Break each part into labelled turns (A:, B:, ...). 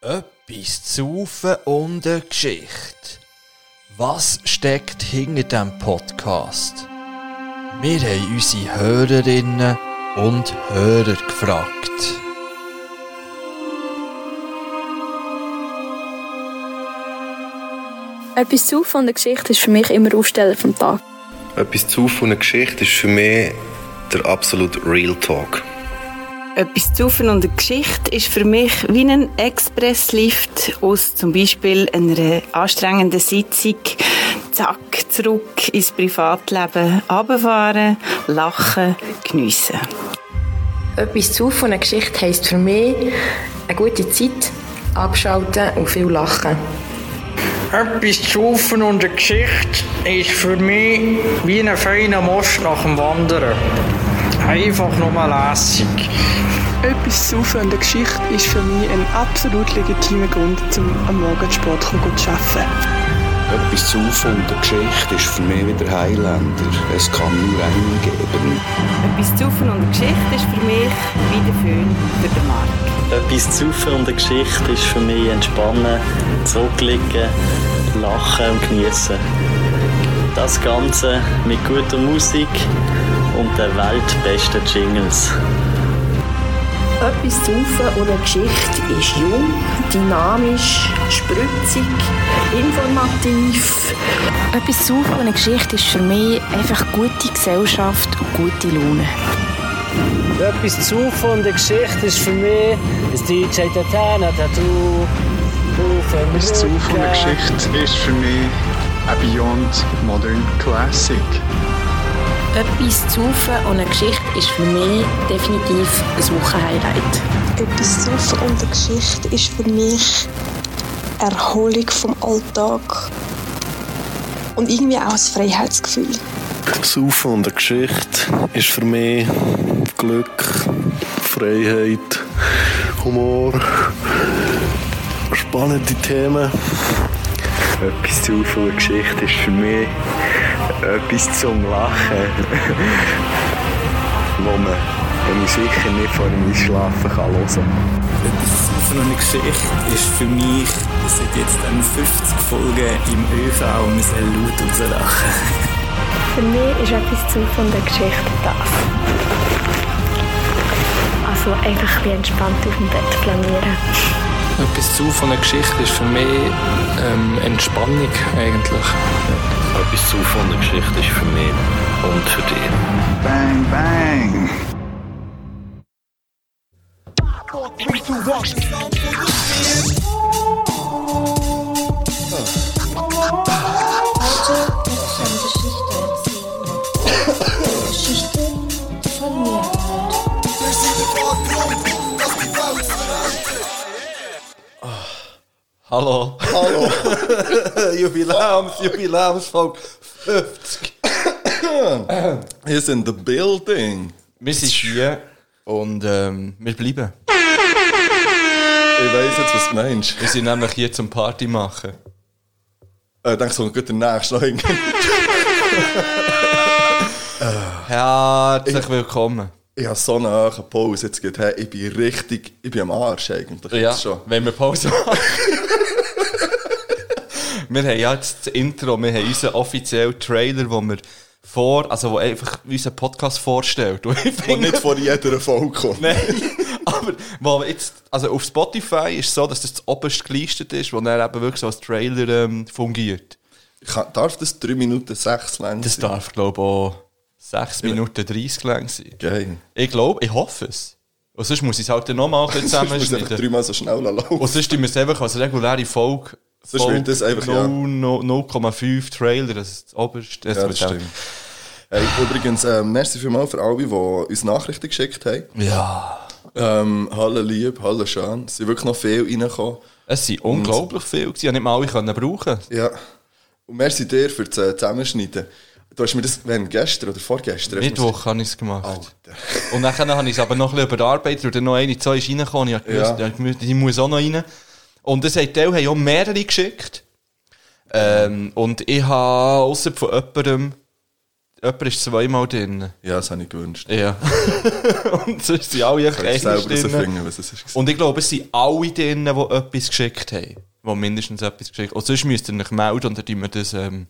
A: Etwas zu saufen und eine Geschichte. Was steckt hinter dem Podcast? Wir haben unsere Hörerinnen und Hörer gefragt.
B: Etwas zu von der Geschichte ist für mich immer Aufsteller vom Tag.
C: Etwas zu von einer Geschichte ist für mich der absolute Real Talk.
D: Etwas zu von und eine Geschichte ist für mich wie ein Expresslift aus zum Beispiel einer anstrengenden Sitzung. Zack, zurück ins Privatleben, runterfahren, lachen, geniessen.
E: Etwas zu von einer Geschichte heisst für mich eine gute Zeit, abschalten und viel lachen.
F: Etwas zu rufen und eine Geschichte ist für mich wie ein feiner Most nach dem Wandern. Einfach nur lässig.
G: Etwas zu von der Geschichte ist für mich ein absolut legitimer Grund, um am Morgen Sport zu arbeiten.
H: Etwas zu von der Geschichte ist für mich wieder Highlander. Es kann nur einen geben.
D: Etwas zu von und eine Geschichte ist für mich wie der Föhn für den Markt.
I: Etwas zu saufen und eine Geschichte ist für mich entspannen, zurückliegen, lachen und genießen. Das Ganze mit guter Musik und der weltbesten Jingles.
J: Etwas zu saufen oder Geschichte ist jung, dynamisch, spritzig, informativ.
K: Etwas zu saufen und eine Geschichte ist für mich einfach gute Gesellschaft und gute Laune.
L: Etwas zu von der Geschichte ist für mich das DJ Tatana Tattoo.
M: Etwas zu von der Geschichte ist für mich ein Beyond Modern Classic.
E: Etwas zu und eine Geschichte ist für mich definitiv ein Wochenhighlight.
N: Etwas zu und eine Geschichte ist für mich Erholung vom Alltag und irgendwie auch ein Freiheitsgefühl.
O: Saufen und eine Geschichte ist für mich Glück, Freiheit, Humor, spannende Themen.
P: Etwas zu von der Geschichte ist für mich etwas zum Lachen, wo man, wo man sicher nicht vor dem Einschlafen kann hören kann.
Q: Etwas zu von einer Geschichte ist für mich, es sind jetzt dann 50 Folgen im ÖV und wir sollen laut rauslachen.
R: Für mich ist etwas zu von der Geschichte das. Also einfach ein entspannt auf dem Bett planieren.
S: Etwas zu von einer Geschichte ist für mich ähm, Entspannung eigentlich.
T: Ja. Etwas zu von einer Geschichte ist für mich und für dich.
A: Bang, bang!
C: Geschichte von mir.
A: Hallo. Hallo. Jubiläums, Jubiläumsfolge 50.
B: Hier sind the building.
A: Wir sind hier und ähm, wir bleiben.
B: Ich weiss jetzt, was du meinst.
A: Wir sind nämlich hier zum Party machen.
B: Äh, denkst du, gut, der nächste noch irgendwie.
A: Herzlich willkommen.
B: Ich habe so eine Pause jetzt geht, hey, ich bin richtig, ich bin am Arsch eigentlich.
A: Ja,
B: jetzt schon.
A: wenn wir Pause machen. wir haben ja jetzt das Intro, wir haben unseren offiziellen Trailer, wo wir vor, also wo einfach unseren Podcast vorstellt. Und ich
B: Und nicht vor jeder Folge kommt.
A: Nein, aber wo jetzt, also auf Spotify ist es so, dass das das oberst gelistet ist, wo dann eben wirklich so als Trailer ähm, fungiert.
B: Ich kann, darf das 3 Minuten 6 lang
A: Das darf, glaube ich, auch 6 Minuten 30 lang sein.
B: Geil.
A: Ich glaube, ich hoffe es. Und sonst muss ich es halt dann nochmal
B: Sonst musst du einfach
A: zusammenschneiden.
B: dreimal so schnell laufen.
A: Und sonst tun wir es einfach als reguläre Folge.
B: Sonst wird das einfach, ja.
A: 0, 0,5 Trailer, das ist das oberste.
B: Ja,
A: wird
B: das
A: auch-
B: stimmt. Hey, übrigens, äh, merci vielmals für alle, die uns Nachrichten geschickt haben.
A: Ja.
B: Ähm, Halle lieb, Halle schön. Es sind wirklich noch viel reingekommen.
A: Es sind unglaublich viele. Ich konnte nicht mal alle können brauchen.
B: Ja. Und merci dir für das äh, Zusammenschneiden. Du hast mir das, wenn, gestern oder vorgestern? hast du mir das-
A: Mittwoch habe ich es gemacht. Und dann habe ich es aber noch ein bisschen überarbeitet, weil dann noch eine, zwei ist reingekommen. Ich habe gewusst,
B: Ja.
A: ja. ich, ich muss auch noch rein. Und das haben Teil haben auch mehrere geschickt. Ähm, und ich habe, außer von jemandem, Jemand ist zweimal drin.
B: Ja, das habe ich gewünscht.
A: Ja. und sonst sind alle
B: Ich kann selber herausfinden, was es
A: ist. Und ich glaube, es sind alle drin, die etwas geschickt haben. Die mindestens etwas geschickt haben. Und sonst müsst ihr euch melden und dann tun wir das ähm,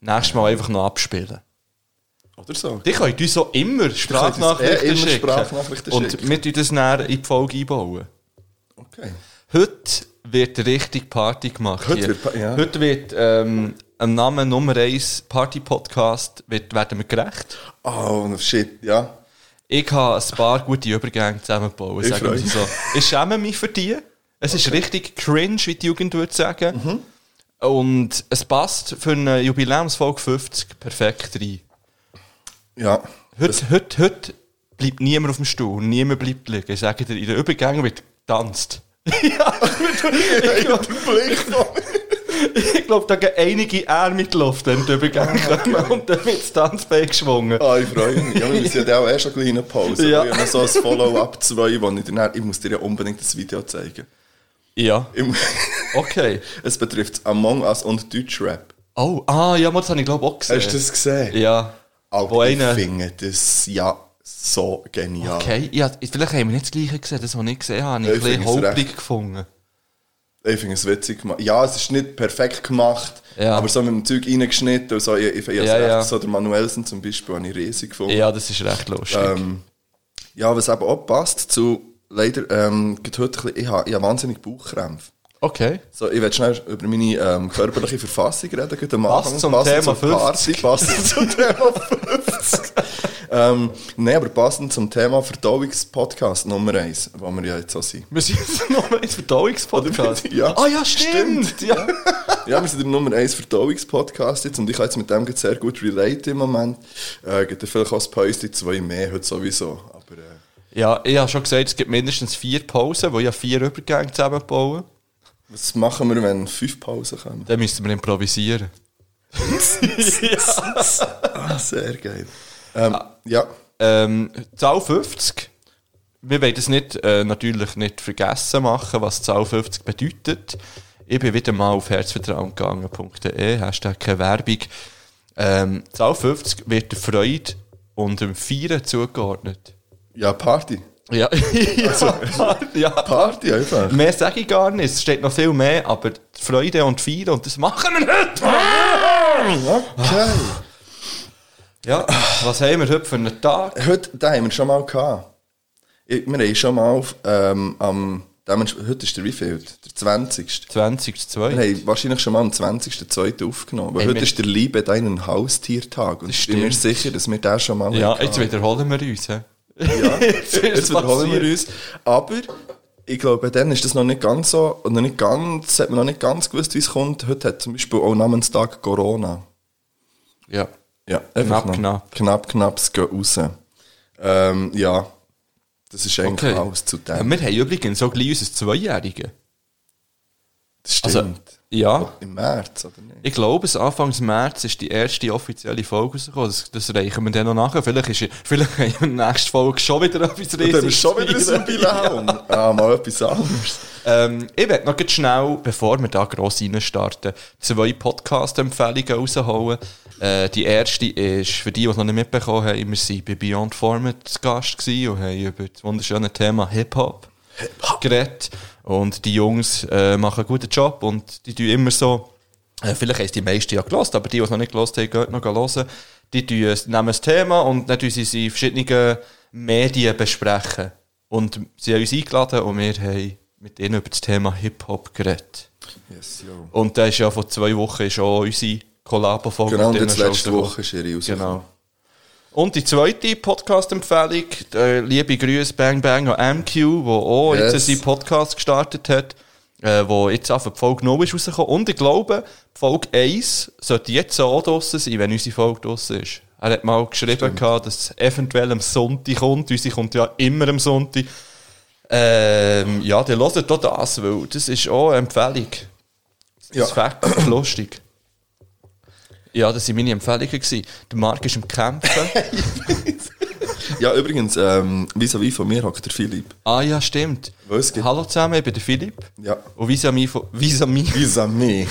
A: nächstes Mal einfach noch abspielen.
B: Oder so.
A: Die könnt uns so immer Sprachnachrichten
B: eh immer
A: schicken.
B: Sprachnachrichten
A: und
B: schicken.
A: wir tun das dann in die Folge einbauen.
B: Okay.
A: Heute wird richtig Party gemacht.
B: Heute
A: hier.
B: wird Pa- ja.
A: Heute wird ähm, am Namen Nummer 1 Party Podcast wird, werden wir gerecht.
B: Oh, shit, ja.
A: Ich habe ein paar gute Übergänge zusammengebaut,
B: Ich
A: sagen wir
B: freu
A: es so.
B: mich.
A: Ich schäme mich für die. Es ist richtig cringe, wie die Jugend würde sagen.
B: Mhm.
A: Und es passt für eine Jubiläumsfolge 50 perfekt rein.
B: Ja.
A: Heute, heute, heute bleibt niemand auf dem Stuhl, niemand bleibt liegen. Ich sage dir, in den Übergängen wird getanzt.
B: Ich habe den Blick von
A: Ich glaube, da gehen einige Arme in die Luft, wenn die Übergänge kommen. Und dann wird das Tanzbein geschwungen.
B: Ah, ich freue mich. Ja, wir müssen ja auch erst eine kleine Pause.
A: Ja.
B: Ja. Ich habe noch so ein Follow-up 2, wo ich dir dann, ich muss dir ja unbedingt das Video zeigen.
A: Ja.
B: okay. Es betrifft Among Us und Deutschrap.
A: Oh, ah, ja, das habe ich glaube auch gesehen.
B: Hast du das gesehen?
A: Ja.
B: Aber ich finde das ja so genial.
A: Okay, ja, vielleicht haben wir nicht das Gleiche gesehen, das, was ich gesehen habe. Ich
B: Ja,
A: habe
B: ich
A: ein bisschen
B: finde es
A: holprig
B: recht.
A: gefunden.
B: Ich finde es witzig gemacht. Ja, es ist nicht perfekt gemacht,
A: Ja.
B: aber so mit dem Zeug reingeschnitten und so. Ich, ich, ich
A: Ja,
B: also
A: ja.
B: echt So der Manuelsen zum Beispiel habe ich riesig gefunden.
A: Ja, das ist recht lustig.
B: Oh. Ähm, ja, was eben auch passt zu, leider, ähm, geht heute ein bisschen, ich habe, ich habe wahnsinnig Bauchkrämpfe.
A: Okay.
B: So, ich will schnell über meine ähm, körperliche Verfassung reden. um- Guten Morgen.
A: Passt zum Thema 50.
B: passend zum Thema 50. ähm, Nein, aber passend zum Thema Verdauungspodcast Nummer 1, wo wir ja jetzt so sind.
A: Wir sind jetzt nochmal ins Verdauungspodcast.
B: Ja.
A: Ah ja, stimmt. Ja.
B: Ja, wir sind der Nummer 1 Verdauungspodcast jetzt und ich kann jetzt mit dem gerade sehr gut relate im Moment. Äh, gibt ja vielleicht auch ein Päuschen, zwei mehr heute sowieso. Aber äh,
A: ja, ich habe schon gesagt, es gibt mindestens vier Pausen, wo ich ja vier Übergänge zusammenbauen.
B: was machen wir, wenn fünf Pausen kommen?
A: Dann müssen wir improvisieren.
B: Ah, sehr geil. Ähm, ja.
A: Ähm, Zahl 50. Wir wollen es nicht, äh, natürlich nicht vergessen machen, was Zahl 50 bedeutet. Ich bin wieder mal auf herzvertrauengegangen.de, Hashtag keine Werbung. Ähm, Zahl 50 wird der Freude und dem Feiern zugeordnet.
B: Ja, Party.
A: Ja, ja, Party, ja.
B: Party einfach.
A: Mehr sage ich gar nicht, es steht noch viel mehr, aber die Freude und Feiern und das machen wir heute!
B: Okay.
A: Ja, was haben wir heute für einen Tag?
B: Heute, den haben wir schon mal gehabt. Ich, wir haben schon mal auf, ähm, am, dements- heute ist der wievielte? Der 20.
A: 20.
B: Wir haben wahrscheinlich schon mal am 20.02. aufgenommen. Weil
A: Hey,
B: heute
A: wir-
B: ist der Liebe deinen Haustiertag. Und ich bin mir
A: stimmt.
B: sicher, dass wir den schon mal
A: Ja,
B: hatten.
A: jetzt wiederholen wir uns. hä?
B: Ja,
A: Jetzt ist
B: jetzt
A: es
B: wiederholen wir uns.
A: passiert.
B: Aber ich glaube, dann ist das noch nicht ganz so, und noch nicht ganz, hat man noch nicht ganz gewusst, wie es kommt. Heute hat zum Beispiel auch Namenstag Corona.
A: Ja.
B: Ja,
A: Knapp,
B: noch.
A: knapp.
B: Knapp, knapp, es geht raus. Ähm, ja, das ist eigentlich
A: Okay.
B: alles zu
A: Ja,
B: dem.
A: wir haben übrigens so gleich unser Zweijährigen.
B: Das stimmt.
A: Also, ja,
B: Im März, oder nicht?
A: ich glaube, es Anfang März ist die erste offizielle Folge rausgekommen. Das, das reichen wir dann noch nachher. Vielleicht, ist, vielleicht haben wir in der nächsten Folge schon wieder etwas
B: Und dann haben wir schon wieder
A: zu
B: ein
A: feiern.
B: Jubiläum. Ah, mal etwas anderes.
A: Ähm, ich werde noch ganz schnell, bevor wir da gross reinstarten, zwei Podcast-Empfehlungen rausholen. Äh, die erste ist, für die, die es noch nicht mitbekommen haben, wir waren bei Beyond Format zu Gast gewesen und haben über das wunderschöne Thema Hip-Hop geredet. Und die Jungs äh, machen einen guten Job und die tun immer so, äh, vielleicht haben es die meisten ja gelost, aber die, die es noch nicht gelost haben, gehen noch hören. Die tun, es- nehmen das Thema und dann tun sie es in verschiedenen Medien besprechen. Und sie haben uns eingeladen und wir haben mit ihnen über das Thema Hip-Hop geredet.
B: Yes, yo.
A: Und da ist ja vor zwei Wochen schon unsere Kollabo-Folge.
B: Genau, und
A: Oh, mit ihnen
B: jetzt
A: schon
B: letzte
A: rausgekommen.
B: Woche ist ihre rausgekommen.
A: Genau. Und die zweite Podcast-Empfehlung, äh, liebe Grüße Bang Bang an MQ, wo auch
B: Yes.
A: jetzt seinen Podcast gestartet hat, äh, wo jetzt auf die Folge 0 ist rausgekommen. Und ich glaube, die Folge 1 sollte jetzt auch draussen sein, wenn unsere Folge draussen ist. Er hat mal geschrieben, gehabt, dass es eventuell am Sonntag kommt. Unsere kommt ja immer am Sonntag. Ähm, ja, dann hört doch das, weil das ist auch eine Empfehlung. Das
B: Ja.
A: ist Fact, das ist lustig. Ja, das waren meine Empfehlungen. gewesen. Der Marc ist am Kämpfen.
B: ja, übrigens, ähm, vis-à-vis von mir hockt der Philipp.
A: Ah ja, stimmt. Hallo zusammen, ich bin der Philipp.
B: Ja.
A: Und vis-à-vis von- vis-à-vis
B: Vis-à-vis.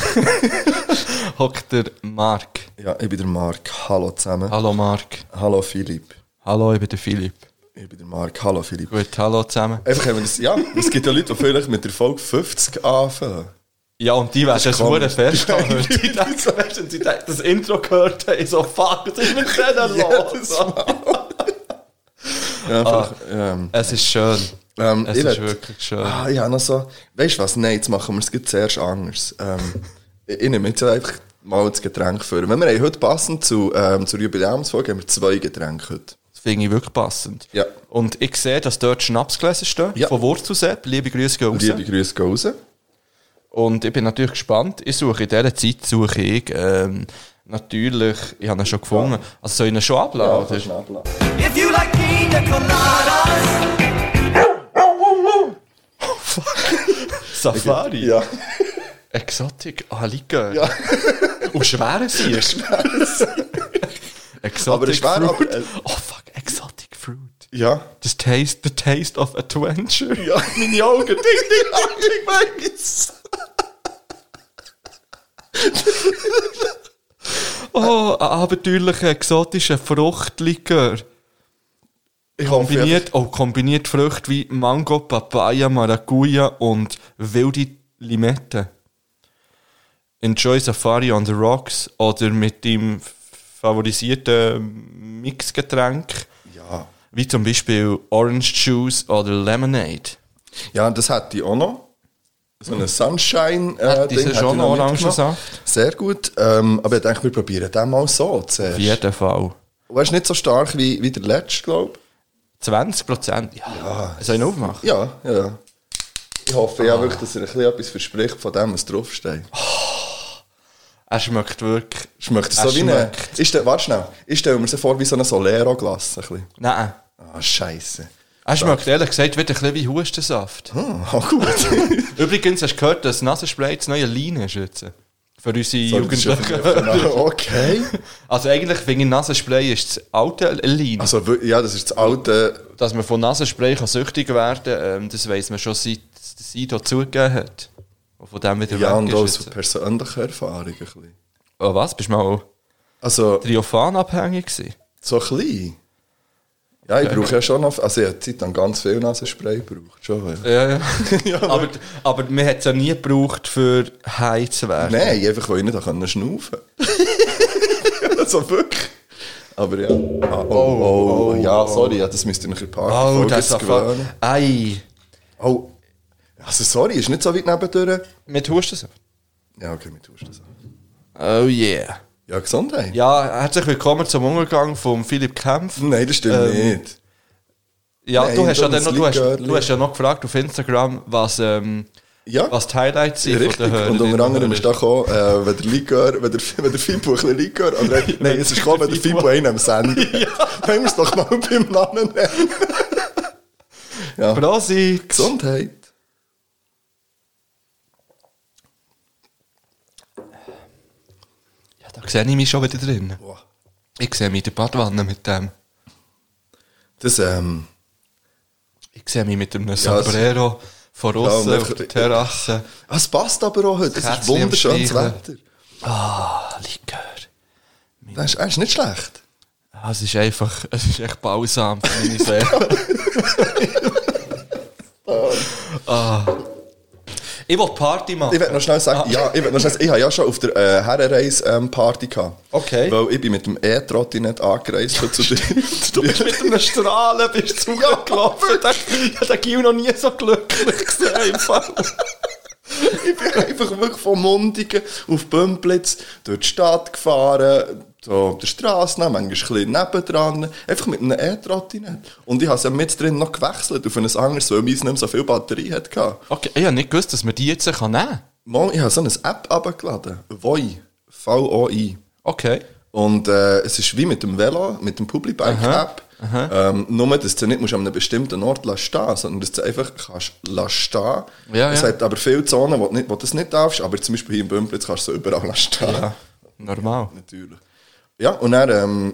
A: hockt der Marc.
B: Ja, ich bin der Marc. Hallo zusammen.
A: Hallo Marc.
B: Hallo Philipp.
A: Hallo, ich bin der Philipp.
B: Ich bin der Marc. Hallo Philipp.
A: Gut, hallo zusammen.
B: Einfach haben wir das, ja, es gibt ja Leute, die vielleicht mit der Folge 50 anfangen.
A: Ja, und die wären
B: ist
A: schon
B: komisch.
A: verdammt fest.
B: Die
A: Wenn sie das Intro gehört haben, so fuck, was ist mit denen los?
B: Ja,
A: Ah,
B: vielleicht, ähm,
A: es ist schön.
B: Ähm,
A: es
B: ich
A: ist
B: werd-
A: wirklich schön.
B: Ah, ja, noch so. Weißt du was? Nein, jetzt machen wir es gleich zuerst anders. Ähm, ich ich nehme jetzt einfach mal das Getränk für. Wenn wir haben heute passend zu, ähm, zur Jubiläumsfolge haben wir zwei Getränke heute.
A: Das finde ich wirklich passend.
B: Ja.
A: Und ich sehe, dass dort Schnapsgläser stehen, von Wurzelsepp. Liebe Grüße gehen raus.
B: Liebe Grüße gehen
A: Ah,
B: raus. Ah,
A: Und ich bin natürlich gespannt. Ich suche in dieser Zeit suche ich, ähm, natürlich, ich habe ihn schon gefunden. Also soll ich ihn schon
B: Ja,
A: abladen?
B: kannst du abladen.
U: If you like pina coladas.
A: Safari?
B: Ja.
A: Exotik? Ah, Likör. Ja. Und schweres hier.
B: Schweres. Aber
A: Exotic
B: schwer,
A: Fruit.
B: aber- äh,
A: oh fuck, Exotic Fruit.
B: Ja.
A: Das taste, the taste of adventure.
B: Ja.
A: Meine Augen. Ding, ding, ding, ding, Oh, ein abenteuerlicher, exotischer Fruchtlikör. Kombiniert, oh, kombiniert Früchte wie Mango, Papaya, Maracuja und wilde Limette. Enjoy Safari on the Rocks oder mit deinem favorisierten Mixgetränk.
B: Ja.
A: Wie zum Beispiel Orange Juice oder Lemonade.
B: Ja, das hätte ich auch noch. So ein äh, Sunshine-Ding.
A: Hätte ich schon noch Orangensaft.
B: Sehr gut. Ähm, aber ich denke, wir probieren den mal so zuerst.
A: Auf jeden Fall.
B: Und er ist nicht so stark wie, wie der letzte, glaube ich.
A: 20 Prozent? Ja. Soll ich ihn aufmachen?
B: Ja, ja. Ich hoffe
A: Ah.
B: ja wirklich, dass er ein bisschen etwas verspricht von dem, was draufsteht.
A: Er schmeckt wirklich.
B: Schmeckt
A: Er
B: so wie eine...
A: schmeckt-
B: Ist der, warte schnell. Ich stelle mir so vor wie so ein Solero-Glas. ein bisschen.
A: Nein.
B: Ah, scheiße.
A: Er schmeckt ehrlich gesagt wieder ein bisschen wie Hustensaft.
B: Ah, gut.
A: Übrigens hast du gehört, dass Nasenspray das neue Line ist jetzt. Für unsere
B: Sorry, das ist
A: Jugendlichen.
B: schon verliebt. Okay.
A: Also eigentlich finde ich, Nasenspray ist das alte Line.
B: Also wir- ja, das ist das alte...
A: Dass man von Nasenspray kann süchtig werden kann, ähm, das weiss man schon seit das Ido zugegeben hat. Und von dem wieder
B: Ja,
A: weg
B: und
A: ist
B: aus
A: jetzt.
B: persönlicher Erfahrung ein bisschen.
A: Oh, was? Bist du mal
B: also,
A: Triophan abhängig gewesen?
B: So klein? Ja, ich
A: Okay.
B: brauche ja schon noch... Also ich habe Zeit lang ganz viel Nasenspray gebraucht. Schon, ja.
A: Ja, ja. aber, aber man hat es ja nie gebraucht, für high zu werden.
B: Nein, einfach weil ich nicht konnte schnaufen Also wirklich. Aber ja. Ah, oh, oh, ja, sorry, ja, das müsst ihr noch in Park
A: Oh, das ist ein Ei.
B: Oh. Also sorry, ist nicht so weit nebendurch.
A: Mit Hustensaft?
B: Ja, okay, mit Hustensaft.
A: Oh yeah.
B: Ja, Gesundheit.
A: Ja, herzlich willkommen zum Umgang von Philipp Kempf.
B: Nein, das stimmt
A: Ähm,
B: nicht.
A: Ja,
B: Nein,
A: du, hast ja
B: darum
A: dann noch,
B: das
A: du, hast,
B: Likörli.
A: du hast ja noch gefragt auf Instagram, was, ähm,
B: Ja.
A: was die Highlights sind
B: Richtig,
A: von den Hörern.
B: und unter anderem ist da gekommen, äh, wenn der Likör, wenn der, wenn der Fimpo ein bisschen Likör, oder, nein, es ist gekommen, wenn der Fimpo einen am Sender. Ja. Nehmen wir es doch mal beim Namen nennen. ja.
A: Prosi.
B: Gesundheit.
A: Da sehe ich mich schon wieder drin. Ich sehe mich in der Badwanne mit dem.
B: Das, ähm...
A: Ich sehe mich mit einem
B: Ja, es-
A: Sombrero von
B: Ja, und
A: aussen auf
B: einfach-
A: der Terrasse.
B: Ah, Es passt aber auch heute, es ist
A: Kätzchen am
B: wunderschönes
A: Streicheln.
B: Wetter.
A: Ah, Likör.
B: Das ist, das ist nicht schlecht.
A: Ah, Es ist einfach, es ist echt balsam für meine Seele. ah. Ich will Party machen.
B: Ich will noch schnell
A: Ah.
B: sagen, ja, ich, will noch schnell, sagen, ich habe ja schon auf der äh, Herrenreise ähm, Party gehabt.
A: Okay.
B: Weil ich bin mit dem E-Trotti nicht angereist bin zu dir.
A: Du bist mit einem Strahlen bist zu ja, gelaufen. Ich habe den Gil noch nie so glücklich gesehen. Einfach.
B: ich bin einfach wirklich von Mundigen auf Bümplitz durch die Stadt gefahren, so auf der Straße, manchmal ein bisschen nebendran, einfach mit einem E-Trotti nicht. Und ich habe es ja mit drin noch gewechselt auf ein anderes, weil meins nicht mehr so viel Batterie hat gehabt.
A: Okay, ich habe nicht gewusst, dass man die jetzt nehmen kann.
B: Mal, ich habe so eine App abgeladen. Voi. V-O-I.
A: Okay.
B: Und äh, es ist wie mit dem Velo, mit dem Publibike-App. Ähm, nur, dass du nicht musst an einem bestimmten Ort lassen stehen sondern dass du einfach kannst lassen stehen
A: Ja,
B: Es
A: ja.
B: hat aber viele Zonen, wo du, nicht, wo du das nicht darfst, aber zum Beispiel hier in Bümplitz kannst du so überall lassen stehen.
A: Normal.
B: Natürlich. Ja, und dann ähm,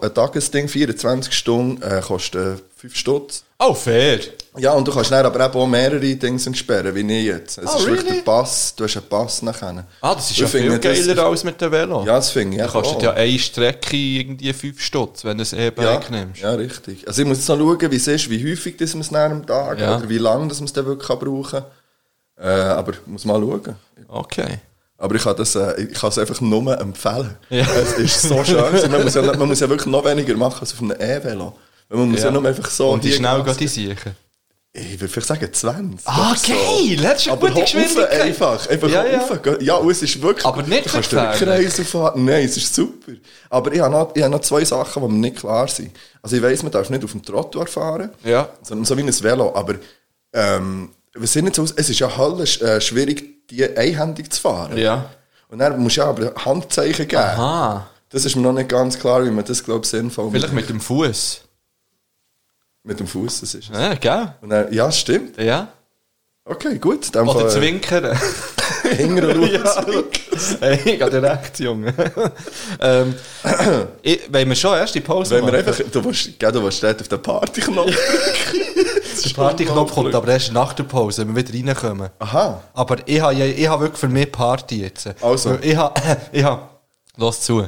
B: ein Tagesding, 24 Stunden, äh, kostet 5 Stutz.
A: Oh, fair.
B: Ja, und du kannst dann aber eben auch mehrere Dinge entsperren, wie ich jetzt. Es
A: Oh,
B: ist wirklich
A: really?
B: der Pass, du hast einen Pass nachher.
A: Ah, das ist
B: Ich
A: ja viel
B: finde, das-
A: geiler als mit dem Velo.
B: Ja, das finde ich
A: Da
B: eben
A: kostet
B: auch.
A: ja eine Strecke irgendwie 5 Stutz, wenn du ein E-Bike nimmst.
B: Ja, richtig. Also ich muss jetzt noch schauen, wie es ist, wie häufig das man es dann am Tag
A: Ja.
B: oder wie lange das man es dann wirklich kann brauchen kann. Äh, aber ich muss mal schauen.
A: Okay.
B: Aber ich kann, das, äh, ich kann es einfach nur empfehlen.
A: Ja.
B: Es ist so schön. gewesen. man, muss ja, nicht- man muss ja wirklich noch weniger machen als auf einem E-Velo. Weil Man muss ja, nur einfach so...
A: Und die schnell
B: gehen.
A: geht die Siechen.
B: Ich würde vielleicht sagen 20.
A: Ah,
B: Doch
A: geil, das ist eine
B: Aber
A: gute
B: hoch rauf
A: Geschwindigkeit.
B: einfach. Einfach
A: Ja,
B: ja,
A: ja.
B: rauf. geh- Ja, und es ist wirklich...
A: Aber nicht
B: Du kannst du wirklich
A: gefährlich.
B: Kreise fahren. Nein, es ist super. Aber ich habe noch, ich habe noch zwei Sachen, die mir nicht klar sind. Also ich weiss, man darf nicht auf dem Trottoir fahren,
A: Ja.
B: sondern so wie ein Velo. Aber ähm, wir sind jetzt aus, es ist ja höllisch, äh, schwierig, die einhändig zu fahren.
A: Ja.
B: Und dann musst du ja aber Handzeichen geben.
A: Aha.
B: Das ist mir noch nicht ganz klar, wie man das, glaube ich, sinnvoll
A: Vielleicht
B: macht.
A: mit dem Fuß.
B: Mit dem Fuß, das ist es.
A: Ja, gell?
B: Und dann, ja, stimmt.
A: Ja.
B: Okay, gut. dann
A: Oder
B: Fall-
A: zwinkern.
B: Hinterher schauen,
A: Hey, ich habe dir recht, Junge. ähm, ich, wollen wir schon erst die Pause
B: Also, Wenn wir
A: machen?
B: einfach, du willst, gell, du willst dort auf den Partyknopf.
A: Der Partyknopf kommt aber erst nach der Pause, wenn wir wieder reinkommen.
B: Aha.
A: Aber ich habe ja- ich habe wirklich für mich Party jetzt.
B: Also.
A: Weil Ich habe, ich habe, lass zu.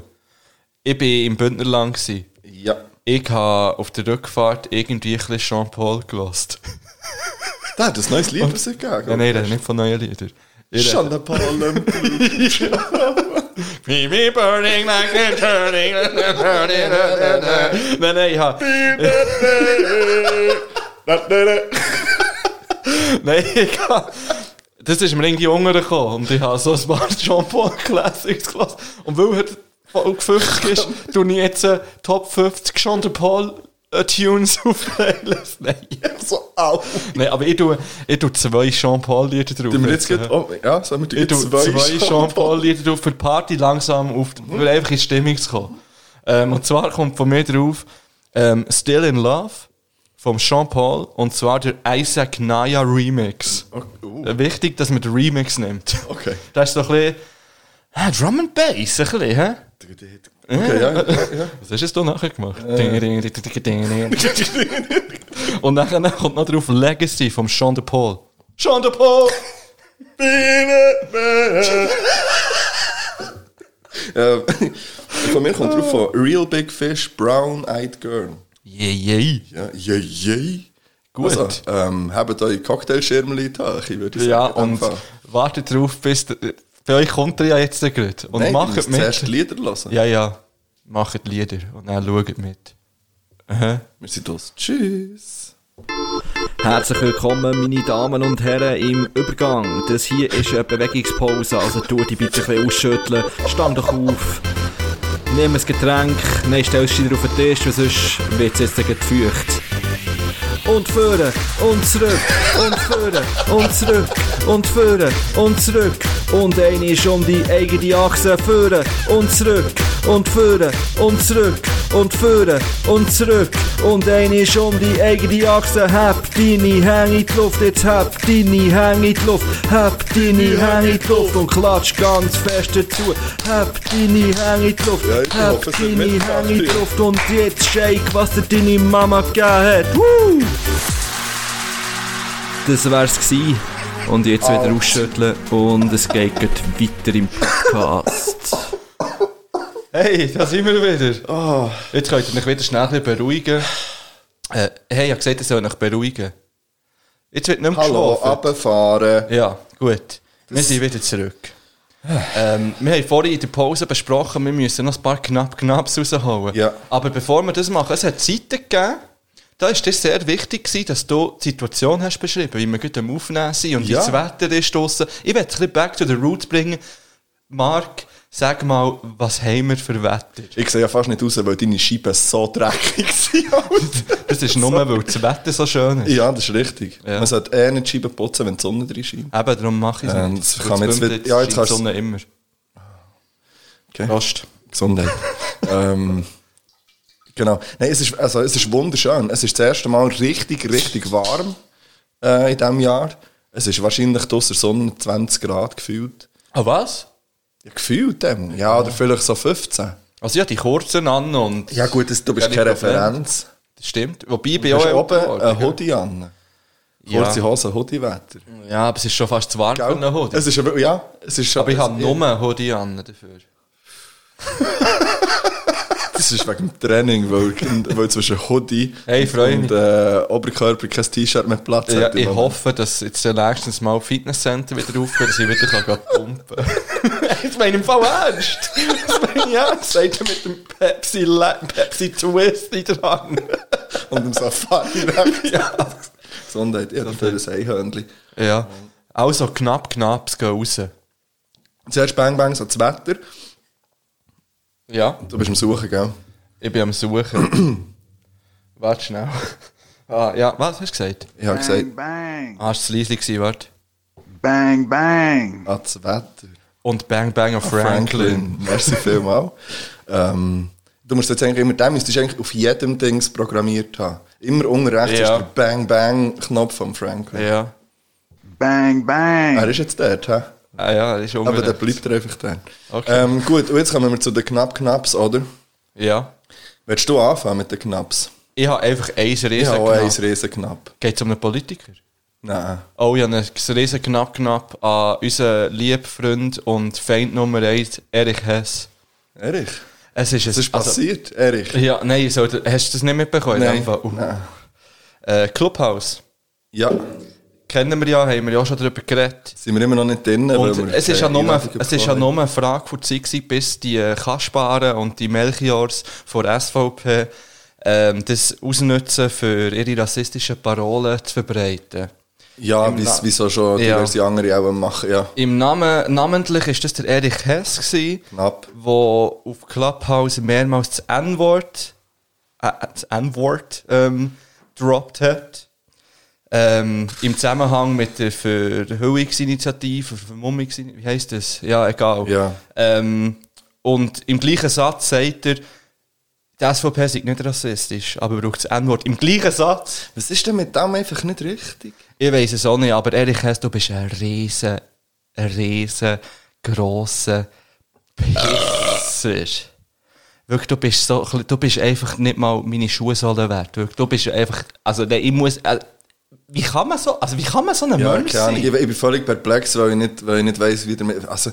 A: Ich war im Bündnerland. Gewesen.
B: Ja.
A: Ich habe auf der Rückfahrt irgendwie ein bisschen Jean-Paul gelost.
B: Der hat ein neues Lied rausgegeben,
A: gegeben.
B: glaub
A: Ja, nein,
B: ich.
A: der hat nicht von neuen Liedern. Ich rede-
B: Schon der Paul
A: Be me burning like a turning. Nein, nein, ich habe. Nein, ich habe. Das ist mir irgendwie untergekommen und ich habe so ein paar Jean-Paul Classics gelesen. Und weil heute Folge 50 ist, tue ich jetzt äh, Top 50 Jean-Paul äh, Tunes auf Playlist. Nein.
B: so au.
A: Nein, aber ich tue, ich tue zwei Jean-Paul-Lieder drauf.
B: Tun wir jetzt gleich- oh, ja, sollen wir
A: ich
B: gleich
A: tue
B: zwei Mhm.
A: zwei,
B: Jean-Paul-
A: Jean-Paul-Lieder drauf für die Party langsam auf, weil einfach in die Stimmung zu kommen. Ähm, und zwar kommt von mir drauf ähm, Still in Love vom Jean-Paul und zwar der Isaac Naya Remix.
B: Oh,
A: Äh, Wichtig, dass man den Remix nimmt.
B: Okay.
A: Das ist so ein bisschen ah, Drum and Bass, ein bisschen, hä?
B: Okay, ja, ja, ja.
A: Was hast du jetzt da nachher gemacht?
B: Äh.
A: Ding, ding, ding, ding, ding, ding. Und nachher kommt noch drauf Legacy vom Sean de Paul. Sean de Paul!
B: Äh, von mir kommt drauf von Real Big Fish, Brown Eyed Girl.
A: Yeah, yeah.
B: Ja, yeah, yeah.
A: Gut.
B: Also, ähm, habt eure Cocktailschirmchen da, ich würde sagen.
A: Ja,
B: in dem
A: und
B: Fall.
A: wartet drauf, bis. der- Bei euch kommt er ja jetzt gerade. Und
B: Nein, du
A: macht
B: musst
A: mit.
B: zuerst die Lieder hören.
A: Ja, ja. Macht Lieder und dann schaut mit. Aha.
B: Wir sind los. Tschüss.
F: Herzlich willkommen, meine Damen und Herren, im Übergang. Das hier ist eine Bewegungspause, also tu dich bitte ein bisschen ausschütteln. Stand doch auf. Nimm ein Getränk, nein, stell es dir auf den Tisch, weil sonst wird es jetzt gleich feucht. Und führen, und zurück, und führen, und zurück, und führen, und zurück. Und eine ist um die eigene Achse. Führen, und zurück, und führen, und zurück, und führen, und zurück. Und eine ist um die eigene Achse. Hab deine Hänge in die Luft, jetzt hab deine Hänge in die Luft, hab deine Hänge in die Luft und klatsch ganz fest dazu. Hab deine Hänge in die Luft,
B: Ja, ich
F: hab
B: hoffe, es wird
F: deine Hänge in die
B: mitgemacht.
F: Luft und jetzt shake, was dir deine Mama gegeben hat. Woo! Das wär's gsi. Und jetzt wieder ausschütteln und es geht gleich weiter im Podcast.
A: Hey, da sind wir wieder. Oh. Jetzt könnt ihr euch wieder schnell ein bisschen beruhigen. Äh, hey, ich habe gesagt, ich soll euch beruhigen. Jetzt wird nicht mehr
B: Hallo,
A: geschlafen.
B: runterfahren.
A: Ja, gut. Wir sind wieder zurück. ähm, wir haben vorhin in der Pause besprochen, wir müssen noch ein paar Knapp-Knapps rausholen. Aber bevor wir das machen, es hat Zeiten gegeben, da war das sehr wichtig, gewesen, dass du die Situation hast beschrieben, wie wir gut am Aufnehmen sind und
B: Ja.
A: wie das Wetter ist draussen. Ich werde ein bisschen back to the roots bringen. Marc, sag mal, was haben wir für Wetter?
B: Ich sehe ja fast nicht raus, weil deine Scheiben so dreckig sind.
A: Das ist nur, weil das Wetter so schön ist.
B: Ja, das ist richtig. Man sollte eher nicht die Scheiben putzen, wenn die Sonne drin scheint.
A: Eben, darum mache ich es
B: Ähm,
A: nicht.
B: das
A: Weil
B: kann man
A: das
B: jetzt
A: bümmt
B: wieder- ja, jetzt
A: scheint
B: kannst
A: die
B: du-
A: Sonne immer.
B: Okay. Gesundheit. ähm, genau. Nein, es ist, also, es ist wunderschön. Es ist das erste Mal richtig, richtig warm äh, in diesem Jahr. Es ist wahrscheinlich draussen Sonne 20 Grad gefühlt.
A: Ah, was?
B: Ja, gefühlt, ähm. ja, oder vielleicht so 15.
A: Also ja, die kurzen an und...
B: Ja gut, das, du bist keine
A: Problem.
B: Referenz.
A: Das stimmt. Wobei ich
B: Du
A: bin
B: hast
A: auch...
B: oben
A: älter geworden,
B: einen
A: gell?
B: Hoodie an.
A: Ja.
B: Kurze Hose, Hoodie-Wetter.
A: Ja, aber es ist schon fast zu warm für einen Hoodie.
B: Es ist aber- ja, es ist schon-
A: aber ich habe
B: es-
A: nur einen Hoodie an dafür.
B: Das ist wegen dem Training, weil, weil zwischen Hoodie
A: Hey, freu
B: und
A: mich.
B: äh, Oberkörper kein T-Shirt mehr Platz
A: Ja,
B: hat. im
A: ich
B: Moment.
A: hoffe, dass jetzt nächstens mal Fitnesscenter wieder aufhört, dass ich wieder kann gehen pumpen
B: Jetzt meine ich im Fall ernst. Das meine ich ernst. Seid ihr mit dem Pepsi, Le- Pepsi Twist in der Hand? Und dem Safari ja. Gesundheit, ich habe dafür ein Eichhörnchen.
A: kann. Ja. Also knapp, knapp, es geht raus.
B: Zuerst Bang Bang, so das Wetter.
A: Ja.
B: Du bist am Suchen, gell?
A: Ich bin am Suchen. warte schnell. Ah, ja, was hast du gesagt?
B: Ich habe gesagt-
A: Bang. Ah, ist es leise gewesen, warte.
B: Bang Bang. Ah, das Wetter.
A: Und Bang Bang of Franklin.
B: Merci vielmals. ähm, du musst jetzt eigentlich immer, den müsstest du eigentlich auf jedem Dings programmiert haben. Immer unten rechts
A: Ja.
B: ist der Bang Bang Knopf von Franklin.
A: Ja.
B: Bang Bang. Er ist jetzt dort, hä?
A: Ah ja, das ist
B: Aber
A: unten
B: der
A: rechts.
B: bleibt er einfach dort.
A: Okay.
B: Ähm, gut, und jetzt kommen wir zu den Knapp-Knaps, oder?
A: Ja.
B: Willst du anfangen mit den Knaps?
A: Ich habe einfach ein riesen
B: Ich habe auch einen
A: Knapp.
B: riesen Knapp.
A: Geht es um einen Politiker?
B: Nein.
A: Oh, ich habe einen riesen Knapp Knapp an unseren lieben Freund und Feind Nummer 1, Erich Hess.
B: Erich?
A: Es ist, also
B: Was ist passiert, Erich?
A: Ja, nein, so, hast du das nicht mitbekommen?
B: Nein,
A: Einfach, uh.
B: nein.
A: Äh, Clubhouse.
B: Ja.
A: Kennen wir ja, haben wir ja schon darüber geredet.
B: Sind wir immer noch nicht drin? weil
A: Und
B: wir
A: es ist, ja nur,
B: keine Einladung
A: es ist ja
B: bekommen
A: nur eine Frage von Zeit, gewesen, bis die äh, Kasparen und die Melchiors von der SVP ähm, das ausnutzen, für ihre rassistischen Parolen zu verbreiten.
B: Ja,
A: Im
B: wie
A: Na-
B: wieso schon
A: Ja.
B: diverse andere auch machen, ja.
A: Im Namen, namentlich ist das der Erich Hess gsi,
B: Knapp.
A: wo auf Clubhouse mehrmals das N-Wort, äh, das N-Wort ähm, droppt hat. Ähm, Im Zusammenhang mit der Verhüllungsinitiative, Vermummungsinitiative, wie heisst das? Ja, egal.
B: Ja.
A: Ähm, und im gleichen Satz sagt er, die SVP sei nicht rassistisch, aber braucht das N-Wort. Im gleichen Satz.
B: Was ist denn mit dem einfach nicht richtig?
A: Ich weiß es auch nicht, aber Erich Hess, du bist ein riesen, ein riesen, grosser Pisser. Wirklich, du bist, so, du bist einfach nicht mal meine Schuhsohle wert. Wirklich, du bist einfach, also nein, ich muss, äh, wie kann man so, also wie kann man so einen
B: Ja,
A: Mensch
B: keine Ahnung. Ich,
A: sein?
B: ich bin völlig perplex, weil ich nicht, weil ich nicht weiss, wie der. Also,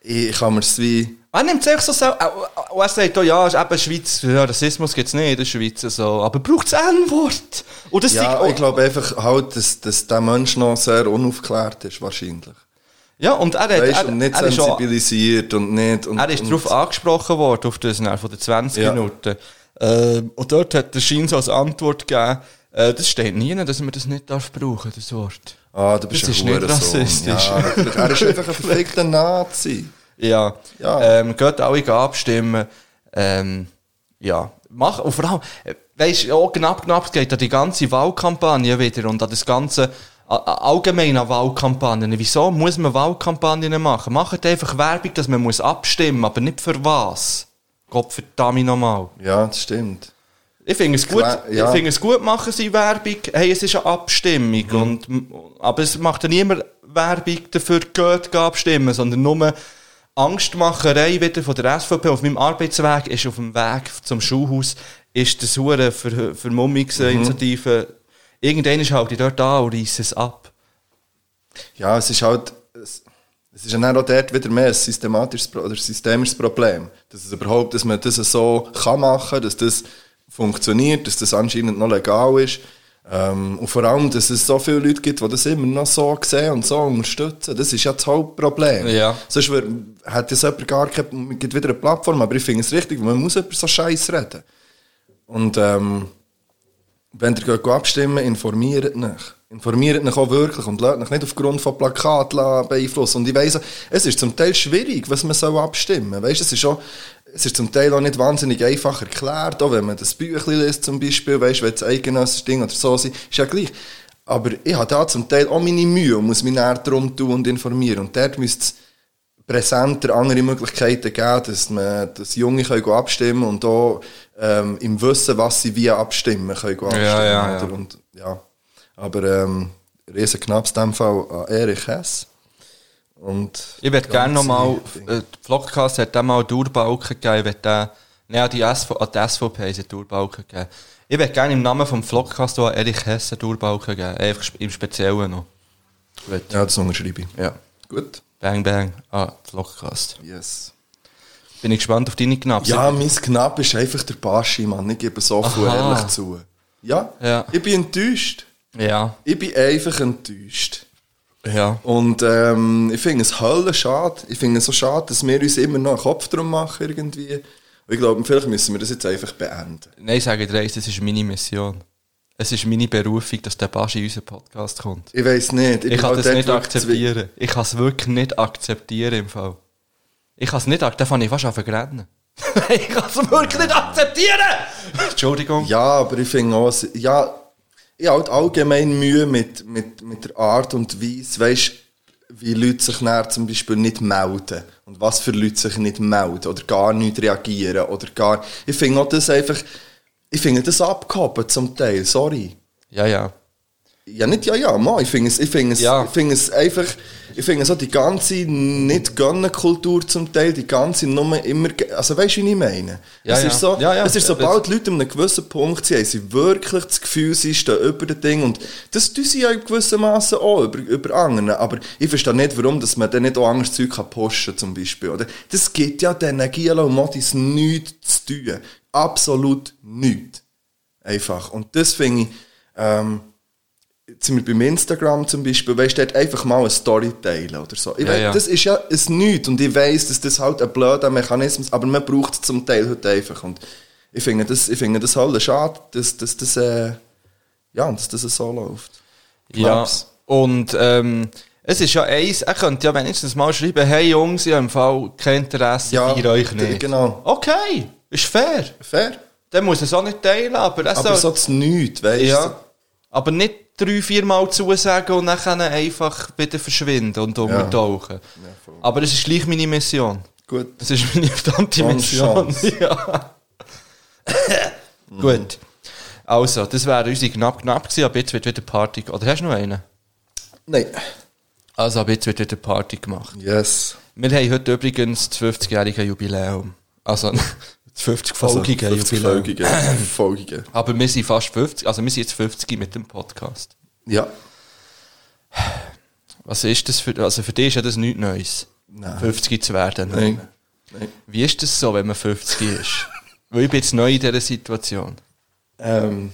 B: ich, ich kann mir es wie.
A: Er nimmt sich so selber, äh, äh, er sagt, oh ja, ist eben Schweiz, ja, Rassismus gibt es nicht in der Schweiz, so, aber braucht es ein Wort? Und das
B: ja,
A: sei-
B: ich glaube einfach halt, dass, dass der Mensch noch sehr unaufklärt ist, wahrscheinlich.
A: ja, und er, hat,
B: Er,
A: er,
B: und nicht
A: er ist auch
B: sensibilisiert und nicht. Und,
A: er ist
B: und,
A: darauf angesprochen worden, auf das dann von den 20
B: Ja.
A: Minuten. Ähm, und dort hat der Schein so als Antwort gegeben, äh, das steht nie, dass man das nicht darf brauchen, das Wort.
B: Ah, du bist
A: das ist
B: ein
A: nicht
B: Hurensohn.
A: rassistisch.
B: Ja, natürlich. er ist einfach ein verfickter Nazi.
A: Ja.
B: Ja.
A: Ähm, geht alle abstimmen. Ähm, ja. Mach, und vor allem, äh, weißt du, auch knapp, knapp, es geht an die ganze Wahlkampagne wieder und an das ganze, a- a- allgemein an Wahlkampagnen. Wieso muss man Wahlkampagnen machen? Macht einfach Werbung, dass man muss abstimmen aber nicht für was. Gott verdammt nochmal.
B: Ja, das stimmt.
A: Ich finde es gut,
B: Klar, ja.
A: ich finde es gut machen sie Werbung. Hey, es ist eine Abstimmung und aber es macht ja niemand Werbung dafür, geht abstimmen, sondern nur Angstmacherei wieder von der SVP auf meinem Arbeitsweg ist auf dem Weg zum Schulhaus ist das hure Ver Vermummungsinitiative. Irgendwann ist halt die dort an und reißt es ab.
B: Ja, es ist halt. Es, es ist ja dann auch dort wieder mehr ein systematisches Pro- oder systemisches Problem. Dass es überhaupt, dass man das so kann machen kann, dass das funktioniert, dass das anscheinend noch legal ist. Ähm, und vor allem, dass es so viele Leute gibt, die das immer noch so sehen und so unterstützen. Das ist ja das Hauptproblem.
A: Ja.
B: Sonst wär, hat das jemand gar keine, es gibt wieder eine Plattform, aber ich finde es richtig, man muss über so Scheiß reden. Und ähm, wenn ihr geht abstimmen, informiert euch. Informiert euch auch wirklich und lasst euch nicht aufgrund von Plakaten la- beeinflussen. Und ich weiss, auch, es ist zum Teil schwierig, was man soll abstimmen soll. es ist auch, es ist zum Teil auch nicht wahnsinnig einfach erklärt, auch wenn man das Büchlein liest zum Beispiel, weißt, wenn es eigenes Ding oder so ist, ist ja gleich. Aber ich habe da zum Teil auch meine Mühe und muss mich näher darum tun und informieren. Und dort müsste es präsenter andere Möglichkeiten geben, dass, man, dass Junge können gehen abstimmen und auch ähm, im Wissen, was sie wie abstimmen, können gehen abstimmen.
A: ja, ja.
B: oder? Und, ja. Aber ähm, riesen Knaps in dem Fall an Erich Hess. Und
A: ich würde gerne nochmal, äh, die Vlogcast hat dem mal einen Durbalken gegeben, ich würde den, nein, an die, SV, an die SVP haben sie einen Durbalken gegeben. Ich würde gerne im Namen vom Vlogcast auch an Erich Hesse einen Durbalken geben, einfach sp- im Speziellen noch.
B: Ja, das unterschreibe ich. Ja. Gut.
A: Bang Bang, ah, Vlogcast.
B: Yes.
A: Bin ich gespannt auf deine Knaps.
B: Ja, mein Knapp ist einfach der Baschi, Mann. Ich gebe so viel
A: Aha.
B: ehrlich zu. Ja?
A: Ja.
B: Ich bin enttäuscht.
A: Ja.
B: Ich bin einfach enttäuscht.
A: Ja.
B: Und ähm, ich finde es höllisch schade. Ich finde es so schade, dass wir uns immer noch einen Kopf drum machen irgendwie. Und ich glaube, vielleicht müssen wir das jetzt einfach beenden.
A: Nein, ich sage dir eins, das ist meine Mission. Es ist meine Berufung, dass der Baschi in unseren Podcast kommt.
B: Ich weiß nicht.
A: Ich,
B: bin
A: kann
B: halt
A: das
B: dort
A: nicht
B: wirklich
A: akzeptieren. Ich kann es wirklich nicht akzeptieren im Fall. Ich kann es nicht akzeptieren. Da fange ich fast an zu rennen. ich kann es wirklich nicht akzeptieren! Entschuldigung.
B: Ja, aber ich finde auch, es- ja, ich habe halt allgemein Mühe mit, mit, mit der Art und Weise, weißt, wie Leute sich näher zum Beispiel nicht melden und was für Leute sich nicht melden oder gar nicht reagieren oder gar, ich finde auch das einfach, ich finde das abgehoben zum Teil, sorry.
A: Ja, ja.
B: Ja, nicht ja, ja, Mann. Ich finde es, ich finde es, ich finde es einfach, ich finde so die ganze Nicht-Gönnen-Kultur zum Teil, die ganze Nummer immer, ge- also weißt du, wie ich meine?
A: Ja,
B: es
A: ja.
B: ist so,
A: Ja, ja.
B: es ist sobald die Leute an einem gewissen Punkt sind, haben sie wirklich das Gefühl, sie stehen über dem Ding und das tun sie ja in gewissem Maße auch über, über anderen, aber ich verstehe nicht, warum, dass man dann nicht auch anderes Zeug kann posten zum Beispiel, oder? Das gibt ja den Gielo und Modis nichts zu tun. Absolut nichts. Einfach. Und das finde ich, ähm, jetzt sind wir beim Instagram zum Beispiel, weißt du, dort einfach mal eine Story teilen oder so. Ich
A: Ja,
B: weiss,
A: ja.
B: Das ist ja ein Nichts und ich weiß, dass das halt ein blöder Mechanismus ist, aber man braucht es zum Teil heute einfach. Und ich finde das, ich finde das halt schade, dass, dass, das, äh, ja, dass das so läuft.
A: Ja,
B: Knaps.
A: und ähm, es ist ja eins, er könnte ja wenigstens mal schreiben, hey Jungs, ich habe im Fall kein Interesse,
B: Ja,
A: feier euch
B: d-
A: nicht.
B: genau.
A: Okay, ist fair.
B: Fair.
A: Dann muss er es auch nicht teilen, aber er
B: Aber so
A: soll...
B: das Nichts, weißt du?
A: ja, aber nicht drei, vier Mal zusagen und dann einfach wieder verschwinden und untertauchen. aber es ist gleich meine Mission.
B: Gut.
A: Es ist meine verdammte
B: Chance,
A: Mission.
B: Chance.
A: Ja. Gut. Also, das wäre unsere knapp-knapp gewesen, aber jetzt wird wieder Party... Oder hast du noch einen?
B: Nein.
A: Also ab jetzt wird wieder Party gemacht.
B: Yes.
A: Wir haben heute übrigens das 50-jährige Jubiläum. Also das 50-folgige
B: Also, 50
A: Jubiläum.
B: folgige, folgige.
A: Aber wir sind fast 50, also wir sind jetzt 50 mit dem Podcast.
B: Ja.
A: Was ist das für, also für dich ist ja das nichts Neues.
B: Nein.
A: 50 zu werden.
B: Nein. Nein.
A: Wie ist das so, wenn man 50 ist? Weil ich bin jetzt neu in dieser Situation.
B: Ähm,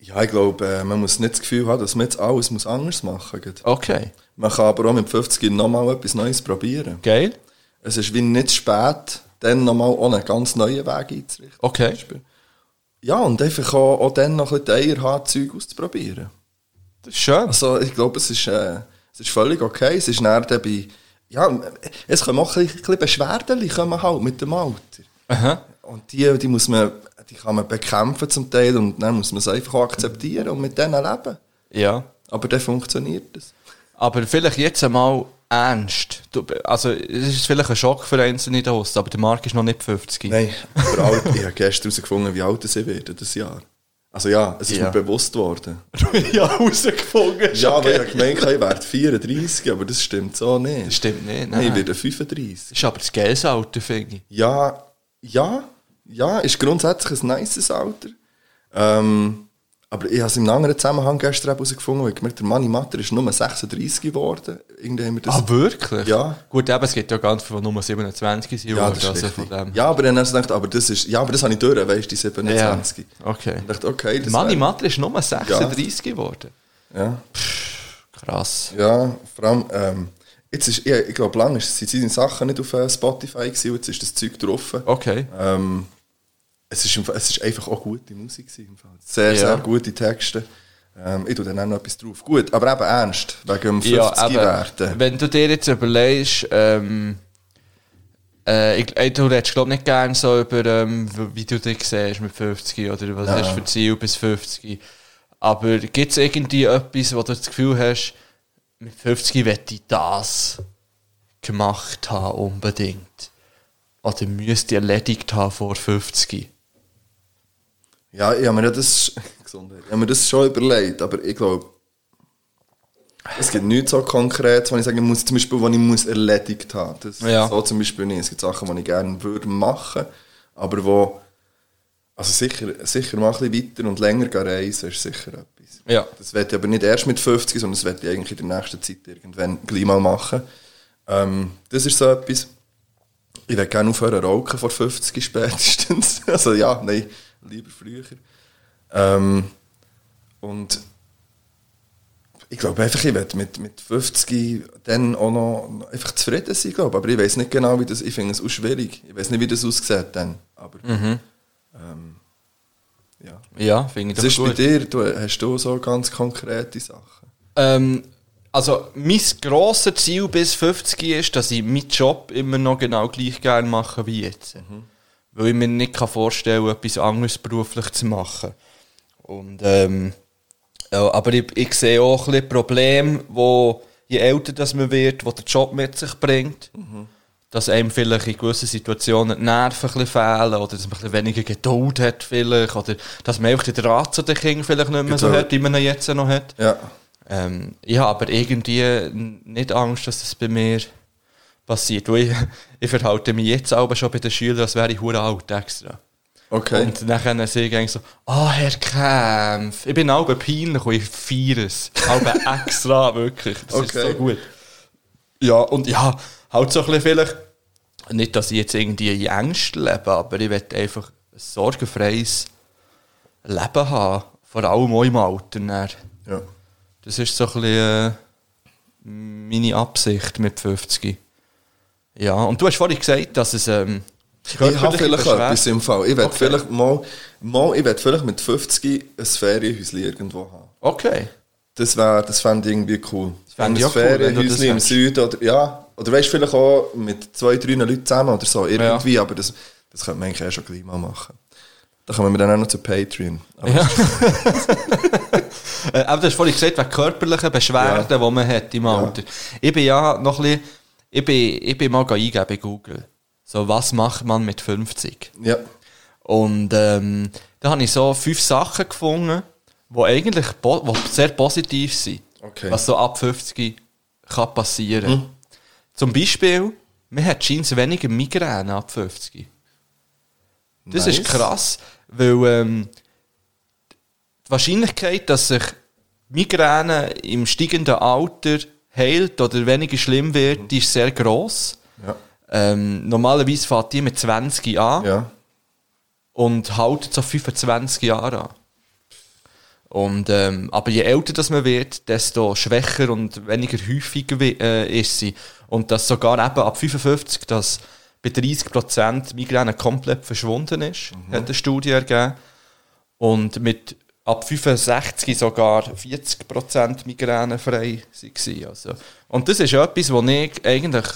B: ja, ich glaube, äh, man muss nicht das Gefühl haben, dass man jetzt alles muss anders machen muss.
A: Okay.
B: Man kann aber auch mit 50 nochmal etwas Neues probieren.
A: Geil.
B: Es ist wie nicht zu spät, dann nochmal auch einen ganz neuen Weg einzurichten.
A: Okay.
B: Ja, und einfach auch, auch dann noch ein bisschen die Eier haben, Zeug auszuprobieren.
A: Das ist schön.
B: Also ich glaube, es ist, äh, es ist völlig okay. Es ist näher dabei... Ja, es kommen auch ein bisschen- ein bisschen Beschwerden kommen halt mit dem Alter.
A: Aha.
B: Und die, die, muss man, die kann man bekämpfen zum Teil und dann muss man es einfach auch akzeptieren und mit denen leben.
A: Ja.
B: Aber dann funktioniert es.
A: Aber vielleicht jetzt einmal ernst. Du, also es ist vielleicht ein Schock für einzelne da draussen, aber der Marc ist noch nicht 50.
B: Nein, aber alt, ich habe gestern herausgefunden, wie alt ich werde, das Jahr. Also ja, es ist
A: Ja.
B: mir bewusst worden.
A: ja, rausgefunden.
B: Ja, weil ich habe gemeint habe, ich werde 34, aber das stimmt so nicht. Das
A: stimmt nicht,
B: nein.
A: nein.
B: ich werde 35.
A: Ist aber das geiles Alter, finde ich.
B: Ja, ja, ja, ist grundsätzlich ein nices Alter. Ähm, aber ich habe es im anderen Zusammenhang gestern eben herausgefunden, weil ich gemerkt habe, der Manni Matter ist nur 36 geworden. Irgendwie haben wir das
A: Ah, wirklich?
B: Ja.
A: Gut, eben, es gibt ja ganz viele, die nur 27 sind.
B: Ja,
A: oder?
B: das ist
A: also
B: richtig.
A: von dem.
B: Ja, aber dann hast du gedacht, aber das ist, ja, aber das habe ich durch, weißt du, die 27.
A: Okay.
B: Ich dachte, okay, das
A: Manni
B: wär-
A: Matter ist nur 36 geworden.
B: Ja.
A: Krass.
B: Ja, vor allem, ähm, jetzt ist, ich, ich glaube, lange sind seine Sachen nicht auf äh, Spotify gewesen, und jetzt ist das Zeug drauf.
A: Okay.
B: Ähm, es, ist, im Fall- es ist einfach auch gute Musik gewesen, im Fall. Sehr,
A: Ja.
B: sehr gute Texte. Ähm, ich tue dann auch noch etwas drauf. Gut, aber eben ernst, wegen dem 50
A: Ja,
B: werden.
A: eben, wenn du dir jetzt überlegst, ähm, äh, ich, äh, du redest glaube nicht gerne so über, ähm, w- wie du dich siehst mit 50 oder was
B: Nein.
A: hast du für Ziel bis 50. Aber gibt es irgendwie etwas, wo du das Gefühl hast, mit 50 möchte ich das gemacht haben unbedingt? Oder müsste ich erledigt haben vor 50?
B: Ja, ich habe mir ja das, Gesundheit, ich habe mir das schon überlegt, aber ich glaube, Es gibt nichts so konkret, wenn ich sagen muss, zum Beispiel, was ich muss erledigt haben muss. Das
A: Ja.
B: So zum Beispiel nicht. Es gibt Sachen, die ich gerne würde machen, aber wo, also sicher, sicher mal ein bisschen weiter und länger gehen reisen, ist sicher etwas.
A: Ja.
B: Das werde ich aber nicht erst mit 50, sondern das werde ich eigentlich in der nächsten Zeit irgendwann gleich mal machen. Ähm, das ist so etwas. Ich werde gerne aufhören rauchen vor 50 spätestens. Also ja, nein, lieber früher. Ähm, und ich glaube einfach, ich werde mit, mit 50 dann auch noch einfach zufrieden sein, glaube ich. Aber ich weiß nicht genau, wie das, ich finde es auch schwierig. Ich weiß nicht, wie das aussieht dann. Aber
A: Mhm.
B: ähm, ja.
A: Ja, finde ich
B: Das
A: doch
B: ist bei
A: gut.
B: dir, du, hast du so ganz konkrete Sachen?
A: Ähm, also, mein grosses Ziel bis 50 ist, dass ich meinen Job immer noch genau gleich gerne mache wie jetzt. Weil ich mir nicht kann vorstellen kann, etwas anderes beruflich zu machen. Und, ähm, ja, aber ich, ich sehe auch ein bisschen Probleme, wo je älter das man wird, wo der Job mit sich bringt, dass einem vielleicht in gewissen Situationen die Nerven ein bisschen fehlen oder dass man ein bisschen weniger Geduld hat vielleicht oder dass man einfach den Rat zu den Kindern vielleicht nicht mehr so
B: Geduld.
A: hat, die man ihn jetzt noch hat.
B: Ja.
A: Ähm, ich habe aber irgendwie n- nicht Angst, dass das bei mir passiert. Weil ich, ich verhalte mich jetzt auch schon bei den Schülern, als wäre ich hure alt extra.
B: Okay.
A: Und dann sehe ich eigentlich so, ah, Herr Kämpf, ich bin auch peinlich und ich feiere es. Auch extra, wirklich. Das ist
B: Okay.
A: so gut. Ja, und ja, halt so ein bisschen vielleicht, nicht, dass ich jetzt irgendwie in Angst lebe, aber ich will einfach ein sorgenfreies Leben haben. Vor allem auch im Alter. dann.
B: Ja.
A: Das ist so ein bisschen äh, meine Absicht mit 50. Ja, und du hast vorhin gesagt, dass es ähm,
B: Ich habe vielleicht
A: Beschwerden-
B: etwas im Fall. Ich werde
A: Okay.
B: vielleicht mal, mal, ich werde vielleicht mit 50 ein Ferienhäuschen irgendwo haben.
A: Okay.
B: Das wäre, das fände ich irgendwie cool.
A: fände ich
B: ein
A: auch cool, wenn du das
B: Ferienhäuschen im
A: hättest.
B: Süden oder, ja. Oder weißt du, vielleicht auch mit zwei, drei Leuten zusammen oder so, irgendwie, aber das, das könnte man eigentlich auch schon gleich mal machen. Da kommen wir dann auch noch zu Patreon. Aber
A: Ja. Äh, Aber du hast vorhin gesagt, wegen körperlichen Beschwerden, die man hat im Alter. Ich bin ja noch ein bisschen, ich bin, ich bin mal eingeben bei Google. So, was macht man mit 50?
B: Ja.
A: Und ähm, da habe ich so fünf Sachen gefunden, die eigentlich po wo sehr positiv sind.
B: Okay.
A: Was so ab 50 kann passieren.
B: Mhm.
A: Zum Beispiel, man hat scheint weniger Migräne ab 50. Das ist
B: Nice.
A: krass, weil ähm, die Wahrscheinlichkeit, dass sich Migräne im steigenden Alter heilt oder weniger schlimm
B: Mhm.
A: wird, die ist sehr gross.
B: Ja.
A: Ähm, normalerweise fängt die mit 20 an
B: Ja.
A: und hält so 25 Jahre an. Und, ähm, aber je älter das man wird, desto schwächer und weniger häufig wi- äh, ist sie. Und dass sogar eben ab 55, dass bei 30% Migräne komplett verschwunden ist,
B: Mhm.
A: hat eine Studie ergeben. Und mit ab 65 sogar 40% migränefrei waren. Also. Und das ist etwas, was ich eigentlich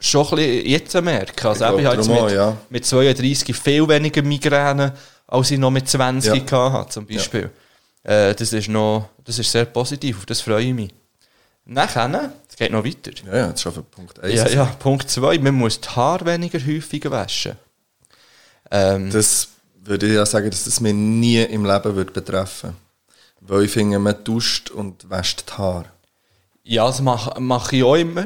A: schon ein bisschen jetzt merke. Also
B: Ich
A: eben, ich
B: glaub,
A: habe jetzt
B: darum
A: mit,
B: auch, ja.
A: mit 32 viel weniger Migräne, als ich noch mit 20
B: Ja.
A: hatte, zum Beispiel. Äh, das, ist noch, das ist sehr positiv, auf das freue ich mich. Nachher, es geht noch weiter.
B: Ja, ja, jetzt schon für Punkt 1.
A: Ja, ja, Punkt 2, man muss die Haare weniger häufig waschen. Ähm,
B: Das würde ich ja sagen, dass das mich nie im Leben würde betreffen würde. Weil ich finde, man duscht und wäscht die Haare.
A: Ja, das mache mach ich auch immer.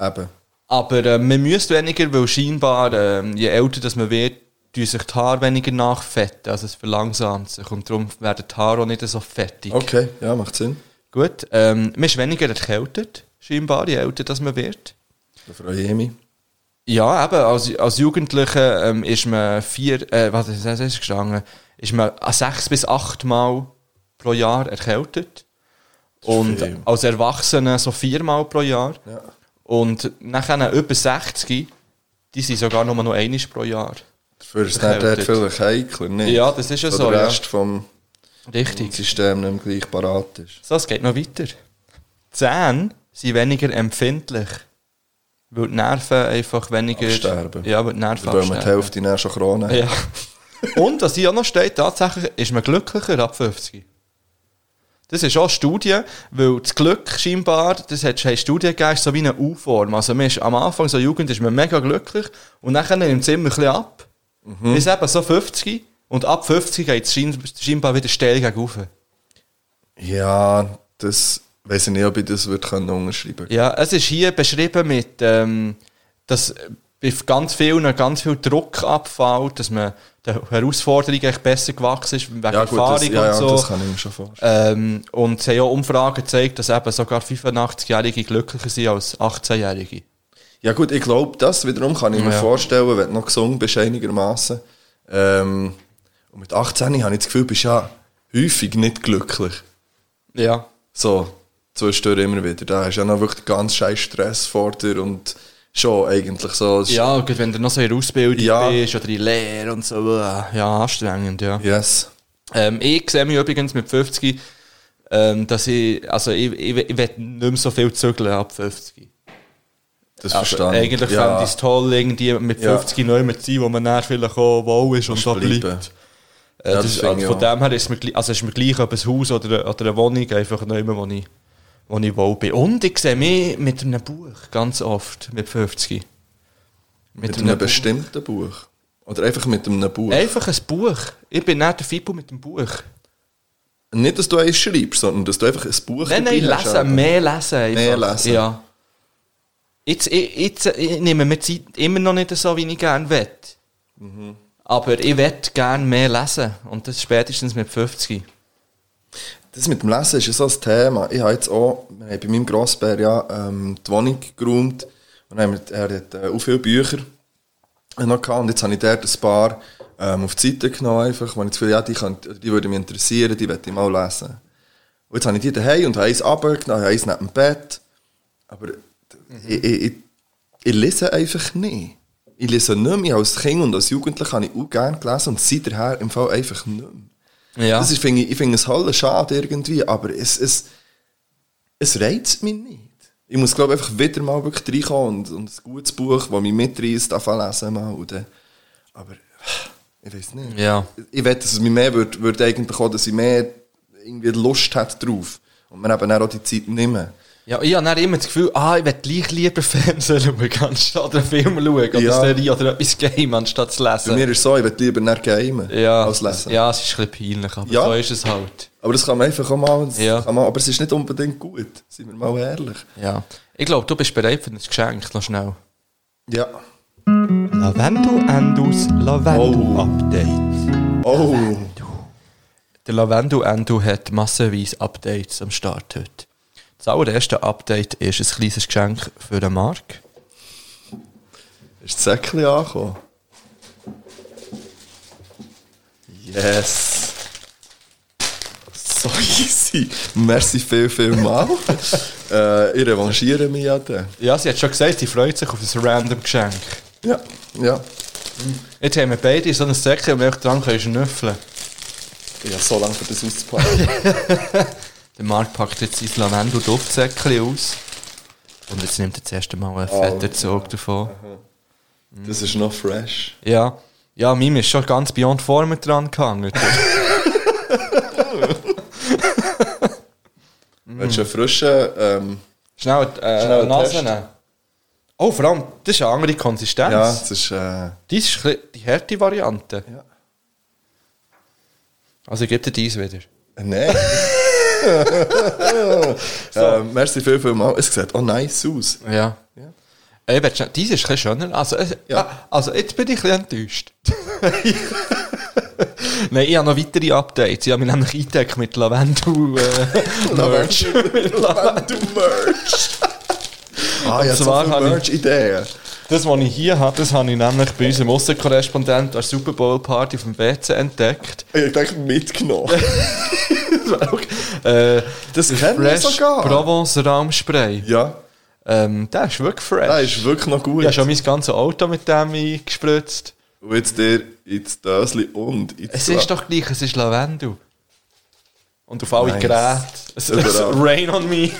B: Eben.
A: Aber äh, man müsste weniger, weil scheinbar, ähm, je älter das man wird, tun sich die Haare weniger nachfetten. Also es verlangsamt sich und darum werden die Haare auch nicht so fettig.
B: Okay, ja, macht Sinn.
A: Gut, ähm, man ist weniger erkältet, scheinbar, je älter das man wird.
B: Da freue ich mich.
A: Ja, eben, als, als Jugendlicher ähm, ist man vier, äh, was ist das ist gestanden, ist man äh, sechs bis acht Mal pro Jahr erkältet. Und
B: viel.
A: als Erwachsene so viermal pro Jahr.
B: Ja.
A: Und nachher über 60, die sind sogar nur noch einmal pro Jahr.
B: Dafür ist es nicht dort
A: erkältet.
B: vielleicht heikler, nicht?
A: Ja, das ist ja
B: Wo
A: so,
B: Der
A: ja.
B: Rest vom
A: Richtig.
B: System nicht mehr gleich parat ist.
A: So, es geht noch weiter. Die Zähne sind weniger empfindlich, weil die Nerven einfach weniger...
B: Absterben.
A: Ja, weil die Nerven
B: Weil man die
A: absterben.
B: Hälfte dann schon Kronen hat.
A: Ja. Und was hier auch noch steht, tatsächlich ist man glücklicher ab 50. Das ist auch eine Studie, weil das Glück scheinbar, das hat es Studien gegeben, ist so wie eine U-Form. Also man ist am Anfang so Jugend ist man mega glücklich und dann nimmt es immer ein bisschen ab.
B: Mhm.
A: Bis eben so 50 und ab 50 geht es scheinbar wieder steil gegen rauf.
B: Ja, das Weiß ich nicht, ob ich das würde können unterschreiben
A: Ja, es ist hier beschrieben mit, ähm, dass bei ganz vielen ganz viel Druck abfällt, dass man der Herausforderung eigentlich besser gewachsen ist, wegen
B: Ja, gut,
A: Erfahrung
B: das, ja, ja,
A: und so.
B: das kann ich mir schon vorstellen.
A: Ähm, und es haben auch Umfragen gezeigt, dass eben sogar 85-Jährige glücklicher sind als 18-Jährige.
B: Ja gut, ich glaube, das wiederum kann ich mir
A: Ja.
B: vorstellen, wenn du noch gesungen bist, einigermaßen. Ähm, und mit 18 habe ich das Gefühl, du bist ja häufig nicht glücklich.
A: Ja.
B: So, zwischendurch immer wieder. Da hast du ja noch wirklich ganz scheiß Stress vor dir und schon eigentlich so. es-
A: Ja, gut, wenn du noch so in der Ausbildung
B: Ja.
A: bist oder in Lehre und so. äh, Ja, anstrengend, ja.
B: Yes.
A: Ähm, ich sehe mich übrigens mit 50, ähm, dass ich, also ich, ich, ich will nicht mehr so viel zügeln ab 50.
B: Das
A: also
B: verstehe ich.
A: Eigentlich
B: Ja.
A: fände ich es toll, irgendwie mit
B: Ja.
A: 50 neu mit zu sein, wo man dann vielleicht auch wohl ist und da
B: bleiben.
A: bleibt. Äh,
B: Ja,
A: das
B: das
A: ist,
B: finde
A: also
B: ich
A: von
B: auch.
A: dem her ist mir, gleich- also ist mir gleich, ob ein Haus oder, oder eine Wohnung, einfach nicht mehr, wo ich, wo ich wohl bin. Und ich sehe mich mit einem Buch ganz oft, mit 50.
B: Mit, einem, bestimmten Buch. Oder einfach mit einem Buch.
A: Einfach ein Buch. Ich bin nicht der Fippo mit dem Buch.
B: Nicht, dass du eins schreibst, sondern dass du einfach ein Buch
A: Nein, nein,
B: dabei hast, aber-
A: lesen, mehr lesen. einfach.
B: Mehr lesen.
A: Ja. Jetzt, ich, jetzt ich nehme mir die Zeit immer noch nicht so, wie ich gerne will.
B: Mhm.
A: Aber ich will gerne mehr lesen. Und das spätestens mit 50.
B: Das mit dem Lesen ist ja so ein Thema. Ich habe jetzt auch, wir haben bei meinem Grossbär ja ähm, die Wohnung geräumt und haben, er hat äh, auch viele Bücher noch gehabt. Und jetzt habe ich dort ein paar ähm, auf die Seite genommen, einfach, weil ich das Gefühl hatte, ja, die, könnte, die würde mich interessieren, die möchte ich mal lesen. Und jetzt habe ich die daheim und habe eins runtergenommen, habe eins neben dem Bett. Aber ich, ich, ich, ich lese einfach nicht. Ich lese nicht mehr. Als Kind und als Jugendlicher habe ich auch gerne gelesen und seither im Fall einfach nicht mehr.
A: Ja.
B: Das ist, finde ich, ich finde es halt schade irgendwie, aber es, es, es reizt mich nicht. Ich muss, glaube ich, einfach wieder mal wirklich reinkommen und, und ein gutes Buch, das mich mitreißt, anfangen lesen mal. Und dann, aber ich weiß nicht.
A: Ja.
B: Ich wette, dass es mich mehr würde, würde eigentlich auch, dass ich mehr irgendwie Lust hätte drauf. Und man eben dann auch die Zeit nehmen.
A: Ja, ich habe dann immer das Gefühl, ah, ich will gleich lieber Fernsehen schauen, anstatt einen Film schauen oder
B: Ja.
A: eine Serie oder etwas Game, anstatt zu lesen.
B: Bei mir ist es so, ich will lieber nicht gamen
A: ja,
B: als lesen.
A: Ja, es ist ein bisschen peinlich, aber
B: Ja.
A: so ist es halt.
B: Aber das kann man einfach auch mal, das
A: Ja.
B: kann man, aber es ist nicht unbedingt gut, sind wir mal ehrlich.
A: Ja. Ich glaube, du bist bereit für ein Geschenk, nou. noch schnell.
B: Ja.
A: Lavendel Endus Lavendel Update.
B: Oh.
A: Der Lavendel Endus hat massenweise Updates am Start heute. Das allererste Update ist ein kleines Geschenk für den Marc.
B: Ist das Säckchen angekommen? Yes! So easy! Merci viel, viel mal. äh, ich revanchiere mich ja dann.
A: Ja, sie hat schon gesagt, sie freut sich auf ein random Geschenk.
B: Ja, ja.
A: Jetzt haben wir beide so ein Säckchen, wo wir dran können schnüffeln
B: Ich habe so lange für das auszupacken.
A: Der Marc packt jetzt sein Lavendel-Duftsäckchen aus. Und jetzt nimmt er das erste Mal einen
B: Oh,
A: fetten Zug davon.
B: Mhm. das ist noch fresh.
A: Ja, ja, Mimi ist schon ganz Beyond Formen dran gehangen.
B: Willst du einen frischen. Ähm,
A: Schnell, äh,
B: Schnell einen
A: Nase
B: Test.
A: nehmen. Oh, vor allem, das ist eine andere Konsistenz.
B: ja, das ist. Äh,
A: Dies ist ein bisschen die härte Variante.
B: Ja.
A: Also ich gebe dir dies wieder.
B: Nein. ähm, merci viel, viel mal. Es sieht auch nice aus.
A: Ja.
B: Ja.
A: Ey, willst du- dies ist ein bisschen schöner. Also, es- ah, also jetzt bin ich ein bisschen enttäuscht. Nein, ich habe noch weitere Updates. Ich habe mich nämlich eingedeckt mit Lavendel äh, Merch.
B: Lavendel-Merch. Ah,
A: Und
B: ich habe so
A: zwar
B: viele
A: habe ich-
B: Merch-Ideen.
A: Das, was ich hier habe, das habe ich nämlich bei unserem Aussenkorrespondenten an der Super Bowl Party auf dem WC entdeckt.
B: Ich denke, mitgenommen.
A: Äh,
B: Das
A: ist
B: kennen wir
A: Fresh
B: sogar.
A: Provence Raumspray.
B: Ja.
A: Ähm, der ist wirklich fresh.
B: Der ist wirklich noch gut.
A: Ich habe schon mein ganzes Auto mit dem eingespritzt.
B: Und jetzt der ins Dösli und ins
A: Es ist doch gleich, es ist Lavendel. Und auf alle
B: Nice.
A: Geräte. Es ist
B: Überall.
A: Rain on me.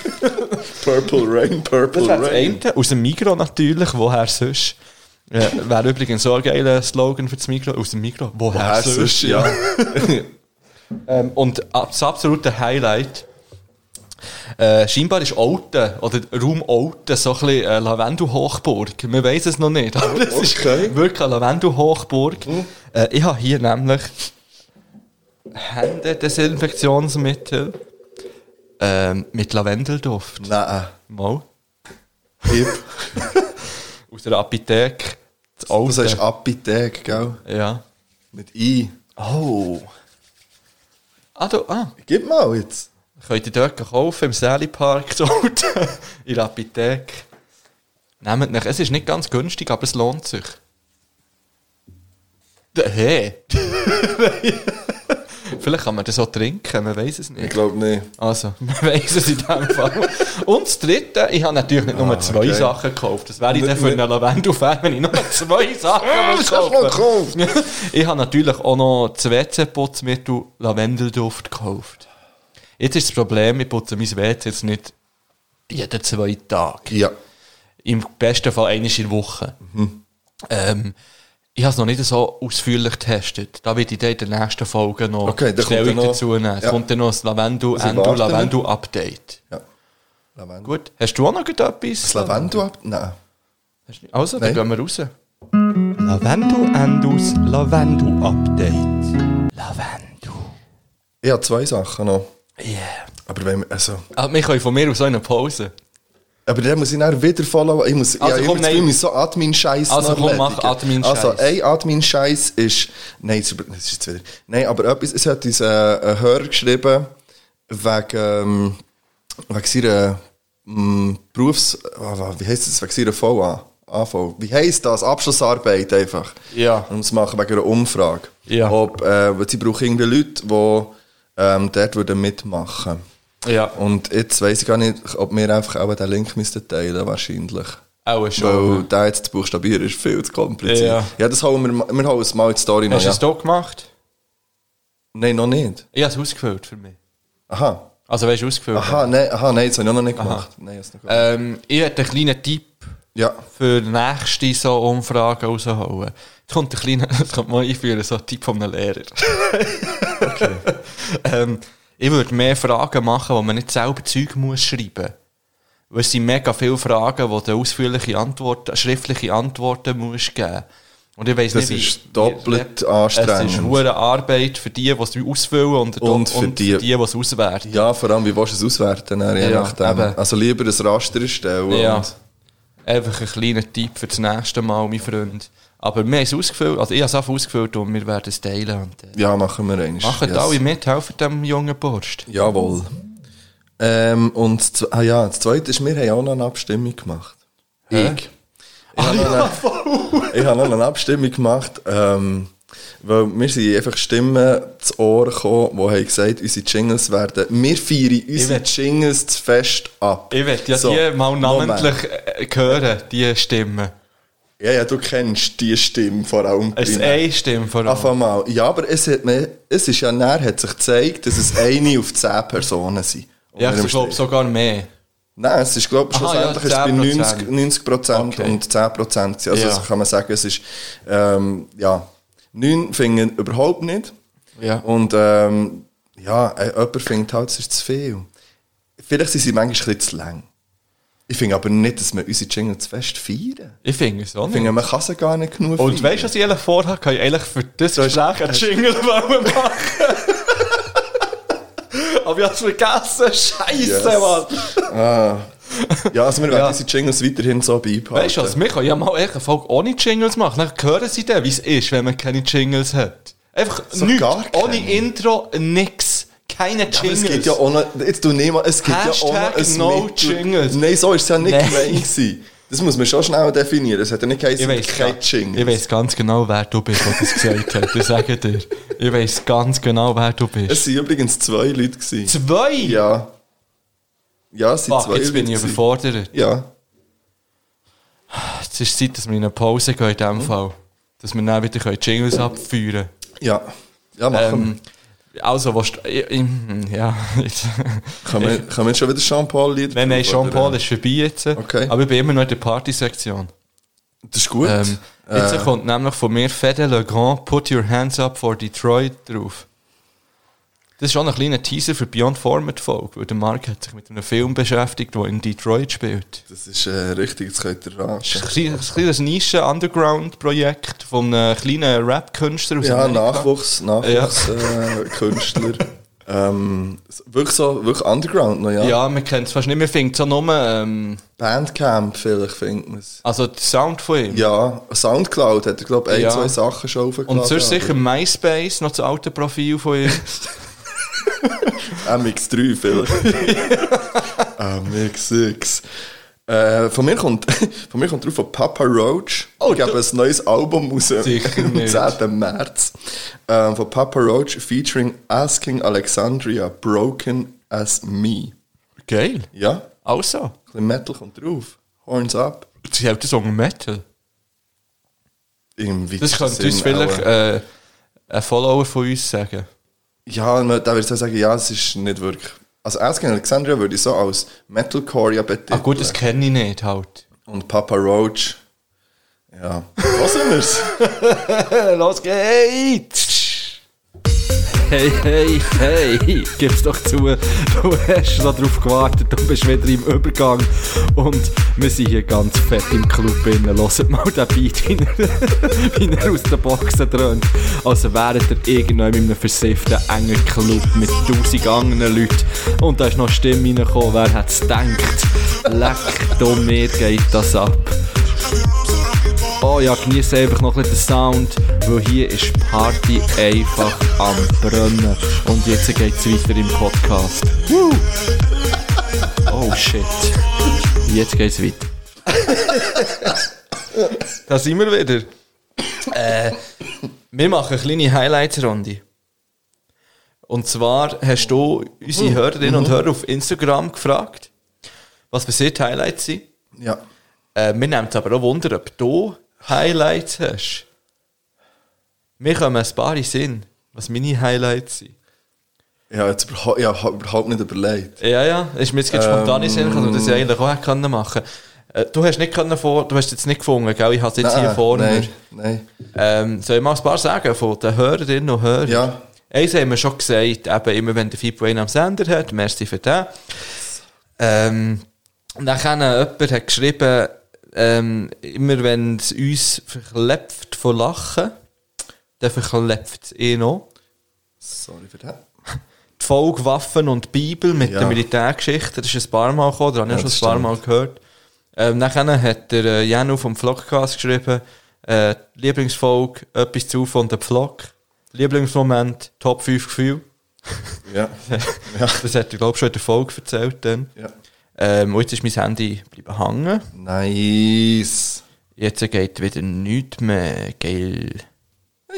B: Purple Rain,
A: Das
B: Purple
A: wäre das
B: Rain.
A: eine. Aus dem Mikro natürlich, woher sonst? Ja, wäre übrigens so ein geiler Slogan für das Mikro. Aus dem Mikro, woher,
B: Woher
A: sonst?
B: sonst, ja.
A: ähm, und ab- das absolute Highlight. Äh, scheinbar ist Olten oder Raum Olten so ein bisschen äh, Lavendelhochburg. Man weiß es noch nicht, aber es ist wirklich eine Lavendelhochburg. Äh, ich habe hier nämlich Hände Desinfektionsmittel, Ähm, mit Lavendelduft.
B: Nein. äh,
A: Mal.
B: Hip.
A: Aus der Apotheke.
B: Das, das heißt Apotheke, gell?
A: Ja.
B: Mit I.
A: Oh. Ah, du, ah.
B: Gib mal jetzt.
A: Könnt ihr dort kaufen, im Sally Park dort, in der Apotheke. Nehmt nach. Es ist nicht ganz günstig, aber es lohnt sich. Hey! Vielleicht kann man das auch trinken, man weiß es nicht.
B: Ich glaube nicht.
A: Also, man weiß es in dem Fall. Und das Dritte, ich habe natürlich nicht nur
B: Ah,
A: zwei
B: okay.
A: Sachen gekauft. Das wäre ich dann für
B: Nicht-
A: einen Lavendel-Fan, wenn ich nur zwei Sachen
B: Was hast du
A: kaufen würde. Ich habe natürlich auch noch das WC-Putzmittel Lavendelduft gekauft. Jetzt ist das Problem, ich putze mein WC jetzt nicht jeden zwei Tage.
B: Ja.
A: Im besten Fall einmal in der Woche.
B: Mhm.
A: Ähm, ich habe es noch nicht so ausführlich getestet. Da werde ich dann in der nächsten Folge noch
B: Okay, dann kommt
A: Stellung
B: dann noch-
A: dazu nehmen. Es
B: Ja.
A: kommt dann noch das Lavendel,
B: Also
A: Endo,
B: warten wir.
A: Lavendel Update.
B: Ja. Lavendel.
A: Gut. Hast du auch noch etwas?
B: Das Lavendel ab? Nein.
A: Also, dann
B: Nein.
A: gehen wir raus. Lavendel Endos Lavendel Update. Lavendel.
B: Ich habe zwei Sachen noch.
A: Yeah.
B: Aber wenn wir, also...
A: Ah, wir können von mir aus auch eine Pause.
B: Aber dann muss ich dann wieder followen. Ich muss,
A: Also
B: ja, ich
A: komm,
B: muss, ich
A: nein.
B: muss so Admin-Scheiß
A: Also
B: noch
A: komm,
B: erledigen.
A: mach Admin-Scheiss.
B: Also ein Admin-Scheiß ist... Nein, das ist über- das ist jetzt wieder... Nein, aber etwas, es hat uns äh, ein Hörer geschrieben, wegen, ähm, wegen seiner ähm, Berufs... ah, Wie heisst das? Wegen seiner VA. AV. Wie heisst das? Abschlussarbeit einfach.
A: Ja.
B: Und das machen wegen einer Umfrage.
A: Ja.
B: Ob, äh, weil sie brauchen irgendwie Leute, die ähm, dort würden mitmachen
A: Ja.
B: und jetzt weiss ich gar nicht, ob wir einfach auch den Link müssten teilen wahrscheinlich.
A: Auch schon.
B: Weil der jetzt zu buchstabieren ist viel zu kompliziert.
A: Ja.
B: Ja, das holen wir, ma- wir holen es mal in die Story
A: Hast du es
B: ja.
A: hier gemacht?
B: Nein, noch nicht.
A: Ich habe es ausgefüllt für mich.
B: Aha.
A: Also, weißt du, ausgefüllt?
B: Aha, nein, aha, nein das habe ich auch noch nicht gemacht. Nein, das noch gar
A: Ähm, ich hätte einen kleinen Tipp für nächste so Umfragen rausholen. Jetzt kommt ein kleiner, das kommt mal einführen, so ein Tipp von einem Lehrer. ähm, ich würde mehr Fragen machen, wo man nicht selber Zeug muss schreiben Weil es sind mega viele Fragen, wo du ausführliche Antworten, schriftliche Antworten musst geben Und ich weiss
B: Das
A: nicht,
B: ist doppelt anstrengend.
A: Es ist hohe Arbeit für die, die es ausfüllen und,
B: Und für
A: und für die, die es auswerten.
B: Äh, Ja, vor allem, wie willst du es auswerten? Dann, je
A: Ja,
B: nachdem.
A: eben.
B: Also lieber ein Raster erstellen.
A: Ja.
B: Und,
A: Einfach ein kleiner Tipp für das nächste Mal, mein Freund. Aber wir haben es ausgefüllt, also ich habe es einfach ausgefüllt und wir werden es teilen. Und, äh,
B: ja, machen wir eins.
A: macht
B: Yes.
A: alle mit, helfen dem jungen Burst.
B: Jawohl. Ähm, und das zwe- ah, ja, das Zweite ist, wir haben auch noch eine Abstimmung gemacht. Ich. Ich habe noch eine- ich habe noch eine Abstimmung gemacht, ähm, weil mir sind einfach Stimmen zu Ohr gekommen, die haben gesagt, unsere Jingles werden, wir feiern unsere Jingles zu fest ab.
A: Ich werde ja
B: So,
A: die mal namentlich
B: Moment.
A: äh, hören, die Stimmen.
B: Ja, ja, du kennst die Stimme vor allem.
A: Es ist eine Stimme vor allem.
B: Auf einmal. Ja, aber es, hat mir, es ist ja näher, hat sich gezeigt, dass es eine auf zehn Personen sind.
A: Ja, ich glaube sogar mehr.
B: Nein, es ist, glaube ich,
A: Aha, ja,
B: schlussendlich ist es bei
A: 10%.
B: 90, 90 Prozent und 10 Prozent. Also
A: Ja.
B: so kann man sagen, es ist, ähm, ja, 9 finden überhaupt nicht.
A: Ja.
B: Und, ähm, ja, äh, jemand findet halt, es ist zu viel. Vielleicht sind sie manchmal ein bisschen zu lang. Ich finde aber nicht, dass wir unsere Jingle zu fest feiern.
A: Ich finde es auch
B: Ich
A: nicht.
B: finde, man kann sie gar nicht genug
A: und weißt du, was ich eigentlich vorhabe? Kann ich eigentlich für das Gespräch einen Jingle wollen machen? Aber ich habe es vergessen. Scheiße,
B: Yes.
A: Mann.
B: Ah. Ja, also wir werden
A: Ja.
B: unsere Jingles weiterhin so beibehalten.
A: Weißt du was, wir können ja mal echt eine Folge ohne Jingles machen. Dann hören sie dann, wie es ist, wenn man keine Jingles hat. Einfach
B: So
A: nichts.
B: gar keine.
A: Ohne Intro, nix. Keine
B: Aber
A: Jingles.
B: Es gibt ja auch noch, jetzt du nimm mal, es gibt ja auch noch
A: Hashtag
B: ein
A: no
B: Mittel-
A: Jingles.
B: Nein, so ist es ja nicht
A: Nein.
B: gemeint gewesen. Das muss man schon schnell definieren. Es hat ja nicht
A: ich
B: geheißen,
A: weiss,
B: kein Jingles.
A: ich weiss ganz genau, wer du bist, der das gesagt hat. Ich sage dir. Ich weiss ganz genau, wer du bist.
B: Es waren übrigens zwei Leute. Gewesen.
A: Zwei?
B: Ja. Ja, es sind
A: Fuck,
B: zwei
A: jetzt bin
B: Leute
A: ich
B: gewesen.
A: überfordert.
B: Ja.
A: Es ist Zeit, dass wir in eine Pause gehen in
B: Mhm.
A: diesem Fall. Dass wir dann wieder können Jingles abfeuern können.
B: Ja. Ja, machen
A: Ähm, also, was... hm, Ja, jetzt...
B: Können wir, können wir jetzt schon wieder Jean-Paul-Lieder
A: Nein, nein,
B: drauf, oder? äh,
A: Jean-Paul ist vorbei jetzt.
B: Okay.
A: Aber ich bin immer noch in der Party-Sektion.
B: Das ist gut.
A: Ähm, jetzt
B: Äh.
A: kommt nämlich von mir Fede Le Grand Put Your Hands Up for Detroit drauf. Das ist schon ein kleiner Teaser für Beyond Format Folge, weil der Mark hat sich mit einem Film beschäftigt, der in Detroit spielt.
B: Das ist äh, richtig, das könnt ihr ran.
A: Das ist ein kleines- ein kleines Nische-Underground-Projekt von einem kleinen Rap-Künstler aus
B: Ja,
A: Amerika.
B: Nachwuchs, Nachwuchskünstler. Nachwuchs, äh, Künstler. Ähm, wirklich so, wirklich Underground noch, ja.
A: Ja, man kennt es fast nicht, man findet es nur... Ähm,
B: Bandcamp vielleicht findet man es.
A: Also der Sound von ihm?
B: Ja, Soundcloud hat er glaube ich ein, zwei Sachen schon aufgeladen.
A: Und sonst sicher MySpace, noch das alte Profil von ihm.
B: MX3 vielleicht. Ah, MX6. Äh, von, mir kommt, von mir kommt drauf von Papa Roach. Oh, ich habe ein neues Album raus.
A: Sicher
B: am
A: nicht.
B: 10. März. Ähm, von Papa Roach featuring Asking Alexandria, Broken as Me.
A: Geil.
B: Ja,
A: Also,
B: ein bisschen Metal kommt drauf. Horns up.
A: sie haben den Song Metal.
B: Im
A: Das könnte
B: Sinn
A: uns vielleicht
B: auch, äh,
A: äh, ein Follower von uns sagen. Ah,
B: Ja, man- da würde ich so sagen, ja, es ist nicht wirklich. Also Asking Alexandria würde ich so als Metalcore ja betiteln.
A: Ah gut, das kenne ich nicht halt.
B: Und Papa Roach. Ja. Was sind wir's?
A: Los geht's!
F: Hey, hey, hey, gib's doch zu, du hast schon darauf gewartet, du bist wieder im Übergang und wir sind hier ganz fett im Club drinnen. Hört mal den Beat, wie er, wie er aus den Boxen dröhnt. Also wäret ihr irgendwann in einem versifften, engen Club mit tausend anderen Leuten und da ist noch Stimme reingekommen, wer hat's gedacht? Leck, du, mir geht das ab. Oh ja, genieße einfach noch ein bisschen den Sound, weil hier ist Party einfach am Brennen. Und jetzt geht es weiter im Podcast. Woo! Oh shit. Jetzt geht's weiter.
A: Da sind wir wieder. äh, wir machen eine kleine Highlights-Runde. Und zwar hast du unsere Hörerinnen und Hörer auf Instagram gefragt, was bisher die Highlights sind.
B: Ja.
A: Äh, wir nehmen es aber auch Wunder, ob du Highlights hast. Mir kommen ein paar in den Sinn, was meine Highlights sind.
B: Ja, jetzt überha ja, ha- überhaupt nicht überlegt.
A: Ja, ja, ist mir jetzt gerade spontan in den Sinn gekommen, dass ich das eigentlich auch hätte können machen können. Du hast, nicht können vor, du hast jetzt nicht gefunden, gell? ich habe es jetzt
B: Nein,
A: hier vorne.
B: Nein, nein.
A: Ähm, soll ich mal ein paar sagen von den Hörerinnen und Hörern?
B: Ja.
A: Eins haben wir schon gesagt, eben immer wenn der Fibo einen am Sender hat, merci für den. Ähm, nachher hat jemand hat geschrieben, ähm, immer wenn es uns verklepft von Lachen, dann verklepft es eh noch.
B: Sorry für das.
A: Die Folge Waffen und Bibel mit
B: Ja.
A: der Militärgeschichte, das ist ein paar Mal gekommen, da habe ich
B: Ja,
A: schon
B: das
A: ein paar
B: stimmt.
A: Mal gehört. Ähm, nachher hat der äh, Janu vom Vlogcast geschrieben, äh, Lieblingsfolge, etwas zu von der Vlog, Lieblingsmoment, Top 5 Gefühl.
B: Ja.
A: das hat er, glaube ich, schon in der Folge erzählt dann.
B: Ja.
A: Ähm, und jetzt ist mein Handy geblieben hängen.
B: Nice.
A: Jetzt geht wieder nichts mehr, geil.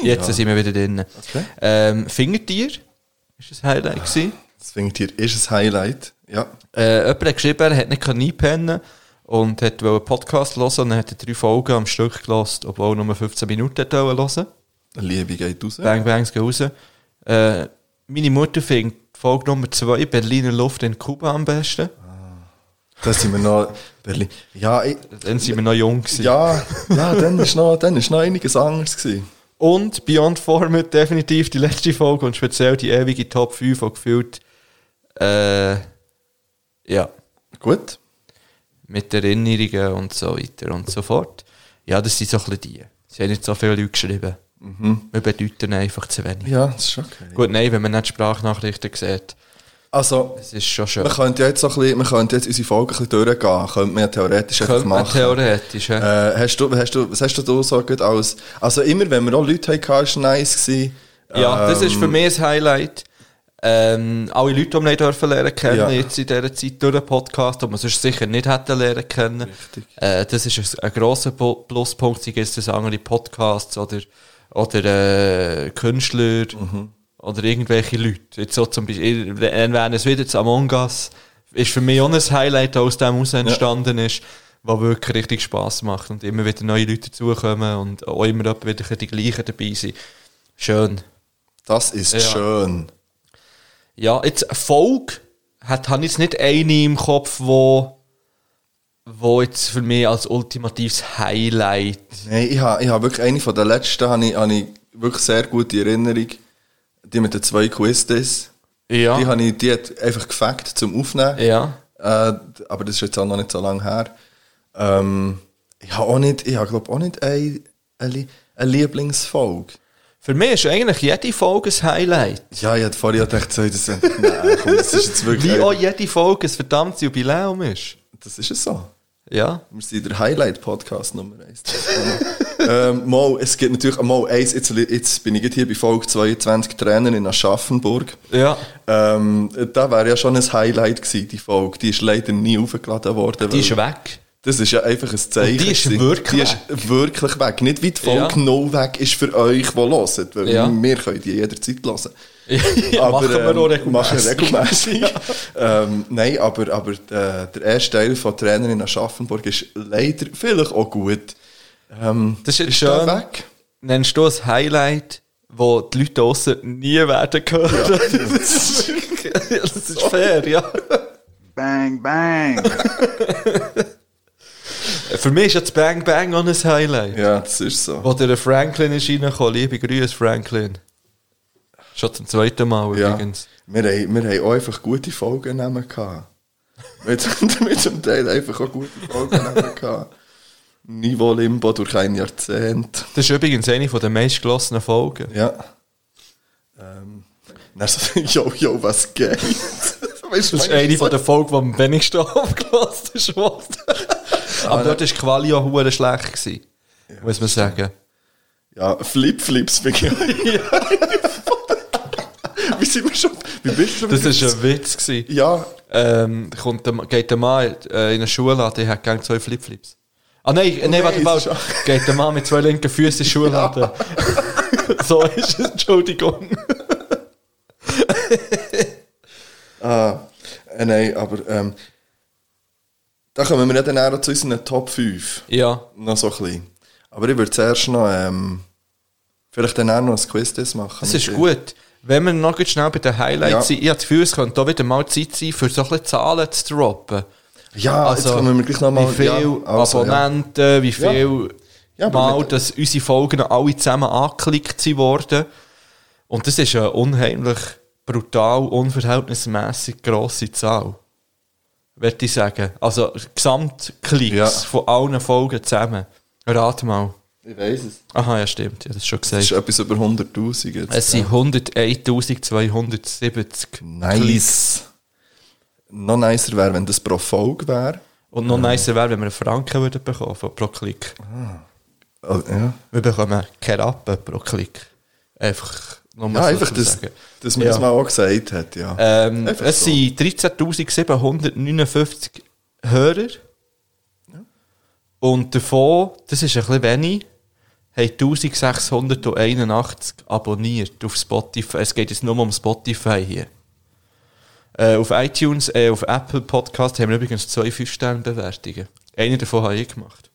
B: Ja.
A: Jetzt sind wir wieder drin.
B: Okay.
A: Ähm, Fingertier ist das Highlight gewesen.
B: Das Fingertier ist ein Highlight. Ja.
A: Äh, jemand hat geschrieben, er hat nicht einpennen und hat wollte einen Podcast hören und dann hat er drei Folgen am Stück gelost, obwohl er nur 15 Minuten hat hören wollte.
B: Liebe geht raus.
A: Bang Bangs gehen raus. Äh, meine Mutter findet Folge Nummer 2 Berliner Luft in Kuba am besten.
B: Da sind wir noch. Berlin. Ja, ich,
A: Dann sind wir noch jung gewesen.
B: ja, ja, dann ist noch, dann ist noch einiges anderes gewesen.
A: Und Beyond Format definitiv die letzte Folge und speziell die ewige Top 5 auch gefühlt. Äh, ja.
B: Gut.
A: Mit Erinnerungen und so weiter und so fort. Ja, das sind so ein bisschen die. Sie haben nicht so viele Leute geschrieben.
B: Mhm.
A: Wir bedeuten einfach zu wenig.
B: Ja, das ist okay.
A: Gut, nein, wenn man nicht Sprachnachrichten sieht,
B: Also,
A: es ist schon schön.
B: wir könnten ja jetzt so ein bisschen, wir könnten jetzt unsere Folge ein bisschen durchgehen. Könnte man ja theoretisch einfach
A: Könnte man
B: machen.
A: theoretisch, ja.
B: Äh, hast du, hast du, was hast du da so gut als, also immer wenn wir auch Leute hatten, war es nice gewesen.
A: Ja, das ist für
B: Ähm,
A: mich ein Highlight. Ähm, alle Leute, die wir nicht dürfen lernen kennen,
B: Ja.
A: jetzt in dieser Zeit durch den Podcast, die wir sonst sicher nicht hätten lernen können. Äh, das ist ein, ein grosser Po- Pluspunkt, sei es das andere Podcasts oder, oder äh, Künstler
B: Mhm.
A: oder irgendwelche Leute. Jetzt so zum Beispiel, dann wären es wieder zu Among Us. Ist für mich auch ein Highlight, das aus dem heraus entstanden ist, was wirklich richtig Spass macht und immer wieder neue Leute dazukommen und auch immer wieder die gleichen dabei sind. Schön.
B: Das ist
A: Ja.
B: schön.
A: Ja, jetzt Folge hat, habe ich jetzt nicht eine im Kopf, wo, wo jetzt für mich als ultimatives Highlight.
B: Nein, ich habe ich hab wirklich eine von den letzten, habe ich, habe ich wirklich sehr gute Erinnerung. Die mit den zwei Quizzes.
A: Ja.
B: Die, habe ich, die hat einfach gefackt zum Aufnehmen.
A: Ja.
B: Äh, aber das ist jetzt auch noch nicht so lange her. Ähm, ich habe auch nicht, ich habe glaube auch nicht eine, eine, eine Lieblingsfolge.
A: Für mich ist eigentlich jede Folge ein Highlight.
B: Ja, ich hätte vorhin auch gedacht, so, das, nein, komm, das ist jetzt wirklich...
A: Wie auch jede Folge ein verdammtes Jubiläum ist.
B: Das ist es so.
A: Ja.
B: Wir sind der Highlight-Podcast Nummer 1. ähm, mal, es gibt natürlich, mal eins, jetzt, jetzt bin ich gerade hier bei Folge 22 Trainer in Aschaffenburg.
A: Ja.
B: Ähm, da wäre ja schon ein Highlight gewesen, die Folge. Die ist leider nie aufgeladen worden.
A: Die ist
B: weil-
A: weg.
B: Das ist ja einfach ein Zeichen.
A: Und die ist
B: gewesen.
A: wirklich
B: die ist wirklich weg. Nicht wie die Folge
A: Ja.
B: null weg ist für euch, die hören. Weil
A: Ja.
B: wir können die jederzeit hören.
A: Ja, machen wir auch regelmässig.
B: Machen wir ähm, regelmässig. ähm, nein, aber, aber der, der erste Teil von Trainerin Aschaffenburg ist leider vielleicht auch gut. Ähm,
A: Das ist,
B: der
A: schön.
B: weg?
A: Nennst du ein Highlight, wo die Leute draussen nie werden hören? das ist wirklich- das ist fair, ja.
M: Bang, bang.
A: Für mich ist ja das Bang Bang auch ein Highlight.
B: Ja, das ist so.
A: Wo der Franklin ist reingekommen. Liebe Grüße, Franklin. Schon zum zweiten Mal übrigens.
B: Wir haben, wir haben auch einfach gute Folgen genommen. gehabt. Wir haben wir haben zum Teil einfach auch gute Folgen genommen. gehabt. Niveau Limbo durch ein Jahrzehnt.
A: Das ist übrigens eine der meistgelassenen Folgen.
B: Ja. Ähm, dann so, yo, yo, was geht?
A: Das ist eine von der Folgen, die am wenigsten abgelassen ist. worden.
B: Ah,
A: Aber dort war die Quali auch verdammt schlecht. Gewesen, muss man sagen.
B: Ja, Flip-Flips bin ich. Wie sind wir schon? Wie bist du
A: Das war ein Witz. Gewesen.
B: Ja.
A: Ähm, kommt der, geht der Mann äh, in eine Schule, der hat gerne zwei Flipflips. Ah nein, nein, warte mal. Geht der Mann mit zwei linken Füßen in die Schule? so ist es, Entschuldigung.
B: Ah, äh, nein, aber ähm, da kommen wir ja dann auch zu unseren Top 5.
A: Ja.
B: Noch so ein bisschen. Aber ich würde zuerst noch ähm, vielleicht dann auch noch ein Quiz das machen.
A: Das
B: mit
A: ist
B: dir.
A: gut. Wenn wir noch ganz schnell bei den Highlights
B: Ja.
A: sind, ich habe das Gefühl, es könnte da wieder mal Zeit sein, für so ein bisschen Zahlen zu droppen.
B: Ja, jetzt kommen wir gleich noch mal-
A: Also, Wie viele
B: ja, also, ja.
A: Abonnenten, wie viele
B: Ja, aber
A: Mal,
B: mit-
A: dass unsere Folgen alle zusammen angeklickt sind worden. Und das ist eine unheimlich brutal, unverhältnismäßig grosse Zahl. Würde ich sagen. Also Gesamtklicks
B: Ja.
A: von allen Folgen zusammen. Rat mal.
B: Ich weiß es.
A: Aha, ja stimmt. Ich habe das schon gesagt.
B: Das ist etwas über 100'000 jetzt.
A: Es sind 101.270
B: Nice. Noch nicer wäre, wenn das pro Folge wäre.
A: Und noch nicer wäre, wenn wir einen Franken würden bekommen von- pro Klick.
B: Oh, ja.
A: Wir bekommen keine Rappen pro Klick. Einfach nochmal
B: Ja, einfach, dass, dass man das mal auch gesagt hat, ja.
A: Ähm,
B: Einfach
A: es
B: so.
A: sind 13.759 Hörer. Und davon, das ist ein bisschen wenig, haben 1681 abonniert auf Spotify. Es geht jetzt nur um Spotify hier. Äh, auf iTunes, äh, auf Apple Podcast haben wir übrigens zwei 5-Sterne-Bewertungen. Eine davon habe ich gemacht.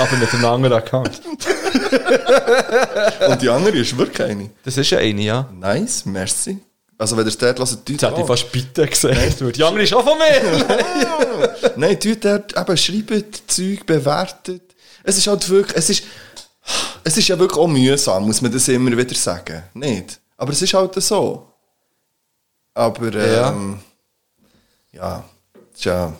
A: Aber mit einem anderen Account. Äh.
B: Und die andere ist wirklich eine.
A: Das ist ja eine, ja.
B: Nice, merci. Also wenn ihr es dort hört, tut
A: Das hätte ich fast bitte gesagt. Die andere ist auch von mir.
B: Nein, tut dort eben, schreibt Zeug, bewertet. Es ist halt wirklich, es ist, es ist ja wirklich auch mühsam, muss man das immer wieder sagen. Nicht? Aber es ist halt so. Aber,
A: Ja.
B: ähm, ja, tja,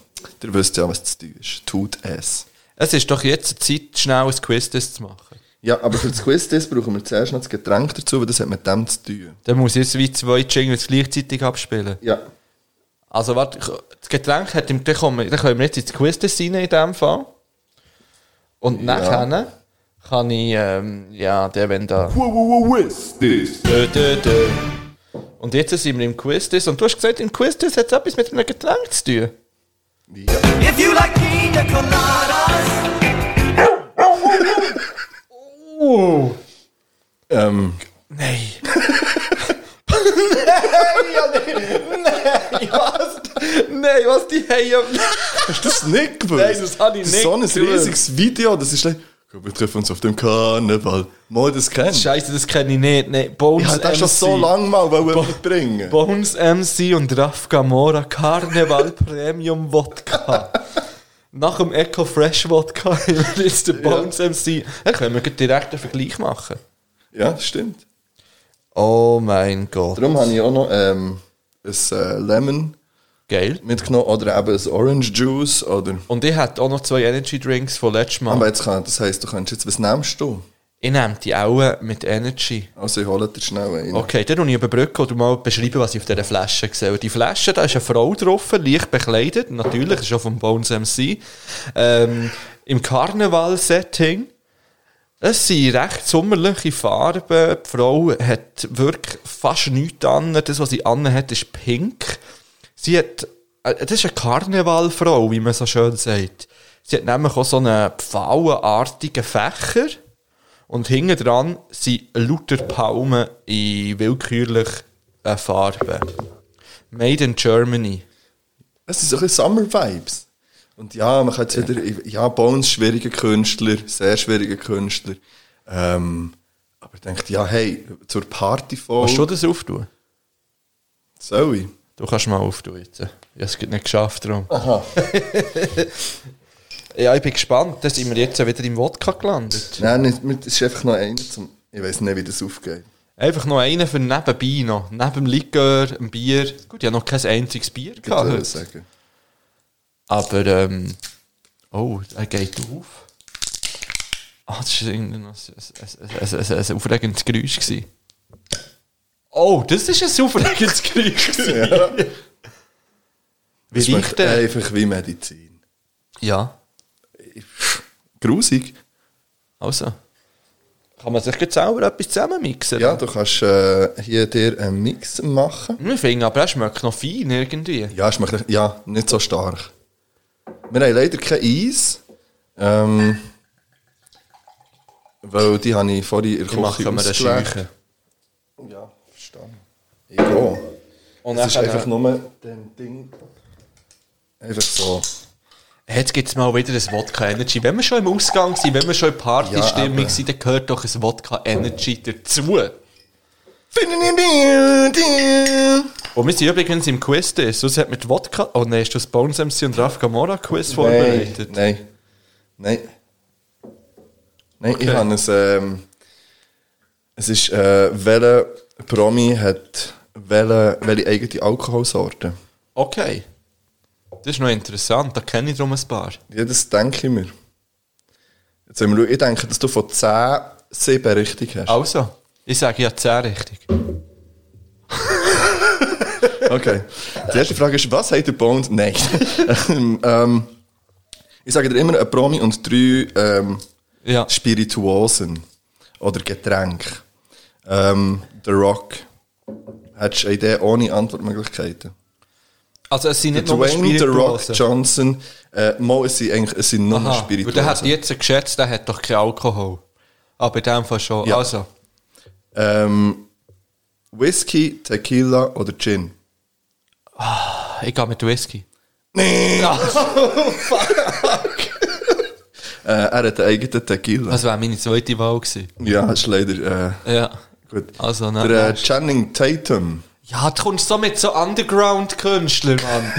B: ihr wisst ja, was zu tun ist. Tut es.
A: es ist doch jetzt Zeit, schnell ein Quiz das zu machen.
B: Ja, aber für das Quiz das brauchen wir zuerst noch das Getränk dazu, weil das hat mit dem zu tun.
A: Dann muss ich jetzt wie zwei Jingles gleichzeitig abspielen.
B: Ja.
A: Also warte, ich- das Getränk hat im... Dann kommen wir- dann können wir jetzt ins Quiz rein in dem Fall. Und
B: Ja.
A: nachher kann ich... Ähm, ja, der wenn da...
B: Quiz
A: Dö, dö, dö. Und jetzt sind wir im Quiz und du hast gesagt, im Quiz hat es etwas mit einem Getränk zu tun.
U: If you like pina coladas,
A: Oh.
B: Ähm,
A: Nein.
U: nein,
A: was? Nein, was die haben?
B: Hast du das nicht gewusst?
A: Nein, das hab ich
B: ist So ein
A: nicht
B: riesiges Video, das ist like, komm, wir treffen uns auf dem Karneval. Mal das kennst.
A: Scheiße, das kenne ich nicht. Nee, Bones
B: Ich hab das schon
A: MC.
B: so lange mal wollen mitbringen.
A: Bones MC und Raf Gamora Karneval Premium Wodka. Nach dem Echo Fresh Wodka haben wir jetzt den Bones MC. Dann können wir gleich direkt einen Vergleich machen.
B: Ja, das stimmt.
A: Oh mein Gott.
B: Darum habe ich auch noch ähm, ein äh, Lemon
A: Geil.
B: mitgenommen oder eben ein Orange Juice. Oder.
A: Und ich hatte auch noch zwei Energy Drinks von letztem Mal.
B: Aber jetzt kann, das heisst, du kannst jetzt, was nimmst du?
A: Ich nehme die auch mit Energy.
B: Also ich hole dir schnell einen.
A: Okay, dann muss ich überbrücken oder mal beschreiben, was ich auf dieser Flasche sehe. Die Flasche, da ist eine Frau drauf, leicht bekleidet, natürlich, ist auch vom Bones MC. Ähm, Im Karneval-Setting. Es sind recht sommerliche Farben. Die Frau hat wirklich fast nichts an. Das, was sie an hat, ist pink. Sie hat, äh, das ist eine Karnevalfrau, wie man so schön sagt. Sie hat nämlich auch so einen pfauenartigen Fächer. Und hinten dran sind lauter Palmen in willkürlichen äh, Farben. Made in Germany.
B: Es sind so ein bisschen Summer Vibes. Und ja, man kann jetzt wieder, ja, Bones, schwieriger Künstler, sehr schwieriger Künstler. Ähm, aber ich denke, ja, hey, zur Party voll.
A: Kannst du das auftun?
B: Soll ich?
A: Du kannst mal auftun jetzt. Ich habe es gerade nicht geschafft darum.
B: Aha.
A: ja, ich bin gespannt. Da sind wir jetzt wieder im Wodka gelandet.
B: Nein, nicht, mit- es ist einfach noch einer zum, ich weiß nicht, wie das aufgeht.
A: Einfach noch einen für nebenbei noch. Neben dem Likör, dem Bier. Gut, ich habe noch kein einziges Bier
B: Ich würde
A: gehabt. heute.
B: sagen.
A: Aber, ähm, oh, er geht auf. Ah, das war irgendwie noch ein, ein, ein, ein, ein aufregendes Geräusch. Gewesen. Oh, das ist ein aufregendes Geräusch. gewesen.
B: Ja.
A: Wie riecht
B: Es schmeckt
A: der?
B: Einfach wie Medizin.
A: Ja.
B: Grusig.
A: Also. Kann man sich jetzt selber etwas zusammenmixen?
B: Ja, du kannst äh, hier dir einen Mix machen.
A: Ich finde aber, es schmeckt noch fein irgendwie.
B: Ja, es schmeckt, ja, nicht so stark. Wir haben leider kein Eis. Ähm, weil die habe ich vorhin in
A: Ich
B: der
A: mache
B: Küche
A: mir eine
B: ausgelegt.
A: Scheuche.
B: Ja, verstanden. Ich gehe.
A: Und
B: es ist
A: nachher-
B: einfach nur dem Ding. Einfach so.
A: Jetzt gibt es mal wieder ein Wodka Energy. Wenn wir schon im Ausgang sind, wenn wir schon in Partystimmung
B: Ja,
A: sind, dann gehört doch ein Wodka Energy dazu. Und wir sind übrigens im Quiz das. Sonst hat man die Wodka. Oh nein, hast du das Bones MC und Raf Gamora Quiz vorbereitet?
B: Nein. Nein. Nein,
A: Okay.
B: ich habe es. Ähm, es ist, äh, welcher Promi hat welche, welche eigene Alkoholsorte?
A: Okay. Das ist noch interessant. Da kenne ich drum ein paar.
B: Ja, das denke ich mir. Jetzt wollen wir schauen. Ich denke, dass du von 10 7 richtig hast.
A: Also, ich sage ja 10 richtig.
B: Okay. Die erste Frage ist, was hat der Bones? Nein. ähm, ich sage dir immer ein Promi und drei ähm, Spirituosen oder Getränke. Ähm, The Rock. Hättest du eine Idee ohne Antwortmöglichkeiten?
A: Also, es sind
B: Der
A: nicht nur
B: Dwayne, The Rock,
A: Spirituosen.
B: Johnson. Äh, mal, es sind eigentlich es sind nur
A: Aha, weil der hat
B: Spirituosen.
A: jetzt geschätzt, der hat doch keinen Alkohol. Aber in dem Fall schon.
B: Ja.
A: Also,
B: Ähm, Whisky, Tequila oder Gin?
A: ich gehe mit Whisky.
B: Nee! Äh, er hat einen eigenen Tequila.
A: Das wäre meine zweite Wahl gewesen.
B: Ja, ist leider. Äh,
A: Ja.
B: Gut.
A: Also, nein.
B: der äh, Channing Tatum.
A: Ja, du kommst so mit so Underground-Künstlern, Mann.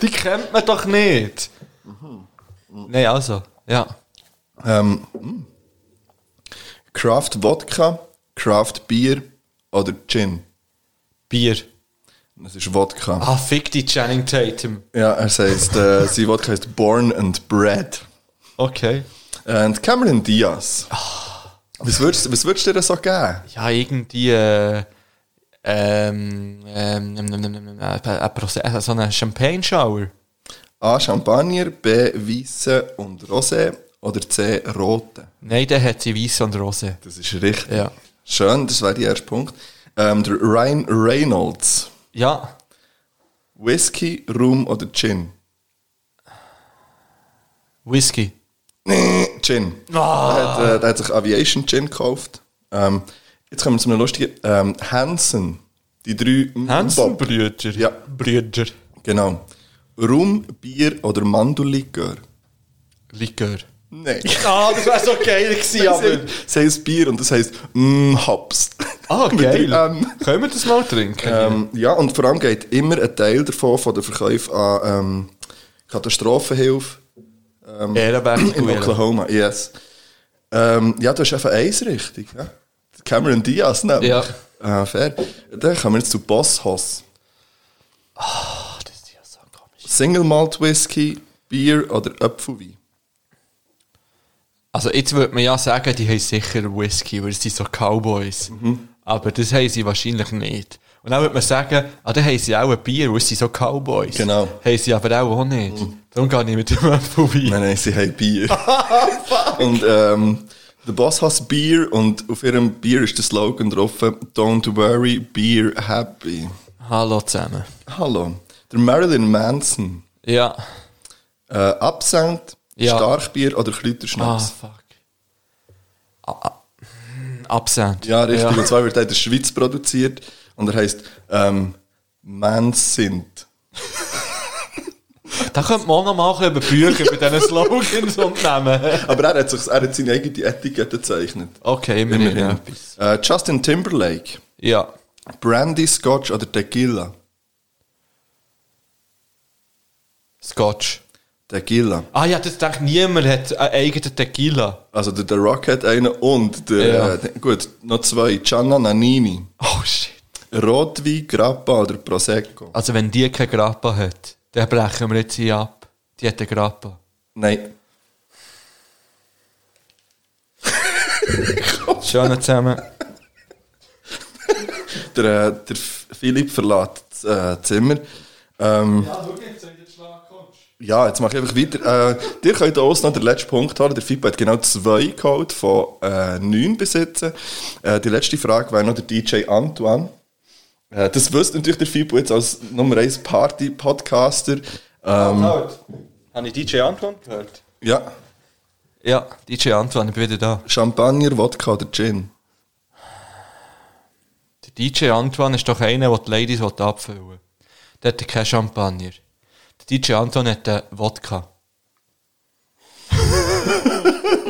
A: Die kennt man doch nicht. Mhm. Nein, also, ja.
B: Ähm, mh. Craft Wodka, Craft Bier oder Gin?
A: Bier.
B: Das ist Wodka.
A: Ah, fick die Channing Tatum.
B: Ja, er sagt, äh, sein Wodka heißt Born and Bred.
A: Okay.
B: Und Cameron Diaz. Was würdest, was würdest du dir so geben?
A: Ja, irgendwie, äh, ähm, ähm, ähm, ähm, ähm, ähm, äh, äh, Prose- äh, so eine Champagne-Shower.
B: A. Champagner, B. Weisse und Rosé oder C. Rote?
A: Nein, der hat sie weiß und rose.
B: Das ist richtig.
A: Ja.
B: Schön, das wäre der erste Punkt. Ähm, der Ryan Reynolds.
A: Ja.
B: Whisky, Rum oder Gin?
A: Whisky.
B: Gin.
A: Ah.
B: Er, hat, äh, er hat sich Aviation Gin gekauft. Ähm, jetzt kommen wir zu einem lustigen. Ähm, Hansen. Die drei M-
A: Hansen
B: Bob.
A: Brüder.
B: Ja.
A: Brüder.
B: Genau. Rum, Bier oder Mandellikör?
A: Likör.
B: Nein.
A: Ah, das wäre so geil gewesen, aber.
B: Es heisst Bier und das heisst mm, Hops.
A: Ah,
B: Mit
A: geil.
B: drei M.
A: Können wir das mal trinken?
B: Ähm, ja, und vor allem geht immer ein Teil davon von der Verkauf an ähm, Katastrophenhilfe.
A: Ehm,
B: Ähm,
A: Ehrenwertig
B: In
A: Guelen.
B: Oklahoma, yes. Ähm, ja, du hast einfach eins richtig. Ja? Cameron Diaz, ne?
A: Ja.
B: Ah, fair. Dann kommen wir jetzt zu Boss Hoss. Single Malt Whisky, Bier oder Apfelwein?
A: Also jetzt würde man ja sagen, die haben sicher Whisky, weil sie sind so Cowboys.
B: Mhm.
A: Aber das haben sie wahrscheinlich nicht. Und dann würde man sagen, ah, dann haben sie auch ein Bier, weil sie sind so Cowboys.
B: Genau. Mhm.
A: Haben sie aber auch, auch nicht. Darum gehe ich mit dem Apfel vorbei.
B: Nein, nein, sie haben Bier. und ähm, der Boss hat Bier und auf ihrem Bier ist der Slogan drauf, Don't worry, Beer happy.
A: Hallo zusammen.
B: Hallo. Der Marilyn Manson.
A: Ja.
B: Äh, Absinth,
A: Ja.
B: Starkbier oder Kräuterschnaps?
A: Ah, fuck. Ah, Hmm, Absent.
B: Ja, richtig.
A: Ja.
B: Und zwar wird er in der Schweiz produziert und er heisst ähm, Mansinnt.
A: Da könnte man auch noch mal ein bisschen über Bücher, über diesen Slogans und Namen.
B: Aber er hat, sich, er hat seine eigene Etikette gezeichnet.
A: Okay, immerhin
B: Äh, Justin Timberlake.
A: Ja.
B: Brandy, Scotch oder Tequila?
A: Scotch.
B: Tequila.
A: Ah ja, das denkt niemand hat einen eigenen Tequila.
B: Also der, der Rock hat einen und der,
A: Ja.
B: äh, gut, noch zwei. Gianna Nannini.
A: Oh shit.
B: Rotwein, Grappa oder Prosecco?
A: Also wenn die keine Grappa hat, dann brechen wir jetzt hier ab. Die hat eine Grappa.
B: Nein.
A: Schön zusammen.
B: Der, äh, der F- Philipp verlässt das äh, Zimmer. Ähm, ja, jetzt mache ich einfach weiter. Äh, ihr könnt auch noch den letzten Punkt haben. Der Fippo hat genau zwei geholt von äh, neun besitzen. Äh, die letzte Frage wäre noch der DJ Antoine. Äh, das wüsste natürlich der Fippo jetzt als Nummer 1 Party-Podcaster. Ähm,
A: Halt. Habe ich DJ Antoine gehört?
B: ja.
A: Ja, DJ Antoine, ich bin wieder da.
B: Champagner, Wodka oder Gin?
A: Der DJ Antoine ist doch einer, der die Ladies will abfüllen will. Der hat keinen Champagner. Der DJ Antoine hat einen Wodka.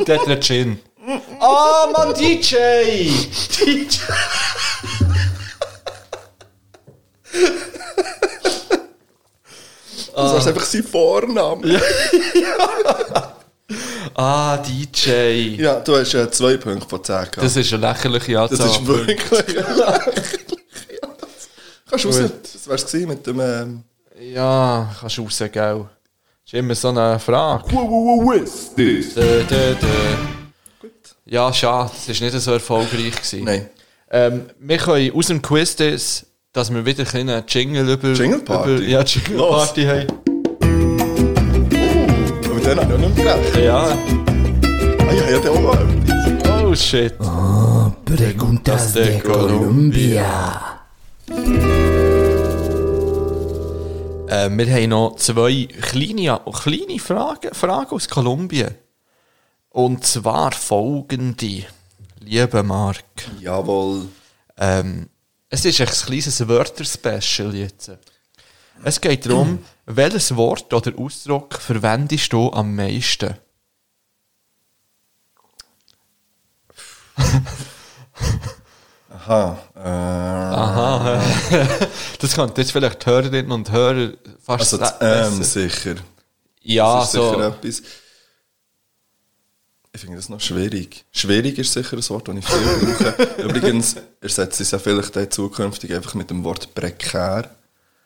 A: der hat einen Gin. Ah, Mann, DJ! DJ!
B: Das ist einfach sein Vorname.
A: Ah, DJ.
B: Ja, du hast äh, zwei Punkte von 10 gehabt.
A: Das ist eine lächerliche Anzahl.
B: Das ist wirklich. Kannst du raus.
A: Gut.
B: Das wär's gewesen mit dem. Ähm,
A: Ja, kannst du raus, gell? Das ist immer so eine Frage.
B: Dö,
A: dö, dö. Ja, schade, es war nicht so erfolgreich. Gewesen.
B: Nein.
A: Ähm, wir können aus dem Quiz das, dass wir wieder ein einen Jingle über...
B: Jingle Party?
A: Über, ja, Jingle
B: Los.
A: Party haben.
B: Oh. aber den habe ich auch nicht mehr geredet.
A: Ja.
B: Ah, ja, ja, der auch noch.
A: Oh shit.
G: Preguntas de Colombia.
A: Äh, wir haben noch zwei kleine, kleine Fragen, Fragen aus Kolumbien. Und zwar folgende. Lieber Marc.
B: Jawohl.
A: Ähm, es ist ein kleines Wörterspecial jetzt. Es geht darum, welches Wort oder Ausdruck verwendest du am meisten?
B: Aha. Äh, Aha.
A: Aha. das könnte jetzt vielleicht die Hörerinnen und Hörer fast
B: Also das
A: besser.
B: M sicher.
A: Ja,
B: das ist
A: so.
B: sicher etwas. Ich finde das noch schwierig. Schwierig ist sicher ein Wort, das ich viel brauche. Übrigens ersetzt es ja vielleicht dann zukünftig einfach mit dem Wort prekär.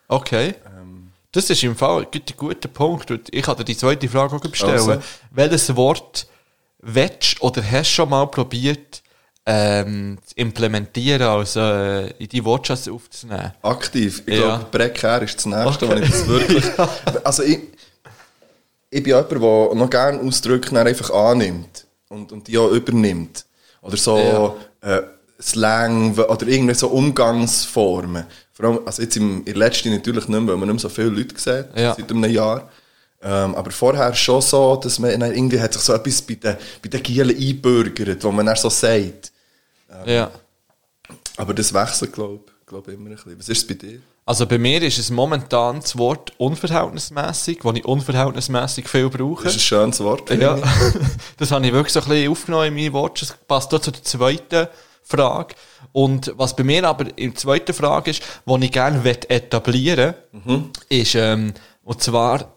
A: Okay.
B: Ähm.
A: Das ist im Fall ein guter- guter Punkt. Und ich hatte die zweite Frage auch bestellen.
B: Also.
A: Welches Wort willst oder hast du schon mal probiert ähm, zu implementieren, also äh, in die Wortschatz aufzunehmen?
B: Aktiv. Ich
A: Ja.
B: glaube, prekär ist das Nächste,
A: Okay.
B: wenn ich das wirklich. Also, ich, ich bin jemand, der noch gerne Ausdrücke dann einfach annimmt und, und die auch übernimmt. Oder so äh, Slang w- oder irgendwie so Umgangsformen. Vor allem, also jetzt im, in der letzten natürlich nicht mehr, weil man nicht mehr so viele Leute sieht,
A: Ja.
B: seit einem Jahr. Ähm, aber vorher schon so, dass man dann irgendwie hat sich so etwas bei den, bei den Gielen einbürgert, was man dann so sagt.
A: Ja.
B: Aber das wechselt, glaube ich, glaub immer ein bisschen. Was ist es bei dir?
A: Also bei mir ist es momentan das Wort unverhältnismäßig, das ich unverhältnismäßig viel brauche.
B: Das ist ein schönes Wort. finde
A: Ja,
B: ich.
A: das habe ich wirklich so ein bisschen aufgenommen in meine Watch. Das passt auch zu der zweiten Frage. Und was bei mir aber in der zweiten Frage ist, die ich gerne will etablieren
B: Mhm.
A: ist, ähm, und zwar,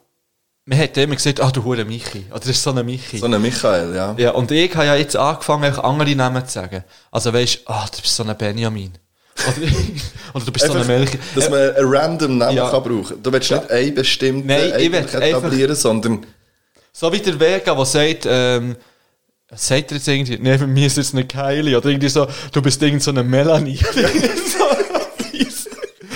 A: man hat immer gesagt, ah, du hure Michi. Oder das ist so ein Michi.
B: So ein Michael, ja.
A: ja, und ich habe ja jetzt angefangen, einfach andere Namen zu sagen. Also weißt du, ah, du bist so ein Benjamin. Oder, oder du bist so ein
B: Einfach,
A: Melchi.
B: Dass man einen random Namen
A: Ja.
B: kann brauchen Du willst nicht einen bestimmten
A: Nein, ich
B: eigentlich
A: will einfach-
B: etablieren, sondern
A: So wie der Vega, der sagt, ähm, Was sagt er jetzt irgendwie? Nein, für mich ist jetzt eine Kylie. Oder irgendwie so, du bist irgendwie so eine Melanie.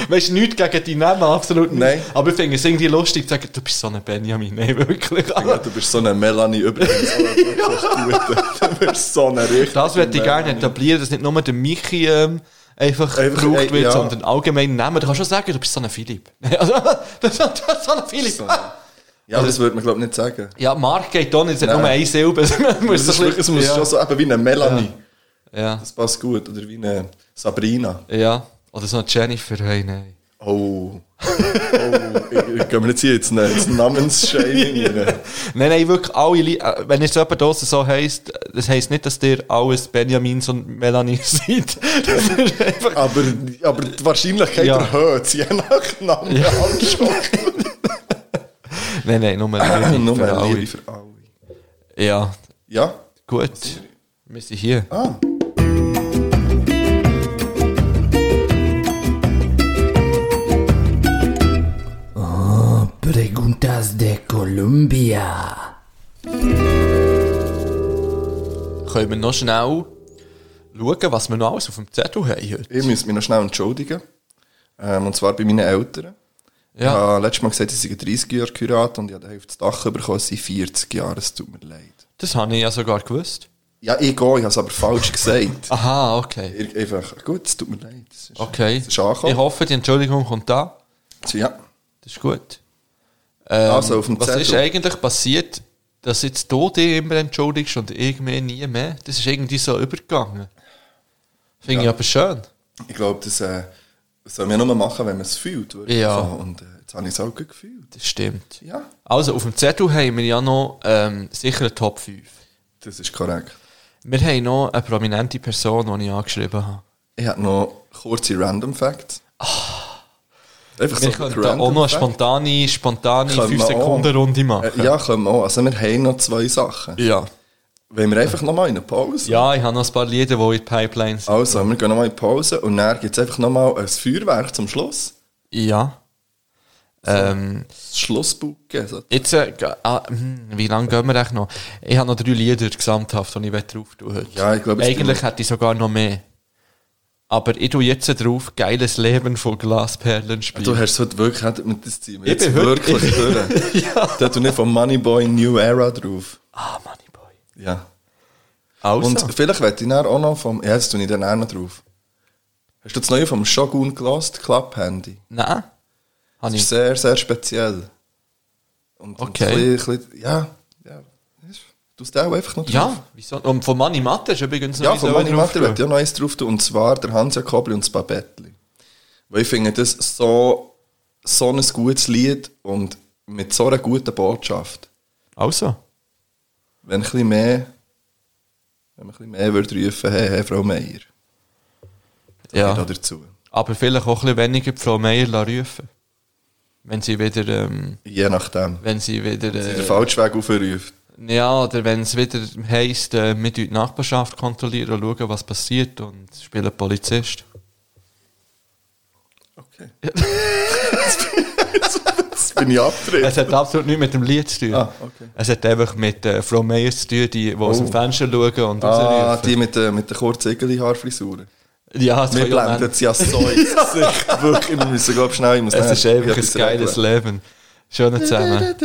A: weißt du, nichts gegen die Namen, absolut nicht.
B: Nein.
A: Aber ich finde es irgendwie lustig zu sagen, du bist so eine Benjamin. Nein, wirklich. Also,
B: Ja, du bist so eine Melanie übrigens. aber wirklich gut. Du bist so eine richtige
A: Das würde ich gerne
B: Melanie.
A: etablieren, dass nicht nur der Michi ähm, einfach,
B: Einfach,
A: gebraucht
B: äh,
A: wird,
B: ja.
A: sondern allgemein Namen. Du kannst schon sagen, du bist so ein Philipp. Nein, Also, das, das, das so ein Philipp.
B: Ja, das würde man glaube ich nicht sagen.
A: Ja, Mark geht doch nicht, es hat
B: Nein.
A: nur eine Silbe. Es muss,
B: Es ist
A: ein
B: wirklich- es
A: bisschen-
B: muss
A: ja.
B: schon so eben wie eine Melanie.
A: Ja.
B: Das passt gut. Oder wie eine Sabrina.
A: ja, oder so eine Jennifer. Hey, nein.
B: Oh. oh. Gehen wir jetzt hier ins, ins Namensshaming rein.
A: Nein, nein, wirklich alle Leute, äh, wenn jetzt jemand draussen so heisst, das heisst nicht, dass ihr alles Benjamins und Melanie seid.
B: aber, aber die Wahrscheinlichkeit
A: Ja.
B: erhöht sich je nach Namen.
A: Ja.
B: Schon.
A: Nein, nein, nur Liebe
B: Äh, Nur
A: für alle.
B: Liebe für alle.
A: Ja.
B: Ja.
A: Gut. Wir sind hier.
B: Ah.
G: Oh, preguntas de Colombia.
A: Können wir noch schnell schauen, was wir noch alles auf dem Zettel haben heute?
B: Ich muss mich noch schnell entschuldigen. Ähm, und zwar bei meinen Eltern.
A: Ja.
B: Ich habe letztes Mal gesagt, sie seien 30 Jahre geheiratet und ich habe die Hälfte des Dach bekommen, es sind 40 Jahre, es tut mir leid.
A: Das habe ich ja sogar gewusst.
B: Ja, ich gehe, ich habe es aber falsch
A: Ah.
B: gesagt.
A: Aha, okay.
B: Ir- Einfach, gut, es tut mir leid. Es ist-
A: Okay.
B: Es ist angekommen.
A: Ich hoffe, die Entschuldigung kommt da.
B: Ja.
A: Das ist gut. Ähm,
B: Also, auf dem
A: was
B: Zettel.
A: ist eigentlich passiert, dass jetzt du dich immer entschuldigst und ich mir nie mehr? Das ist irgendwie so übergegangen. Finde ich
B: Ja.
A: aber schön.
B: Ich glaube, das, äh, das soll man ja nur machen, wenn man es fühlt. würde ich
A: Ja.
B: sagen. Und äh, jetzt habe ich es auch gut gefühlt.
A: Das stimmt.
B: Ja.
A: Also, auf dem Zettel haben wir ja noch ähm, sicher eine Top 5.
B: Das ist korrekt.
A: Wir haben noch eine prominente Person, die ich angeschrieben habe.
B: Ich habe noch kurze Random Facts. Einfach
A: Ah. wir
B: so
A: könnten
B: Random
A: auch noch eine
B: Facts.
A: spontane, spontane
B: Können wir auch.
A: 5-Sekunden-Runde machen.
B: Äh, Ja, können wir auch. Also, wir haben noch zwei Sachen.
A: Ja.
B: Wollen wir einfach nochmal in eine Pause?
A: Ja, ich habe noch ein paar Lieder, die in die Pipeline sind.
B: Also, wir gehen nochmal in die Pause und dann gibt es einfach nochmal ein Feuerwerk zum Schluss.
A: Ja. Ähm,
B: Das Schlussbucke. So.
A: jetzt, äh, ge- ah, hm, wie lange gehen wir eigentlich noch? Ich habe noch drei Lieder gesamthaft, die ich drauf tun heute.
B: Ja, ich glaube, es
A: Eigentlich
B: tun
A: hätte ich sogar noch mehr. Aber ich tue jetzt drauf, geiles Leben von Glasperlen spielen.
B: Du hast heute wirklich, hätte- mit das Team
A: Ich
B: jetzt
A: bin heute-
B: wirklich durch. Da tut nicht von Moneyboy New Era drauf.
A: Ah, Moneyboy.
B: Ja.
A: Also.
B: Und vielleicht werde ich dann auch noch vom. Ja, jetzt tue ich dann auch noch drauf. Hast du das neue vom Shogun gelost, Club Handy?
A: Nein. Hab
B: Das
A: ich-
B: ist sehr, sehr speziell. Und,
A: Okay.
B: Und ein bisschen, ein bisschen, ja, ja. Du hast auch einfach noch drauf.
A: Ja, wieso? Und von Manni Matter ist übrigens
B: Ja,
A: eins
B: von
A: auch
B: Mani Matter
A: drauf.
B: wird ja noch eins drauf tun, und zwar der Hansa Kobli und das Babettli. Weil ich finde das so, so ein gutes Lied und mit so einer guten Botschaft.
A: Also.
B: Wenn ein bisschen mehr, wenn man ein bisschen mehr würde rufen, hey, hey, Frau Meier.
A: Ja.
B: Da dazu.
A: Aber vielleicht auch ein bisschen weniger die Frau Meier lassen rufen. Wenn sie wieder, ähm,
B: Je nachdem.
A: wenn sie wieder,
B: Wenn sie
A: äh,
B: den Falschweg aufruft.
A: ja, oder wenn es wieder heisst, äh, wir tun die Nachbarschaft kontrollieren und schauen, was passiert und spielen Polizist.
B: Jetzt bin ich abgedreht.
A: Es hat absolut nichts mit dem Lied zu tun.
B: Ah, okay.
A: Es hat einfach mit äh, Frau Meier zu tun, die, die aus dem
B: Oh.
A: Fenster schauen und
B: Ah,
A: rausrufen.
B: die mit, der- mit der kurzen Egeli-Haarfrisur.
A: Ja, es
B: Wir
A: kann ja
B: blenden
A: Männer-
B: es ja so ins Gesicht. Wirklich, wir müssen, glaube ich, schnell. Ich muss
A: Es
B: näher-
A: ist
B: ich
A: einfach
B: muss
A: ein geiles
B: regeln.
A: Leben. Schön zusammen.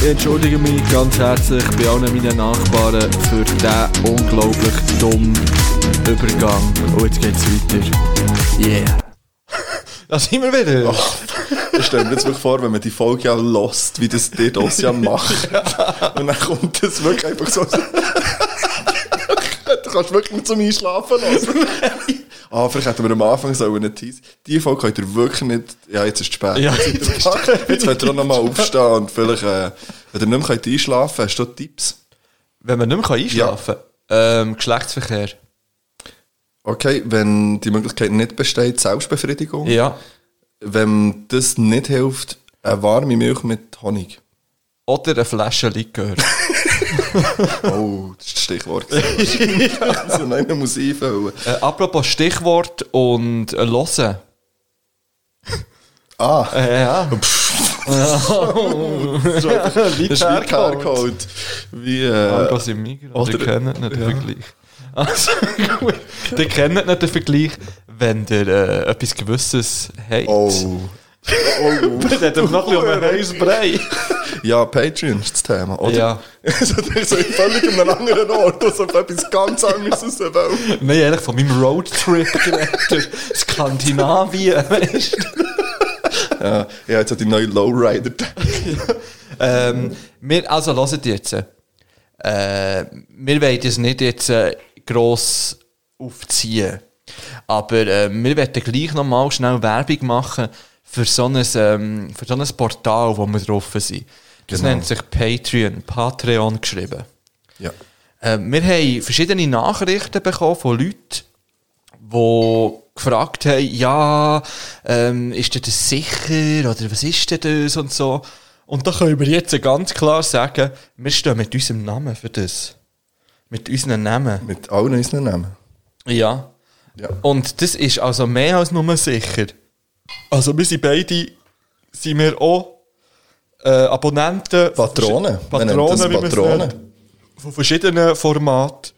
F: Ich entschuldige mich ganz herzlich bei allen meinen Nachbarn für diesen unglaublich dummen Übergang. Und jetzt geht's weiter. Yeah.
A: Da sind wir wieder.
B: Ich stelle mir jetzt wirklich vor, wenn man die Folge ja lost, wie das die das ja macht. Und dann kommt das wirklich einfach so. du kannst wirklich nicht zum Einschlafen lassen. Ah, vielleicht hätten wir am Anfang so einen Tease. Die Folge könnt ihr wirklich nicht. Ja, jetzt ist es spät.
A: Ja,
B: jetzt,
A: jetzt
B: jetzt, jetzt könnt ihr auch nochmal aufstehen und vielleicht, äh, wenn ihr nicht mehr könnt einschlafen könnt, hast du Tipps?
A: Ehm, Wenn man nicht mehr einschlafen kann, ähm, Geschlechtsverkehr.
B: Okay, wenn die Möglichkeit nicht besteht, Selbstbefriedigung.
A: Ja.
B: Wenn das nicht hilft, eine warme Milch mit Honig.
A: Oder eine Flasche Likör.
B: oh, das ist das Stichwort. also nein, muss ich einfüllen.
A: Äh, apropos Stichwort und äh, Hören.
B: Ah.
A: Äh, ja.
B: Oh, das ist einfach- das ist wie QR-Code. Wie, äh,
A: Anders im Migros. Die
B: oder-
A: kennen nicht den
B: Ja.
A: Vergleich. Also gut. Die kennen nicht den Vergleich, wenn ihr äh, etwas Gewisses habt.
B: Oh.
A: Dann hat er noch ein bisschen um ein heißes Brei.
B: Ja, Patreon ist das Thema, oder?
A: Ja.
B: Also, das ist völlig an einem anderen Ort, also auf etwas ganz anderes aus der Welt.
A: Nein, ehrlich, von meinem Roadtrip geredet. durch Skandinavien, weißt du?
B: Ja, ja, jetzt hat die neue Lowrider.
A: ähm, wir, also, hört jetzt. Äh, wir wollen das nicht jetzt äh, gross aufziehen. Aber äh, wir werden gleich nochmal schnell Werbung machen für so ein, ähm, für so ein Portal, wo wir drauf sind. Das
B: Genau.
A: nennt sich Dus Patreon, Patreon geschrieben.
B: Ja.
A: Äh, wir haben verschiedene Nachrichten bekommen von Leuten, die gefragt haben, ja, ähm, ist dir das sicher oder was ist denn das und so. Und da können wir jetzt ganz klar sagen, wir stehen mit unserem Namen für das. Mit unseren Namen.
B: Mit allen unseren Namen.
A: Ja. Und das ist also mehr als nur sicher. Also wir sind beide, sind wir auch äh, Abonnenten.
B: Patronen. Man nennt
A: Patronen,
B: das
A: wie man es
B: Patronen.
A: nennt. Von verschiedenen Formaten,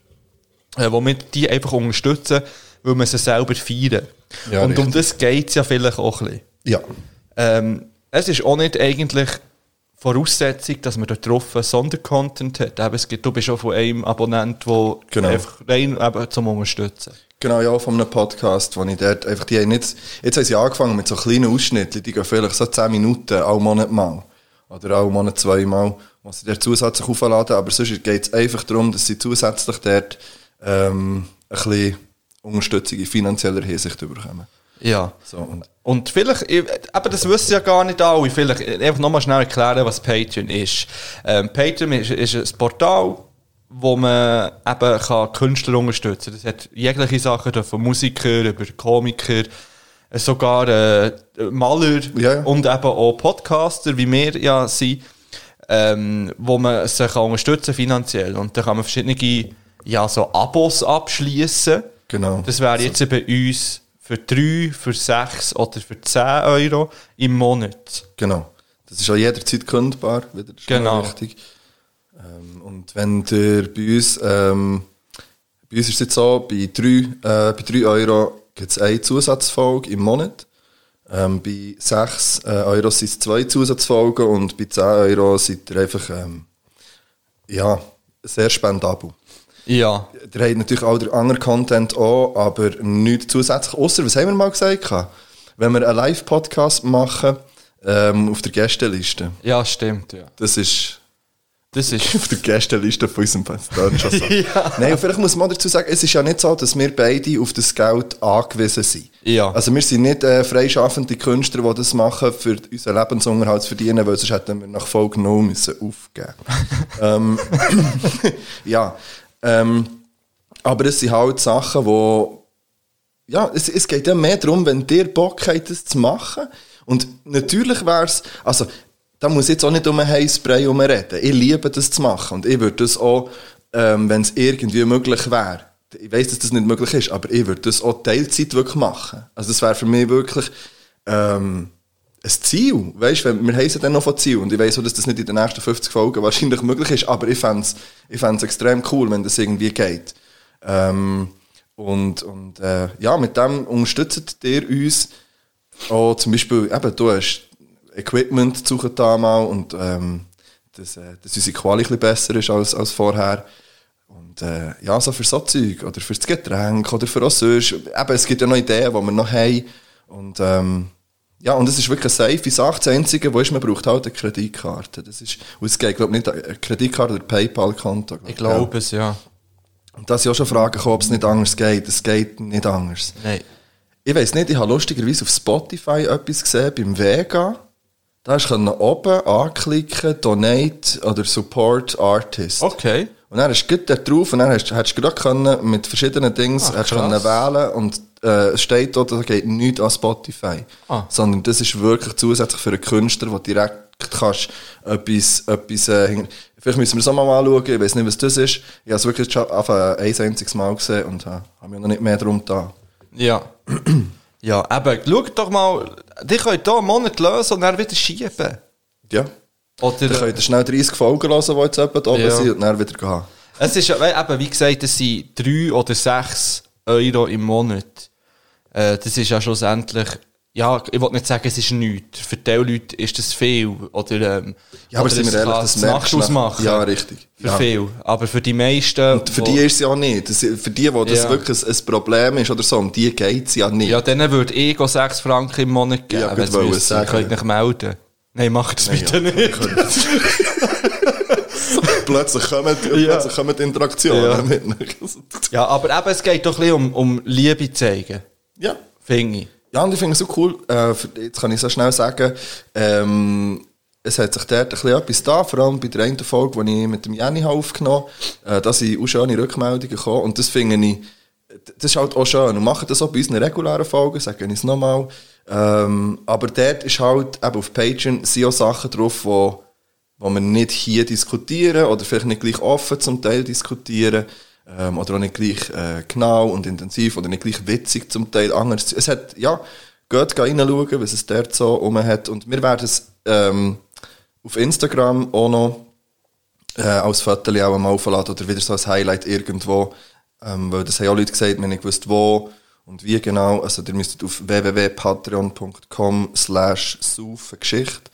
A: äh, wo wir die einfach unterstützen, weil wir sie selber feiern.
B: Ja,
A: Und um
B: richtig.
A: das geht es ja vielleicht auch ein bisschen.
B: Ja.
A: Ähm, es ist auch nicht eigentlich Voraussetzung, dass man dort drauf einen Sondercontent hat. Eben, es gibt, du bist auch von einem Abonnent, der
B: Genau.
A: einfach rein eben, zum Unterstützen.
B: Genau, ja, von einem Podcast, wo ich dort einfach, die haben jetzt, jetzt haben sie angefangen mit so kleinen Ausschnitten, die gehen vielleicht so 10 Minuten, alle Monat mal. Oder alle Monat zweimal, was sie dort zusätzlich aufladen, aber sonst geht es einfach darum, dass sie zusätzlich dort, ähm, ein bisschen Unterstützung in finanzieller Hinsicht bekommen.
A: Ja.
B: So, und
A: Und vielleicht, ich- aber das wissen ja gar nicht alle, vielleicht äh, einfach nochmal schnell erklären, was Patreon ist. Ähm, Patreon ist, ist ein Portal, wo man eben kann Künstler unterstützen kann. Das hat jegliche Sachen, da von Musikern über Komiker, äh, sogar äh, Maler und eben auch Podcaster, wie wir ja sind, ähm, wo man sich kann unterstützen finanziell. Und da kann man verschiedene ja, so Abos abschließen.
B: Genau.
A: Das wäre jetzt bei uns für 3, für 6 oder für 10 Euro im Monat.
B: Genau. Das ist auch jederzeit kündbar, wieder das ist
A: Genau.
B: mal wichtig. Ähm, und wenn ihr bei uns, ähm, bei uns ist es jetzt so, bei 3, äh, bei 3 Euro gibt es eine Zusatzfolge im Monat. Ähm, bei 6 äh, Euro sind es zwei Zusatzfolgen und bei 10 Euro seid ihr einfach ähm, ja, sehr spendabel.
A: Ja.
B: Ihr habt natürlich auch den anderen Content auch, aber nichts zusätzlich. Außer, was haben wir mal gesagt? gehabt? Wenn wir einen Live-Podcast machen, ähm, auf der Gästeliste.
A: Ja, stimmt, ja.
B: Das ist.
A: Das ist.
B: Auf der Gästeliste von unserem Festival. schon so.
A: Ja.
B: Nein, und vielleicht muss man dazu sagen, es ist ja nicht so, dass wir beide auf das Geld angewiesen sind.
A: Ja.
B: Also, wir sind nicht äh, freischaffende Künstler, die das machen, für unseren Lebensunterhalt zu verdienen, weil sonst hätten wir nach Folge 0 müssen aufgeben ähm, ja. Ähm, aber es sind halt Sachen, wo ja, es, es geht ja mehr darum, wenn dir Bock habt, das zu machen. Und natürlich wäre es, also, da muss ich jetzt auch nicht um einen Heißbrei reden. Ich liebe das zu machen. Und ich würde das auch, ähm, wenn es irgendwie möglich wäre, ich weiß, dass das nicht möglich ist, aber ich würde das auch Teilzeit wirklich machen. Also, das wäre für mich wirklich, ähm, ein Ziel. Weißt, wenn, wir haben es ja dann noch von Ziel. Und ich weiß auch, dass das nicht in den nächsten 50 Folgen wahrscheinlich möglich ist, aber ich fände es ich fänd's extrem cool, wenn das irgendwie geht. Ähm, und und äh, ja, mit dem unterstützt ihr uns auch zum Beispiel, eben, du hast Equipment suchen da mal und ähm, dass, äh, dass unsere Quali ein bisschen besser ist als, als vorher. Und äh, ja, so für so Zeug oder für das Getränk oder für auch sonst. Eben, es gibt ja noch Ideen, die wir noch haben. Und ähm, ja, und es ist wirklich eine safe Sache. Das Einzige, was ist, man braucht halt eine Kreditkarte. Das ist, und es geht, glaube ich, nicht eine Kreditkarte oder PayPal-Konto.
A: Ich glaube es, ja.
B: Und da sind auch schon Fragen gekommen, ob es nicht anders geht. Es geht nicht anders.
A: Nein.
B: Ich weiß nicht, ich habe lustigerweise auf Spotify etwas gesehen, beim Vega. Da hast du können oben anklicken, Donate oder Support Artist.
A: Okay.
B: Und dann hast du gleich da drauf und dann hast, hast du gerade können mit verschiedenen Dings
A: Ah,
B: hast du
A: krass.
B: können wählen und äh, es steht dort, da geht nichts an Spotify.
A: Ah.
B: Sondern das ist wirklich zusätzlich für einen Künstler, wo du direkt kannst etwas, etwas äh, hin- Vielleicht müssen wir es auch mal anschauen, ich weiß nicht, was das ist. Ich habe es wirklich schon auf ein ein einziges Mal gesehen und habe habe mich noch nicht mehr darum getan.
A: Ja. ja, eben, schaut doch mal, die könnt hier einen Monat lösen und dann wieder schieben.
B: Ja.
A: Oder,
B: Dann könnt ihr schnell 30 Folgen hören, die jetzt jemand oben
A: Ja.
B: sind und dann wieder gehen.
A: Es ist ja, weil eben, wie gesagt, es sind 3 oder 6 Euro im Monat. Äh, das ist ja schlussendlich, ja, ich wollte nicht sagen, es ist nichts. Für die Leute ist das viel. Oder, ähm,
B: Ja, aber
A: oder
B: sind wir
A: es
B: ehrlich,
A: kann
B: das
A: die
B: merkst
A: Nacht
B: du nach-
A: ausmachen.
B: Ja, richtig.
A: Für
B: Ja.
A: viel. Aber für die meisten.
B: Und für die ist es ja nicht. Das, für die, wo das
A: Ja.
B: wirklich ein, ein Problem ist oder so, um die geht es ja nicht.
A: Ja, denen würde ich auch 6 Franken im Monat geben.
B: Ja, gut,
A: wenn sie
B: wollte
A: müssen.
B: sagen.
A: Könnt ihr euch melden. Nein, macht das
B: Nein,
A: bitte
B: ja,
A: nicht.
B: plötzlich, kommen, plötzlich kommen die Interaktionen
A: Ja.
B: mit ihnen.
A: Ja, aber eben, es geht doch ein bisschen um, um Liebe zeigen.
B: Ja.
A: Finde ich.
B: Ja, und ich finde es so cool, äh, für- jetzt kann ich so schnell sagen, ähm, es hat sich dort ein bisschen etwas da, vor allem bei der einen Folge, die ich mit dem Jenny habe aufgenommen habe, äh, da sind auch schöne Rückmeldungen gekommen und das finde ich, das ist halt auch schön und machen das auch bei unseren regulären Folgen, sage ich es nochmal, ähm, aber dort ist halt, eben auf Patreon sind auch Sachen drauf, die wo wir nicht hier diskutieren oder vielleicht nicht gleich offen zum Teil diskutieren ähm, oder auch nicht gleich äh, genau und intensiv oder nicht gleich witzig zum Teil anders. Es hat, ja, geht geh reinschauen, was es dort so rum hat und wir werden es ähm, auf Instagram auch noch äh, als Viertel auch mal verladen oder wieder so als Highlight irgendwo, ähm, weil das haben auch Leute gesagt, wenn ich wusste wo und wie genau, also ihr müsstet auf www.patreon.com slash saufengeschichte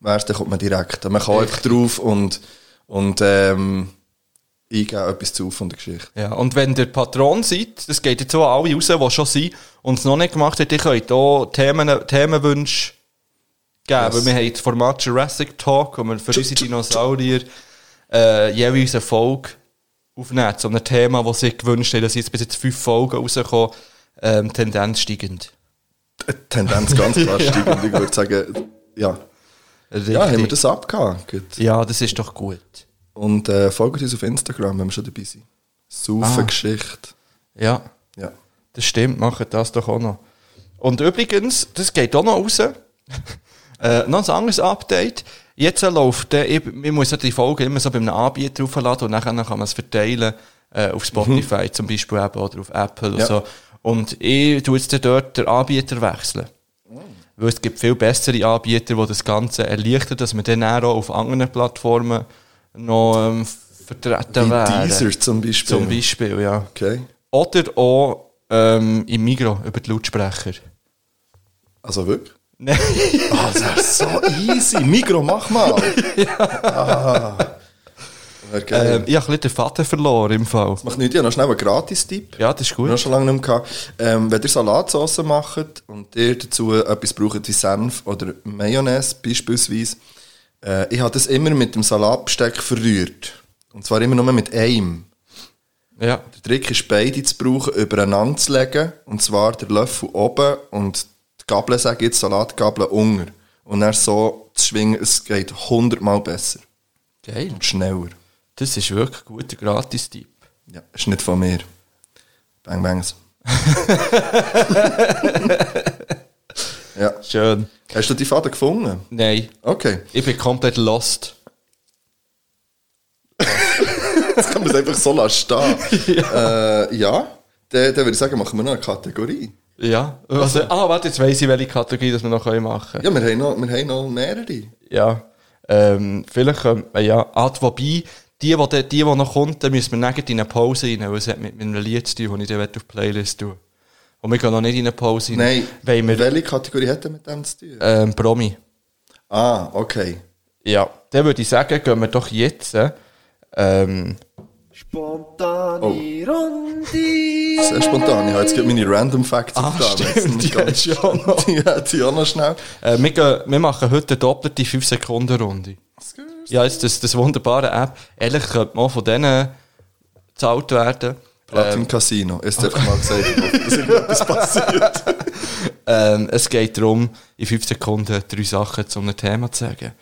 B: wär's, dann kommt man direkt. Man kann einfach drauf und, und ähm, eingeben etwas zu von der Geschichte.
A: Ja, und wenn der Patron seid, das geht jetzt auch an alle raus, die schon sind und es noch nicht gemacht haben, ihr könnt auch Themen, Themenwünsche geben.
B: Yes.
A: Weil wir haben das Format Jurassic Talk, wo wir für unsere Dinosaurier äh, jeweils eine Folge aufnehmen. Zu einem Thema, das sie gewünscht haben, dass jetzt bis jetzt fünf Folgen rauskommen, ähm, Tendenz steigend.
B: Tendenz ganz klar steigend. Ich würde sagen, ja. Ja, haben wir das abgehakt. Gut.
A: Ja, das ist doch gut.
B: Und äh, folgt uns auf Instagram, wenn wir schon dabei sind.
A: Ah.
B: Saufengeschichte.
A: Ja.
B: Ja.
A: Das stimmt, machen das doch auch noch. Und übrigens, das geht auch noch raus. äh, noch ein anderes Update. Jetzt äh, läuft, äh, ich, ich muss ja die Folge immer so bei einem Anbieter aufladen und nachher kann man es verteilen äh, auf Spotify zum Beispiel eben, oder auf Apple und
B: Mhm. Ja.
A: so. Und ich tu jetzt dann dort den Anbieter wechseln.
B: Mhm.
A: Weil es gibt viel bessere Anbieter, die das Ganze erleichtern, dass wir dann auch auf anderen Plattformen noch ähm, vertreten
B: Wie
A: wären.
B: Deezer zum Beispiel.
A: Zum Beispiel, ja.
B: Okay.
A: Oder auch ähm, im Migro über die Lautsprecher.
B: Also wirklich?
A: Nein.
B: Ah, das wäre so easy. Mikro, mach mal. Ah. Wär geil.
A: Ähm, ich habe ein bisschen den Faden verloren im Fall.
B: Macht nichts, ja, noch schnell einen Gratis-Tipp.
A: Ja, das ist gut.
B: Noch schon lange nicht mehr gehabt. ähm, Wenn ihr Salatsauce macht und ihr dazu etwas braucht wie Senf oder Mayonnaise beispielsweise, äh, ich habe das immer mit dem Salatbesteck verrührt. Und zwar immer nur mit einem.
A: Ja.
B: Der Trick ist, beide zu brauchen, übereinander zu legen. Und zwar der Löffel oben und die Gabel, sage ich jetzt, Salatgabel unter. Und dann so zu schwingen, es geht hundertmal besser.
A: Geil.
B: Und schneller.
A: Das ist wirklich ein guter Gratis-Tipp.
B: Ja, ist nicht von mir. Bang Bangs. ja.
A: Schön.
B: Hast du die Faden gefunden?
A: Nein.
B: Okay.
A: Ich bin komplett lost.
B: Jetzt kann man es einfach so lassen stehen. ja. Äh, ja. Dann, dann würde ich sagen, machen wir noch eine Kategorie.
A: Ja. Also, ah, warte, jetzt weiss ich, welche Kategorie das wir noch machen können.
B: Ja, wir haben noch, wir haben noch mehrere.
A: Ja. Ähm, vielleicht könnte man ja. Ah, wobei, die, die, die, die noch kommt, dann müssen wir nicht in eine Pause rein, weil es hat mit meinem Lied zu tun, das ich dann auf die Playlist tue. Und wir gehen noch nicht in eine Pause rein.
B: Nein.
A: Weil wir,
B: Welche Kategorie hat er mit dem zu tun?
A: ähm, Promi.
B: Ah, okay.
A: Ja, dann würde ich sagen, gehen wir doch jetzt. äh, Ähm,
B: Oh. Sehr spontan. Ich habe jetzt gerade meine Random Facts
A: Ah, stimmt, die hast du auch noch.
B: ja, die auch noch schnell.
A: äh, wir, gehen, wir machen heute eine doppelte 5-Sekunden-Runde. Ja, jetzt das, das wunderbare App. Ehrlich, könnte man auch von denen gezahlt werden.
B: Platin
A: Ähm,
B: Casino. Ist einfach mal gesagt, dass irgendetwas passiert.
A: ähm, es geht darum, in 5 Sekunden drei Sachen zu einem Thema zu sagen.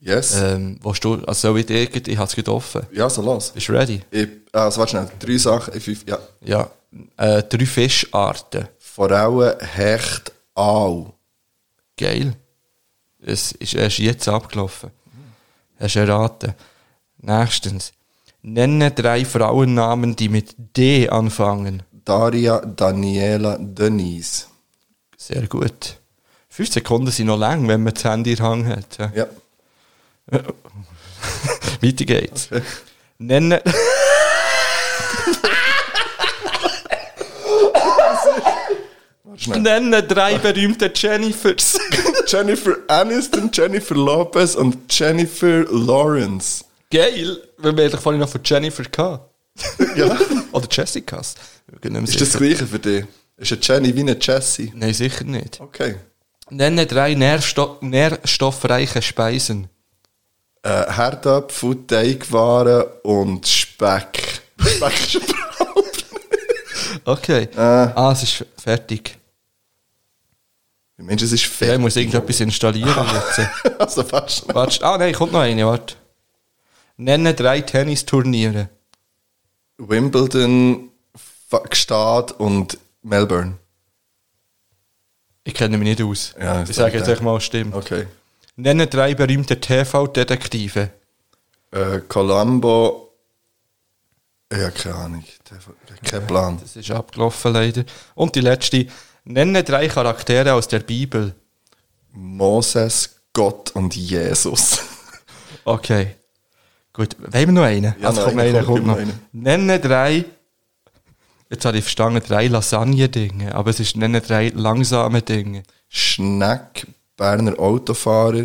B: Yes.
A: Ähm, willst du, also soll ich dir, geben? ich habe es getroffen.
B: Ja, so los.
A: Bist du ready?
B: Ich, also warte schnell, drei Sachen, fünf, ja.
A: Ja. Äh, drei Fischarten.
B: Forellen, Hecht, Aal.
A: Geil. Es ist erst jetzt abgelaufen. Hast du erraten. Nächstens. Nenne drei Frauennamen, die mit D anfangen.
B: Daria, Daniela, Denise.
A: Sehr gut. Fünf Sekunden sind noch lang, wenn man das Handy in der Hand hat. hä?
B: Ja.
A: Weiter geht's. Nenne. Nenne drei berühmte Jennifers.
B: Jennifer Aniston, Jennifer Lopez und Jennifer Lawrence.
A: Geil, weil wir eigentlich vorhin noch von Jennifer gehabt.
B: Ja.
A: Oder Jessicas. Ich bin nicht mehr
B: Ist das das
A: sicher.
B: Gleiche für dich? Ist eine Jenny wie eine Jessie?
A: Nein, sicher nicht.
B: Okay.
A: Nenne drei Nährsto nährstoffreiche Speisen.
B: Äh, Herdöpfel, Teigwaren und Speck. Speck ist
A: Okay.
B: Äh.
A: Ah, es ist fertig.
B: Mensch, es ist
A: fertig. Ich muss irgendetwas installieren jetzt.
B: also fast.
A: Warte, ah nein, kommt noch eine, warte. Nenne drei Tennisturniere.
B: Wimbledon, Gstaad und Melbourne.
A: Ich kenne mich nicht aus.
B: Ja, das
A: ich sage jetzt
B: denke ich.
A: echt mal, es stimmt.
B: Okay.
A: Nenne drei berühmte TV-Detektive.
B: Äh, Colombo. Ja, keine Ahnung. Kein Plan.
A: Das ist abgelaufen leider. Und die letzte. Nenne drei Charaktere aus der Bibel.
B: Moses, Gott und Jesus.
A: Okay. Gut, wollen wir noch einen?
B: Ja,
A: also
B: noch
A: kommt
B: einen,
A: einer,
B: komm,
A: kommt noch.
B: gib mir einen.
A: Nenne drei, jetzt habe ich verstanden, drei Lasagne-Dinge, aber es ist nenne drei langsame Dinge.
B: Schneck, Berner Autofahrer.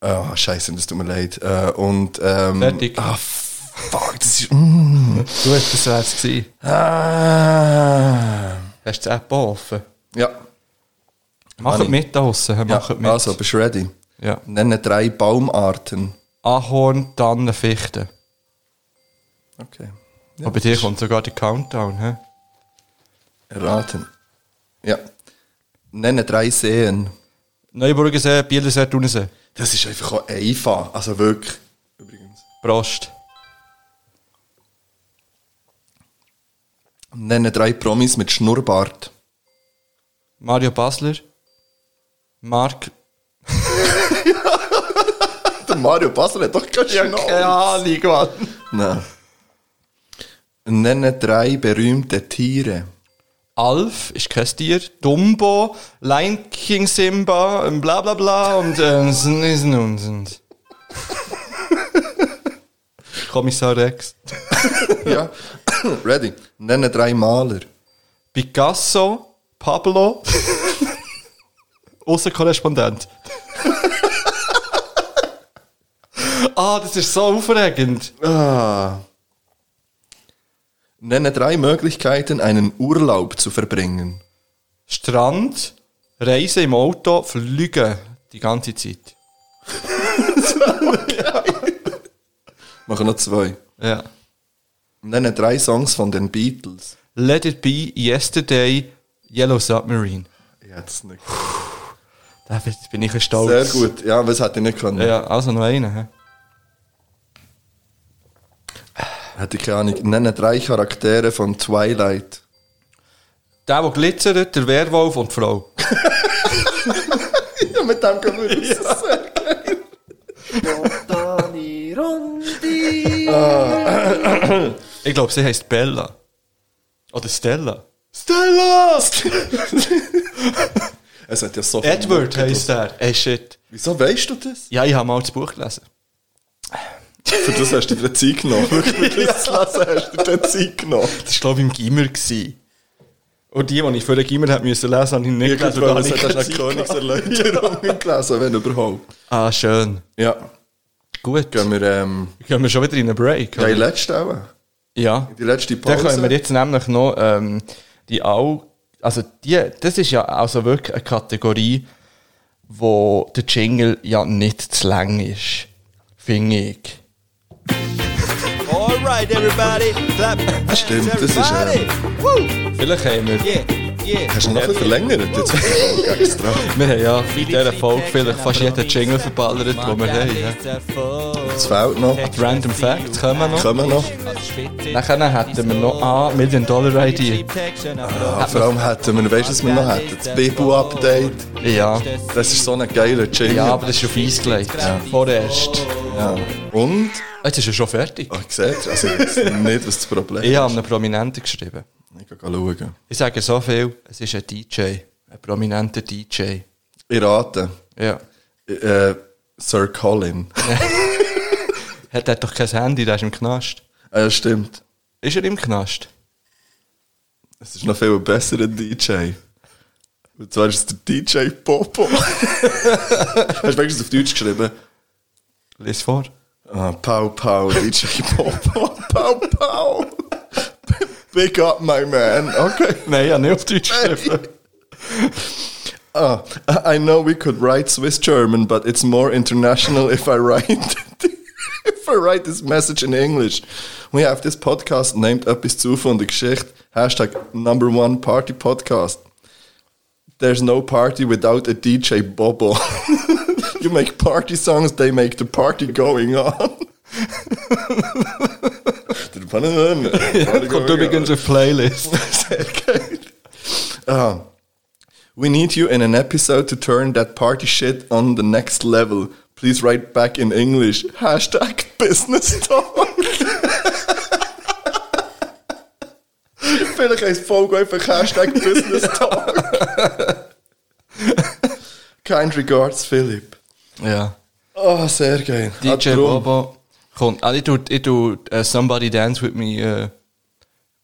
B: Ah, scheiße, das tut mir leid. Äh, und, ähm,
A: Fertig.
B: Ah, fuck, das ist... Mm.
A: Gut, das wäre es gewesen.
B: Ah.
A: Hast du die App auch offen?
B: Ja.
A: Macht
B: Manni.
A: mit da draussen, hä, macht mit.
B: Also, bist du ready?
A: Ja.
B: Nenne drei Baumarten.
A: Ahorn, Tanne, Fichte.
B: Okay.
A: aber bei dir kommt sogar der Countdown, hä?
B: Erraten. Ja. Nenne drei Seen.
A: Neuburgensee, Bielersee, Thunersee.
B: Das ist einfach auch einfach. Also wirklich. Übrigens.
A: Prost.
B: Nenne drei Promis mit Schnurrbart.
A: Mario Basler. Mark.
B: Der Mario Basler hat doch keinen Schnurrbart.
A: Keine Ahnung, Mann.
B: Nein. Nenne drei berühmte Tiere.
A: Alf ist kein Tier, Dumbo, Lion King Simba, und bla bla bla und äh, sind und sind. Kommissar Rex.
B: ja. Ready. Nenne drei Maler.
A: Picasso, Pablo, Außenkorrespondent. ah, das ist so aufregend.
B: Ah. Nenne drei Möglichkeiten, einen Urlaub zu verbringen.
A: Strand, Reise im Auto, Flüge die ganze Zeit.
B: Machen noch zwei.
A: Ja.
B: Nenne drei Songs von den Beatles.
A: Let it be yesterday, Yellow Submarine.
B: Jetzt nicht.
A: Da bin- bin ich ein stolz.
B: Sehr gut. Ja, was hätte ich nicht können?
A: Ja, also noch einen. hä?
B: Hätte ich keine Ahnung. Nenne drei Charaktere von Twilight.
A: Der, der glitzert, der Werwolf und die Frau.
B: ja, mit dem können wir das sagen.
A: Ich glaube, sie heißt Bella. Oder Stella.
B: Stella! es hat ja so viel
A: Edward
B: Mucke
A: heisst
B: drauf.
A: er. Ey, shit.
B: Wieso weißt du das?
A: Ja, ich habe mal das Buch gelesen.
B: Für das hast du dir Zeit genommen. Wirklich, für das zu lesen hast du dir Zeit genommen.
A: Das war, glaube ich, im Gimmer. gewesen. Und die, die ich für den Gimmer hätte müssen lesen, habe ich nicht gelesen.
B: Irgendwann
A: weil ich
B: hast du
A: keine
B: eine
A: Zeit hatte.
B: Königserläuterung gelesen, wenn überhaupt.
A: Ah, schön.
B: Ja.
A: Gut.
B: Gehen wir, ähm,
A: Gehen wir schon wieder in einen Break?
B: ja,
A: oder?
B: in die letzte auch.
A: ja.
B: Die letzte
A: Dann
B: Pause.
A: können wir jetzt nämlich noch ähm, die all, also die, das ist ja also wirklich eine Kategorie, wo der Jingle ja nicht zu lang ist, finde ich.
H: Alright, everybody, clap.
B: Stimmt, das ist,
H: everybody.
B: ähm,
H: Woo!
A: Vielleicht haben wir
H: Yeah.
A: Yeah.
B: Hast du noch ein bisschen verlängert? Jetzt extra.
A: Wir haben ja in dieser Folge vielleicht fast jeden Jingle verballert, den wir haben. ja.
B: Es fehlt noch.
A: Die Random Facts kommen noch.
B: Kommen noch. Ah,
A: Nachher hätten wir noch A, Million Dollar Idea.
B: Ah, vor allem hätten wir, weißt du, was wir noch hätten? Das Bibu-Update.
A: Ja.
B: Das ist so ein geiler Jingle.
A: Ja, aber das ist auf Eis gelegt. Vorerst.
B: Ja. Und?
A: Jetzt ist er schon fertig.
B: Ah, ich sehe also ich weiss nicht, was das Problem ist.
A: Ich habe einen Prominenten geschrieben.
B: Ich gehe schauen.
A: Ich sage so viel, es ist ein DJ. Ein prominenter DJ.
B: Ich rate.
A: Ja.
B: Äh, Sir Colin.
A: Hat er doch kein Handy, der ist im Knast.
B: Ah, ja, stimmt.
A: Ist er im Knast?
B: Es ist noch viel ein besserer DJ. Und zwar ist es der DJ Popo. Hast du wenigstens auf Deutsch geschrieben?
A: Lies vor.
B: Ah, Pau Pau, DJ Popo. Pau Pau. Big up, my man. Okay.
A: Nein, ja, nicht auf Deutsch geschrieben.
B: Ah, I know we could write Swiss German, but it's more international if I write if I write this message in English. We have this podcast named Öppis Zufall und Geschichte, Hashtag number one party podcast. There's no party without a DJ Bobo. you make party songs, they make the party going on.
A: Ja, kommt übrigens auf Playlist.
B: Sehr geil. Ah. We need you in an episode to turn that party shit on the next level. Please write back in English. Hashtag Business Talk. Vielleicht heisst die Folge einfach Hashtag Business Talk. Kind regards, Philipp.
A: Ja.
B: Oh, sehr geil. Ah,
A: DJ
B: drum.
A: Bobo kommt. Also ich tue, ich tue äh, Somebody Dance With Me äh,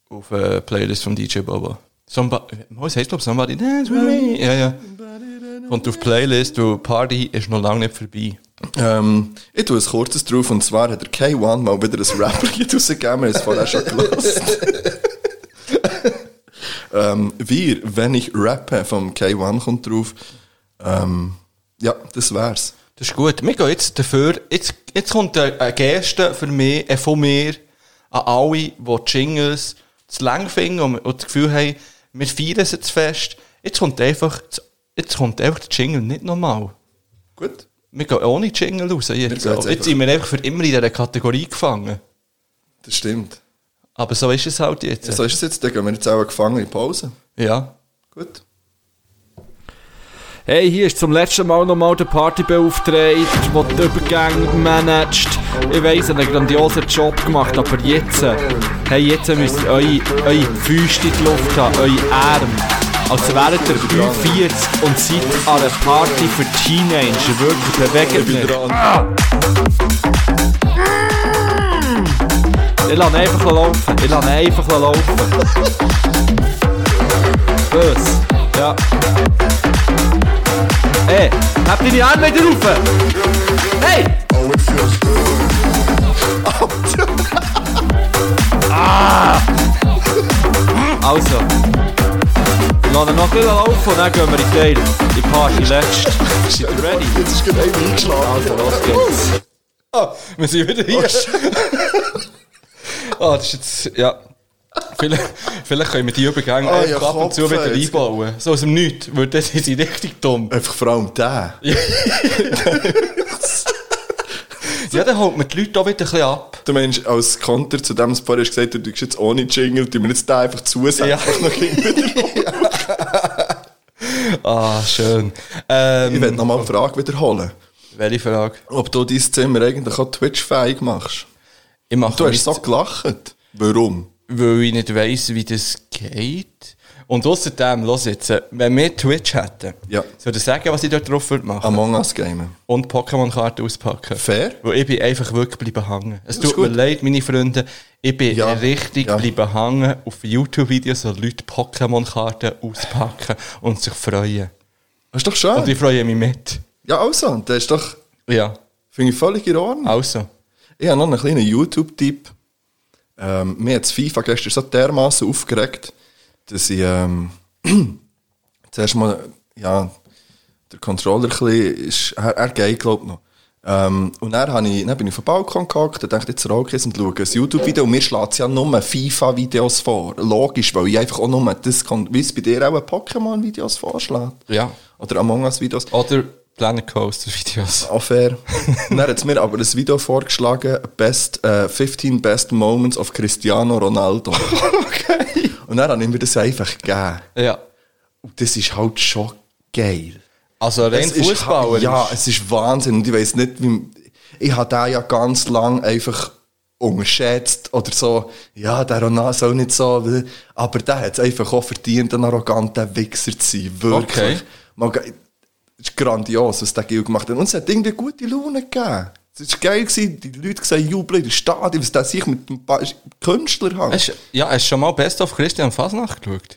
A: auf eine Playlist von DJ Bobo. Somebody, was heißt glaube Somebody Dance With Me? Ja, ja. Kommt auf Playlist, weil Party ist noch lange nicht vorbei.
B: Ähm, ich tue ein kurzes drauf und zwar hat der K1 mal wieder ein Rapper rausgegeben, er ist vorher schon gelassen. ähm, wir, wenn ich rappe vom K1 kommt drauf. Ähm, ja, das wär's.
A: Das ist gut. Wir gehen jetzt dafür, jetzt, jetzt kommt eine eine Geste für mich, äh, von mir an alle, die die Jingles zu lang finden und, und das Gefühl haben, wir feiern sie zu fest. Jetzt kommt einfach, das- jetzt kommt einfach der Jingle nicht normal.
B: Gut.
A: Wir gehen ohne Jingle raus. Jetzt,
B: gehen jetzt
A: jetzt sind wir einfach für immer in dieser Kategorie gefangen.
B: Das stimmt.
A: Aber so ist es halt jetzt.
B: Ja, so ist es jetzt, dann gehen wir jetzt auch gefangen in Pause.
A: Ja.
B: Gut.
F: Hey, hier ist zum letzten Mal nochmal der Partybeauftragte, der die Übergänge managt. Ich weiss, er hat einen grandiosen Job gemacht, aber jetzt, hey, jetzt müsst ihr eure, eure Füße in die Luft haben, eure Arme. Also Als wäret ihr 45 und seid an einer Party für Teenager. Wirklich, bewegt euch. Ich lasse einfach laufen. Ich lasse einfach laufen. Bös. Ja. Ey, habt ihr die Arme wieder rauf? Hey!
B: Oh,
F: ah! Also. Lass ihn noch ein bisschen laufen und dann gehen wir in die Teile. Die Party letzt. Seid ihr ready?
B: Jetzt ist gerade einer eingeschlagen.
F: Also, los geht's.
A: Ah, wir sind wieder
B: Oh,
A: hier. Ah, das ist jetzt, ja. Vielleicht, vielleicht können wir die Übergänge
B: Ah, ja,
A: einfach ab und zu
B: Kopf,
A: wieder
B: jetzt.
A: einbauen. So aus dem Nichts, weil dann sind sie richtig dumm.
B: Einfach vor allem der.
A: Ja, dann holt man die Leute auch wieder ein bisschen ab.
B: Du meinst, als Konter zu dem, was du vorher hast gesagt hast, du tust jetzt ohne Jingle, tun wir jetzt den einfach zusätzlich noch irgendwie
A: Ah, schön.
B: Ich
A: Ähm,
B: werde nochmal eine Frage wiederholen.
A: welche Frage?
B: Ob du dein Zimmer eigentlich auch Twitch-fähig machst?
A: Ich mache
B: Du hast so
A: mein-
B: gelacht. Warum?
A: weil ich nicht weiss, wie das geht. Und außerdem, los jetzt, äh, wenn wir Twitch hätten,
B: Ja. Ah,
A: würde ich sagen, was ich dort drauf würde machen.
B: Among Us Gamen.
A: und Pokémon-Karten auspacken.
B: Fair.
A: Weil ich bin einfach wirklich bleiben hängen. Es
B: Das
A: tut
B: ist gut.
A: mir leid, meine Freunde, ich bin richtig
B: ja.
A: bleiben hängen auf YouTube-Videos, wo Leute Pokémon-Karten auspacken und sich freuen.
B: Das ist doch
A: Und ich
B: schön.
A: freue mich mit.
B: Ja, also, das ist doch,
A: Ja,
B: finde ich völlig in Ordnung.
A: also.
B: Ich habe noch einen kleinen YouTube-Tipp. Ähm, mir hat das FIFA gestern so dermaßen aufgeregt, dass ich ähm, zuerst mal, ja, der Controller ein bisschen, ist, er, er geht, glaube ich, noch. Ähm, und dann, habe ich, dann bin ich auf den Balkon gehockt und dachte, jetzt rauche ich es und schaue ein YouTube-Video. Und mir schlägt es ja nur FIFA-Videos vor. Logisch, weil ich einfach auch nur das kann, wie es bei dir auch Pokémon-Videos vorschlägt.
A: Ja.
B: Oder Among Us-Videos.
A: Oder Planet Coaster-Videos.
B: Auch fair. dann hat es mir aber ein Video vorgeschlagen, Best, äh, 15 Best Moments of Cristiano Ronaldo. okay. Und dann habe ich mir das einfach gegeben.
A: Ja.
B: Und das ist halt schon geil.
A: Also rein
B: Es ist
A: Fußballer.
B: ha- Ja, es ist Wahnsinn. Und ich weiß nicht, wie. Ich habe den ja ganz lang einfach unterschätzt oder so. Ja, der Ronaldo soll nicht so. weil- Aber der hat es einfach auch verdient, ein arroganter Wichser zu sein. Wirklich.
A: Okay.
B: Man, ge- es ist grandios, was der Gil gemacht hat. Und es hat irgendwie gute Laune gegeben. Es war geil, gewesen. die Leute sehen jubeln in der Stadion, was der sich mit dem Ba- Künstler hat.
A: Hast, ja, hast du schon mal Best of Christian Fasnacht geschaut?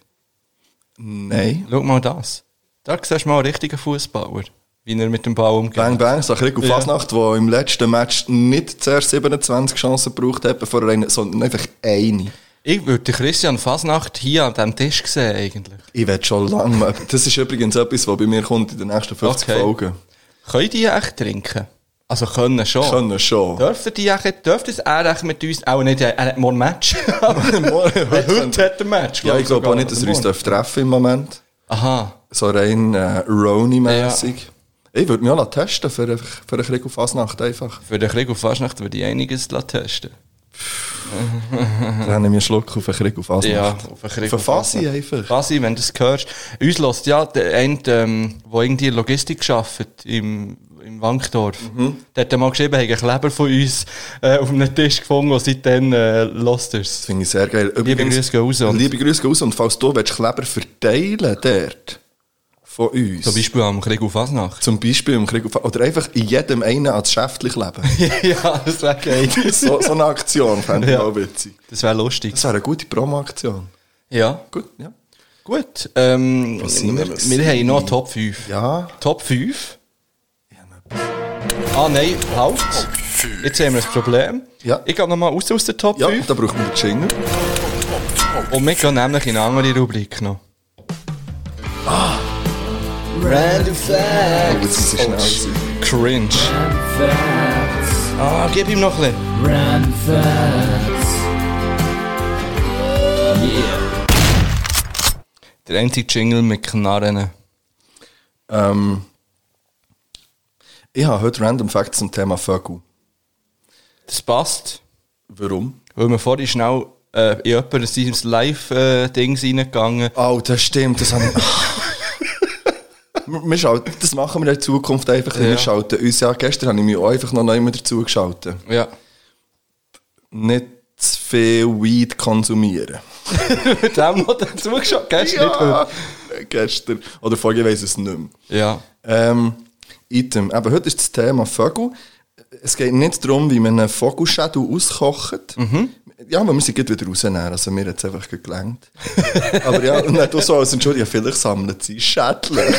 B: Nein.
A: Schau mal das. Da siehst du mal einen richtigen Fußballer, wie er mit dem Ball umgeht.
B: Bang Bang, so Krieg auf
A: Ja.
B: Fasnacht, der im letzten Match nicht zuerst 27 Chancen gebraucht hat, bevor er einen, sondern einfach eine.
A: Ich würde den Christian Fasnacht hier an diesem Tisch sehen, eigentlich.
B: Ich werde schon lange mal. Das ist übrigens etwas, was bei mir kommt in den nächsten 50
A: Okay.
B: Folgen.
A: Können die echt trinken? Also können schon.
B: Können schon.
A: Dürfte die echt, dürfte es er echt mit uns, auch nicht, äh, er hat morgen ein Match. Heute hat er ein Match.
B: Ja, ich glaube auch nicht, dass wir uns
A: Morgen.
B: treffen treffen im Moment.
A: Aha.
B: So rein äh, Roni-mässig. Ich würde mich auch lassen testen für, für einen Krieg auf Fasnacht einfach.
A: Für den Krieg auf Fasnacht würde ich einiges lassen testen
B: Dann habe ich mir einen Schluck auf einen Krieg auf Fasnacht.
A: Mhm. Ja, auf einen Krieg
B: Auf einen
A: auf
B: Fassi
A: Fasnacht.
B: einfach.
A: Basi, wenn du es hörst. Uns lässt ja der eine, ähm, der irgendwie in Logistik arbeitet, im, im Wankdorf. Der hat dann mal geschrieben, er hat einen Kleber von uns äh, auf einem Tisch gefunden und seitdem äh, lässt er es.
B: Finde ich sehr geil. Übrigens-
A: Grüße gehen raus und-
B: Liebe Grüße gehen raus. Und falls du willst, Kleber verteilen dort von uns.
A: Zum Beispiel am Krieg auf Fasnacht.
B: Zum Beispiel im Krieg auf Oder einfach in jedem einen ans Schäftlich leben.
A: ja, das wäre geil.
B: so, so eine Aktion fände ich
A: Ja.
B: auch witzig.
A: Das wäre lustig.
B: Das wäre eine gute Promo-Aktion.
A: Ja.
B: Gut, ja.
A: Gut. Ähm,
B: Was sind wir
A: wir,
B: gewesen?
A: haben noch Top 5.
B: Ja.
A: Top 5? Ah nein, halt. Jetzt haben wir ein Problem.
B: Ja.
A: Ich gehe nochmal raus aus der Top 5.
B: Da brauchen wir den Jingle.
A: Und wir gehen nämlich in eine andere Rubrik noch. Ah!
G: Random
A: Oh,
G: Facts.
A: jetzt ist es Cringe. Ah, gib ihm noch ein bisschen.
G: Random Facts.
A: Der einzige Jingle mit Knarren.
B: Ähm, ich habe heute Random Facts zum Thema Vögel.
A: Das passt.
B: Warum?
A: Weil wir vorhin schnell äh, in jemand in sein Live-Ding reingegangen
B: Oh, das stimmt, das habe ich. Wir- wir schalten, das machen wir in Zukunft einfach.
A: Ja.
B: Wir schalten uns ja. Gestern habe ich mich auch einfach noch neu dazu geschaltet.
A: Ja.
B: Nicht zu viel Weed konsumieren.
A: Mit dem, der dann zugeschaut gestern nicht
B: ja,
A: heute.
B: gestern. Oder vorher weiß es nicht mehr.
A: Ja.
B: Ähm, Item. Aber heute ist das Thema Vögel. Es geht nicht darum, wie man einen Vogelschädel auskocht.
A: Mhm.
B: Ja, wir müssen gerade wieder rausnehmen. Also mir hat es einfach gerade gelangt. Aber ja, und nicht so als Entschuldigung, vielleicht sammeln sie Schädel.
A: Ja?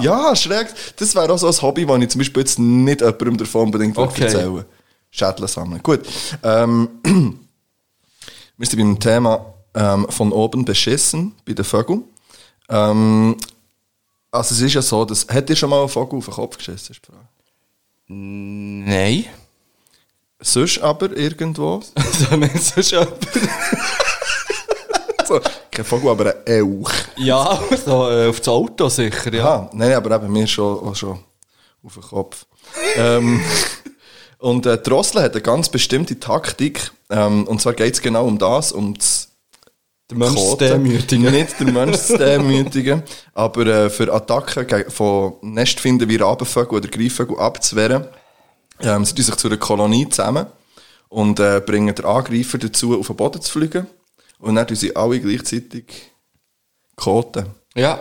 B: Ja, schräg. Das wäre auch so ein Hobby, das ich zum Beispiel jetzt nicht jemandem davon unbedingt
A: Okay.
B: okay. erzählen Schädel sammeln. Gut. Ähm, wir sind beim Thema ähm, von oben beschissen, bei den Vögeln. Ähm, also es ist ja so, dass, hat dir schon mal ein Vogel auf den Kopf geschissen? Ist die Frage.
A: Nein.
B: Sonst aber irgendwo?
A: Dann ist es schon.
B: so, kein Vogel, aber ein Elch.
A: Ja, so, äh, auf das Auto sicher, ja.
B: Aha, nein, nein, aber eben mir schon, auch schon auf den Kopf. ähm, und äh, Drossel hat eine ganz bestimmte Taktik. Ähm, und zwar geht es genau um das, um das
A: Der Mensch zu
B: Koten.
A: demütigen.
B: Nicht der Mensch zu demütigen, aber äh, für Attacken ge- von Nestfinden wie Rabenvögel oder Greifvögel abzuwehren, ähm, sind die sich zu einer Kolonie zusammen und äh, bringen den Angreifer dazu, auf den Boden zu fliegen. Und dann tun sie alle gleichzeitig koten.
A: Ja.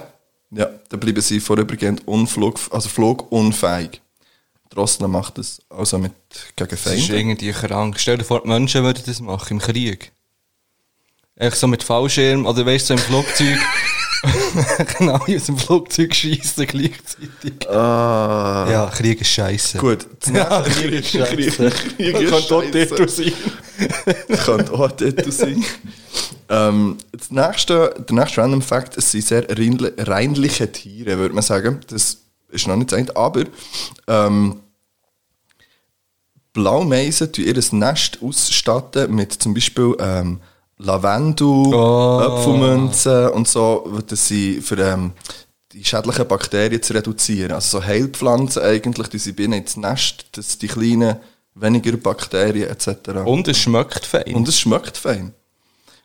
B: Ja, dann bleiben sie vorübergehend unflug, also flugunfähig. Drossler macht das also mit gegen
A: Das ist
B: Feinde.
A: irgendwie krank. Stell dir vor, die Menschen würden das machen im Krieg. Echt so mit Fallschirm oder weißt du, so im Flugzeug. genau, aus dem Flugzeug schießen gleichzeitig.
B: Ah.
A: Ja, Krieg ist scheiße.
B: Gut.
A: Ja, Krieg ist scheiße.
B: Krieg ist
A: Könnte auch
B: scheisse.
A: dort sein.
B: Das könnte auch dort sein. ähm, das nächste, der nächste Random Fact, es sind sehr reinli- reinliche Tiere, würde man sagen. Das ist noch nicht gesagt, aber ähm, Blaumeisen tun ihr Nest ausstatten mit zum Beispiel ähm, Lavendel,
A: Oh.
B: Apfelmünzen und so, dass sie für ähm, die schädlichen Bakterien zu reduzieren. Also so Heilpflanzen eigentlich, die sie binnen ins Nest, dass die kleinen weniger Bakterien etc.
A: Und es schmeckt fein. Also,
B: Und es schmeckt fein.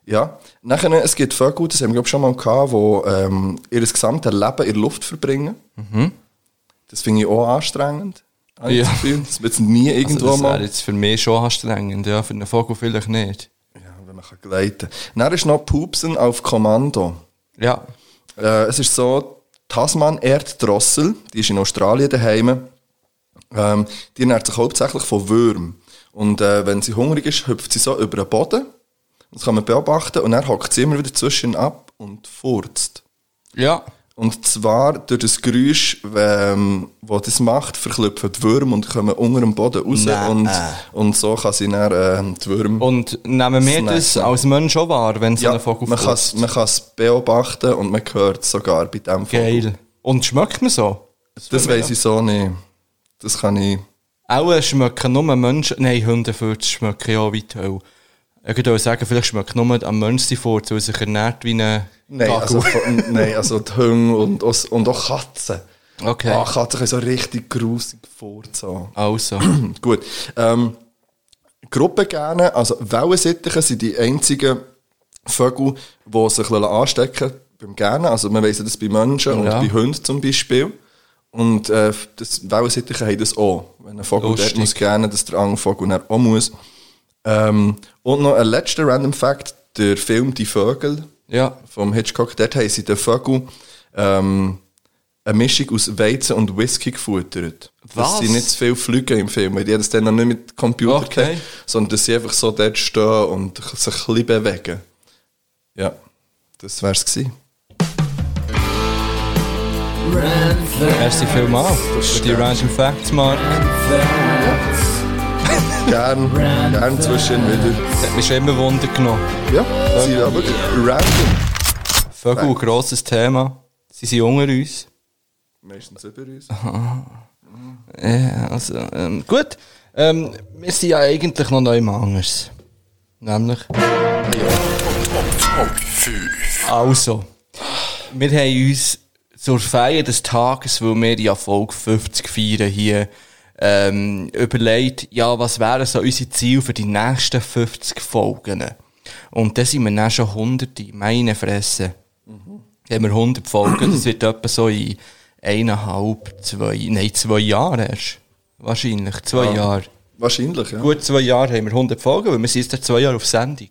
B: Ja. Nachher, es gibt Vögel, das haben wir glaub, ich, schon mal gehabt, die ähm, ihr gesamtes Leben in der Luft verbringen.
A: Mhm.
B: Das finde ich auch anstrengend. habe ich
A: Ja.
B: das Gefühl. Das wird nie irgendwo
A: also das wäre
B: mal.
A: jetzt für mich schon anstrengend, ja, für einen Vogel vielleicht nicht.
B: Gleiten. Dann ist noch Pupsen auf Kommando.
A: Ja.
B: Äh, es ist so, Tasman-Erddrossel, die ist in Australien daheim, ähm, die ernährt sich hauptsächlich von Würmern. Und äh, wenn sie hungrig ist, hüpft sie so über den Boden. Das kann man beobachten. Und dann hockt sie immer wieder zwischen ab und furzt.
A: Ja.
B: Und zwar durch das Geräusch, ähm, das das macht, verklüpfen die Würmer und kommen unter dem Boden raus.
A: Nein.
B: Und, und so kann sie dann ähm, die Würmer.
A: Und nehmen wir das als Mensch auch wahr, wenn so ein Vogel
B: man kann es
A: furzt?
B: man kann's beobachten und man hört es sogar bei diesem Vogel.
A: Geil. Und schmeckt man so?
B: Das, weiss ich so nicht. Das kann ich.
A: Auch äh, schmecken nur Menschen. Nein, Hundefurz schmecken ja wie toll. Ich würde auch sagen, vielleicht schmeckt nur am Mensch die Furz, weil er sich ernährt wie ein
B: Nein, also, nein, also die Hunde und, aus- und auch Katzen.
A: Okay.
B: Ah, Katzen können so richtig grusig vorzagen.
A: Also.
B: Gut. Ähm, Gruppen gerne, also Wellensittiche sind die einzigen Vögel, die sich anstecken lassen beim Gähnen. Also man weiss ja das bei Menschen und
A: Ja.
B: bei Hunden zum Beispiel. Und äh, das, Wellensittiche haben das auch. Wenn ein Vogel
A: Lustig.
B: dort muss gähnen, dass der andere Vogel dann auch muss. Ähm, und noch ein letzter Random Fact, der Film «Die Vögel»
A: ja.
B: vom Hitchcock, dort haben sie den Vögel ähm, eine Mischung aus Weizen und Whisky gefuttert.
A: Was?
B: Dass sie nicht zu viel fliegen im Film, weil die haben das dann noch nicht mit Computer
A: Okay.
B: gehabt, sondern dass sie einfach so dort stehen und sich ein bisschen bewegen. Ja, das wär's gewesen.
A: Merci vielmals für die Random Facts, Mark.
B: Gern, gern zwischen wieder.
A: Das hat mich schon immer Wunder genommen.
B: Ja, sie sind aber random.
A: Vögel, grosses Thema. Sie sind unter uns.
B: Meistens über uns.
A: Ja, also, ähm, gut. Ähm, wir sind ja eigentlich noch neu anders. Nämlich. Also, wir haben uns zur Feier des Tages, weil wir ja Folge 50 feiern hier, ähm, überlegt, ja, was wären so unsere Ziele für die nächsten 50 Folgen? Und da sind wir dann schon hunderte, meine Fresse. Haben wir 100 Folgen, das wird etwa so in eineinhalb, zwei, nein, zwei Jahren erst. Wahrscheinlich, zwei
B: Ja.
A: Jahre.
B: Wahrscheinlich, ja.
A: Gut zwei Jahre haben wir 100 Folgen, weil wir sind jetzt seit zwei Jahre auf Sendung.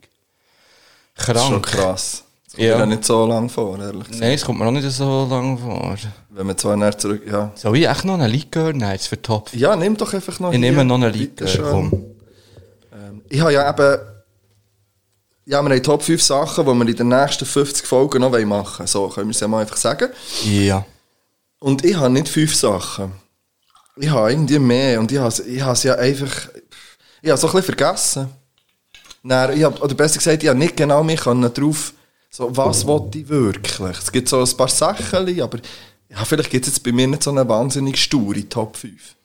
A: Krank.
B: Das ist schon krass. Das kommt
A: Ja.
B: mir auch nicht so lange vor, ehrlich gesagt.
A: Nein, es kommt mir auch nicht so lange vor.
B: Wenn wir zwei näher zurück, ja.
A: Soll ich echt noch einen Lied hören? Nein, jetzt für Top.
B: Ja, nimm doch einfach noch
A: Ich nehme
B: hier.
A: noch einen Lied.
B: Bitte schön.
A: Komm.
B: Ich habe ja eben. Ja, wir haben Top 5 Sachen, die wir in den nächsten 50 Folgen noch machen wollen. So können wir es ja mal einfach sagen.
A: Ja.
B: Und ich habe nicht fünf Sachen. Ich habe irgendwie mehr. Und ich habe, es- ich habe es ja einfach. Ich habe es so ein bisschen vergessen. Nein, ich habe, oder besser gesagt, ich habe nicht genau mich darauf. So, was wollte ich wirklich? Es gibt so ein paar Sachen, aber ja, vielleicht gibt es jetzt bei mir nicht so eine wahnsinnig sture Top 5.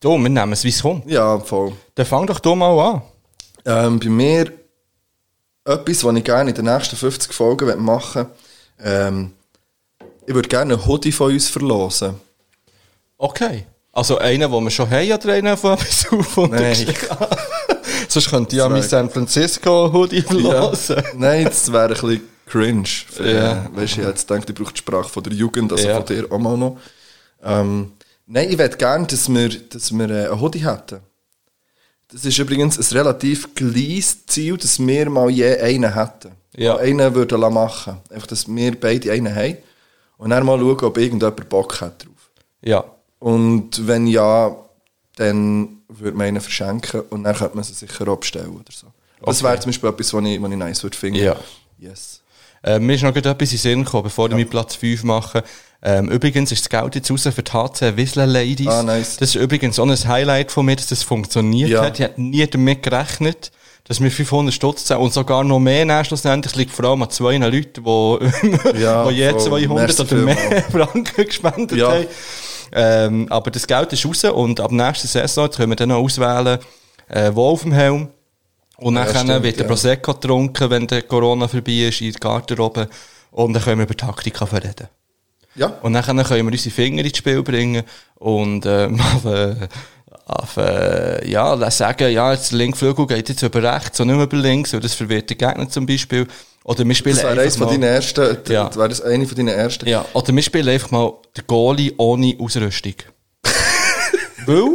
A: Du, wir nehmen es, wie es kommt.
B: Ja, voll.
A: Dann fang doch du mal an.
B: Ähm, bei mir etwas, was ich gerne in den nächsten 50 Folgen machen möchte. Ähm, ich würde gerne einen Hoodie von uns verlosen.
A: Okay. Also einen, den wir schon haben, oder einen von Besuch und
B: Nein.
A: Sonst könnte ich ja mein San Francisco-Hoodie verlassen.
B: Ja. Nein, das wäre ein bisschen cringe. Für,
A: Ja.
B: äh, Weißt du, ich hätte jetzt gedacht, ich brauche die Sprache von der Jugend, also
A: Ja.
B: von dir auch mal noch. Ähm, nein, ich würde gerne, dass wir, dass wir äh, einen Hoodie hätten. Das ist übrigens ein relativ kleines Ziel, dass wir mal je einen hätten.
A: Ja.
B: Mal Einen würden lassen machen. Einfach, dass wir beide einen haben. Und dann mal schauen, ob irgendjemand Bock hat drauf.
A: Ja.
B: Und wenn ja, dann würde man einen verschenken und dann könnte man sie sicher abstellen oder so. Das
A: Okay.
B: wäre zum Beispiel etwas, was ich, was ich nice würde finden.
A: Ja.
B: Yes.
A: Äh, mir ist noch gerade etwas in den Sinn gekommen, bevor ich meinen Platz 5 mache. Ähm, übrigens ist das Geld jetzt raus für die HC Whistler Ladies.
B: Ah, nice.
A: Das ist übrigens auch ein Highlight von mir, dass das funktioniert
B: Ja.
A: hat. Ich hätte nie damit gerechnet. dass wir 500 Stutz zahlen und sogar noch mehr nehmen schlussendlich. Es liegt vor allem an zwei Leuten, die,
B: Ja,
A: die je
B: voll.
A: 200
B: Merci
A: oder mehr
B: vielmals.
A: Franken gespendet
B: Ja.
A: haben. Ähm, aber das Geld ist raus und ab nächster Saison jetzt können wir dann noch auswählen, äh, wo auf dem Helm. Und
B: Ja,
A: dann
B: stimmt,
A: wird der
B: ja.
A: Prosecco getrunken, wenn der Corona vorbei ist, in der Garderobe. Und dann können wir über Taktik reden.
B: Ja.
A: Und dann können wir unsere Finger ins Spiel bringen und ähm, auf, äh, auf, äh, ja, dann sagen, ja, jetzt der linke Flügel geht jetzt über rechts und nicht mehr über links, weil das verwirrt den Gegner zum Beispiel. Oder wir spielen
B: Das wäre eines
A: einfach
B: von
A: mal,
B: deinen ersten,
A: Ja.
B: das wäre das eine von deinen ersten.
A: ja, oder wir spielen einfach mal den Goalie ohne Ausrüstung. weil,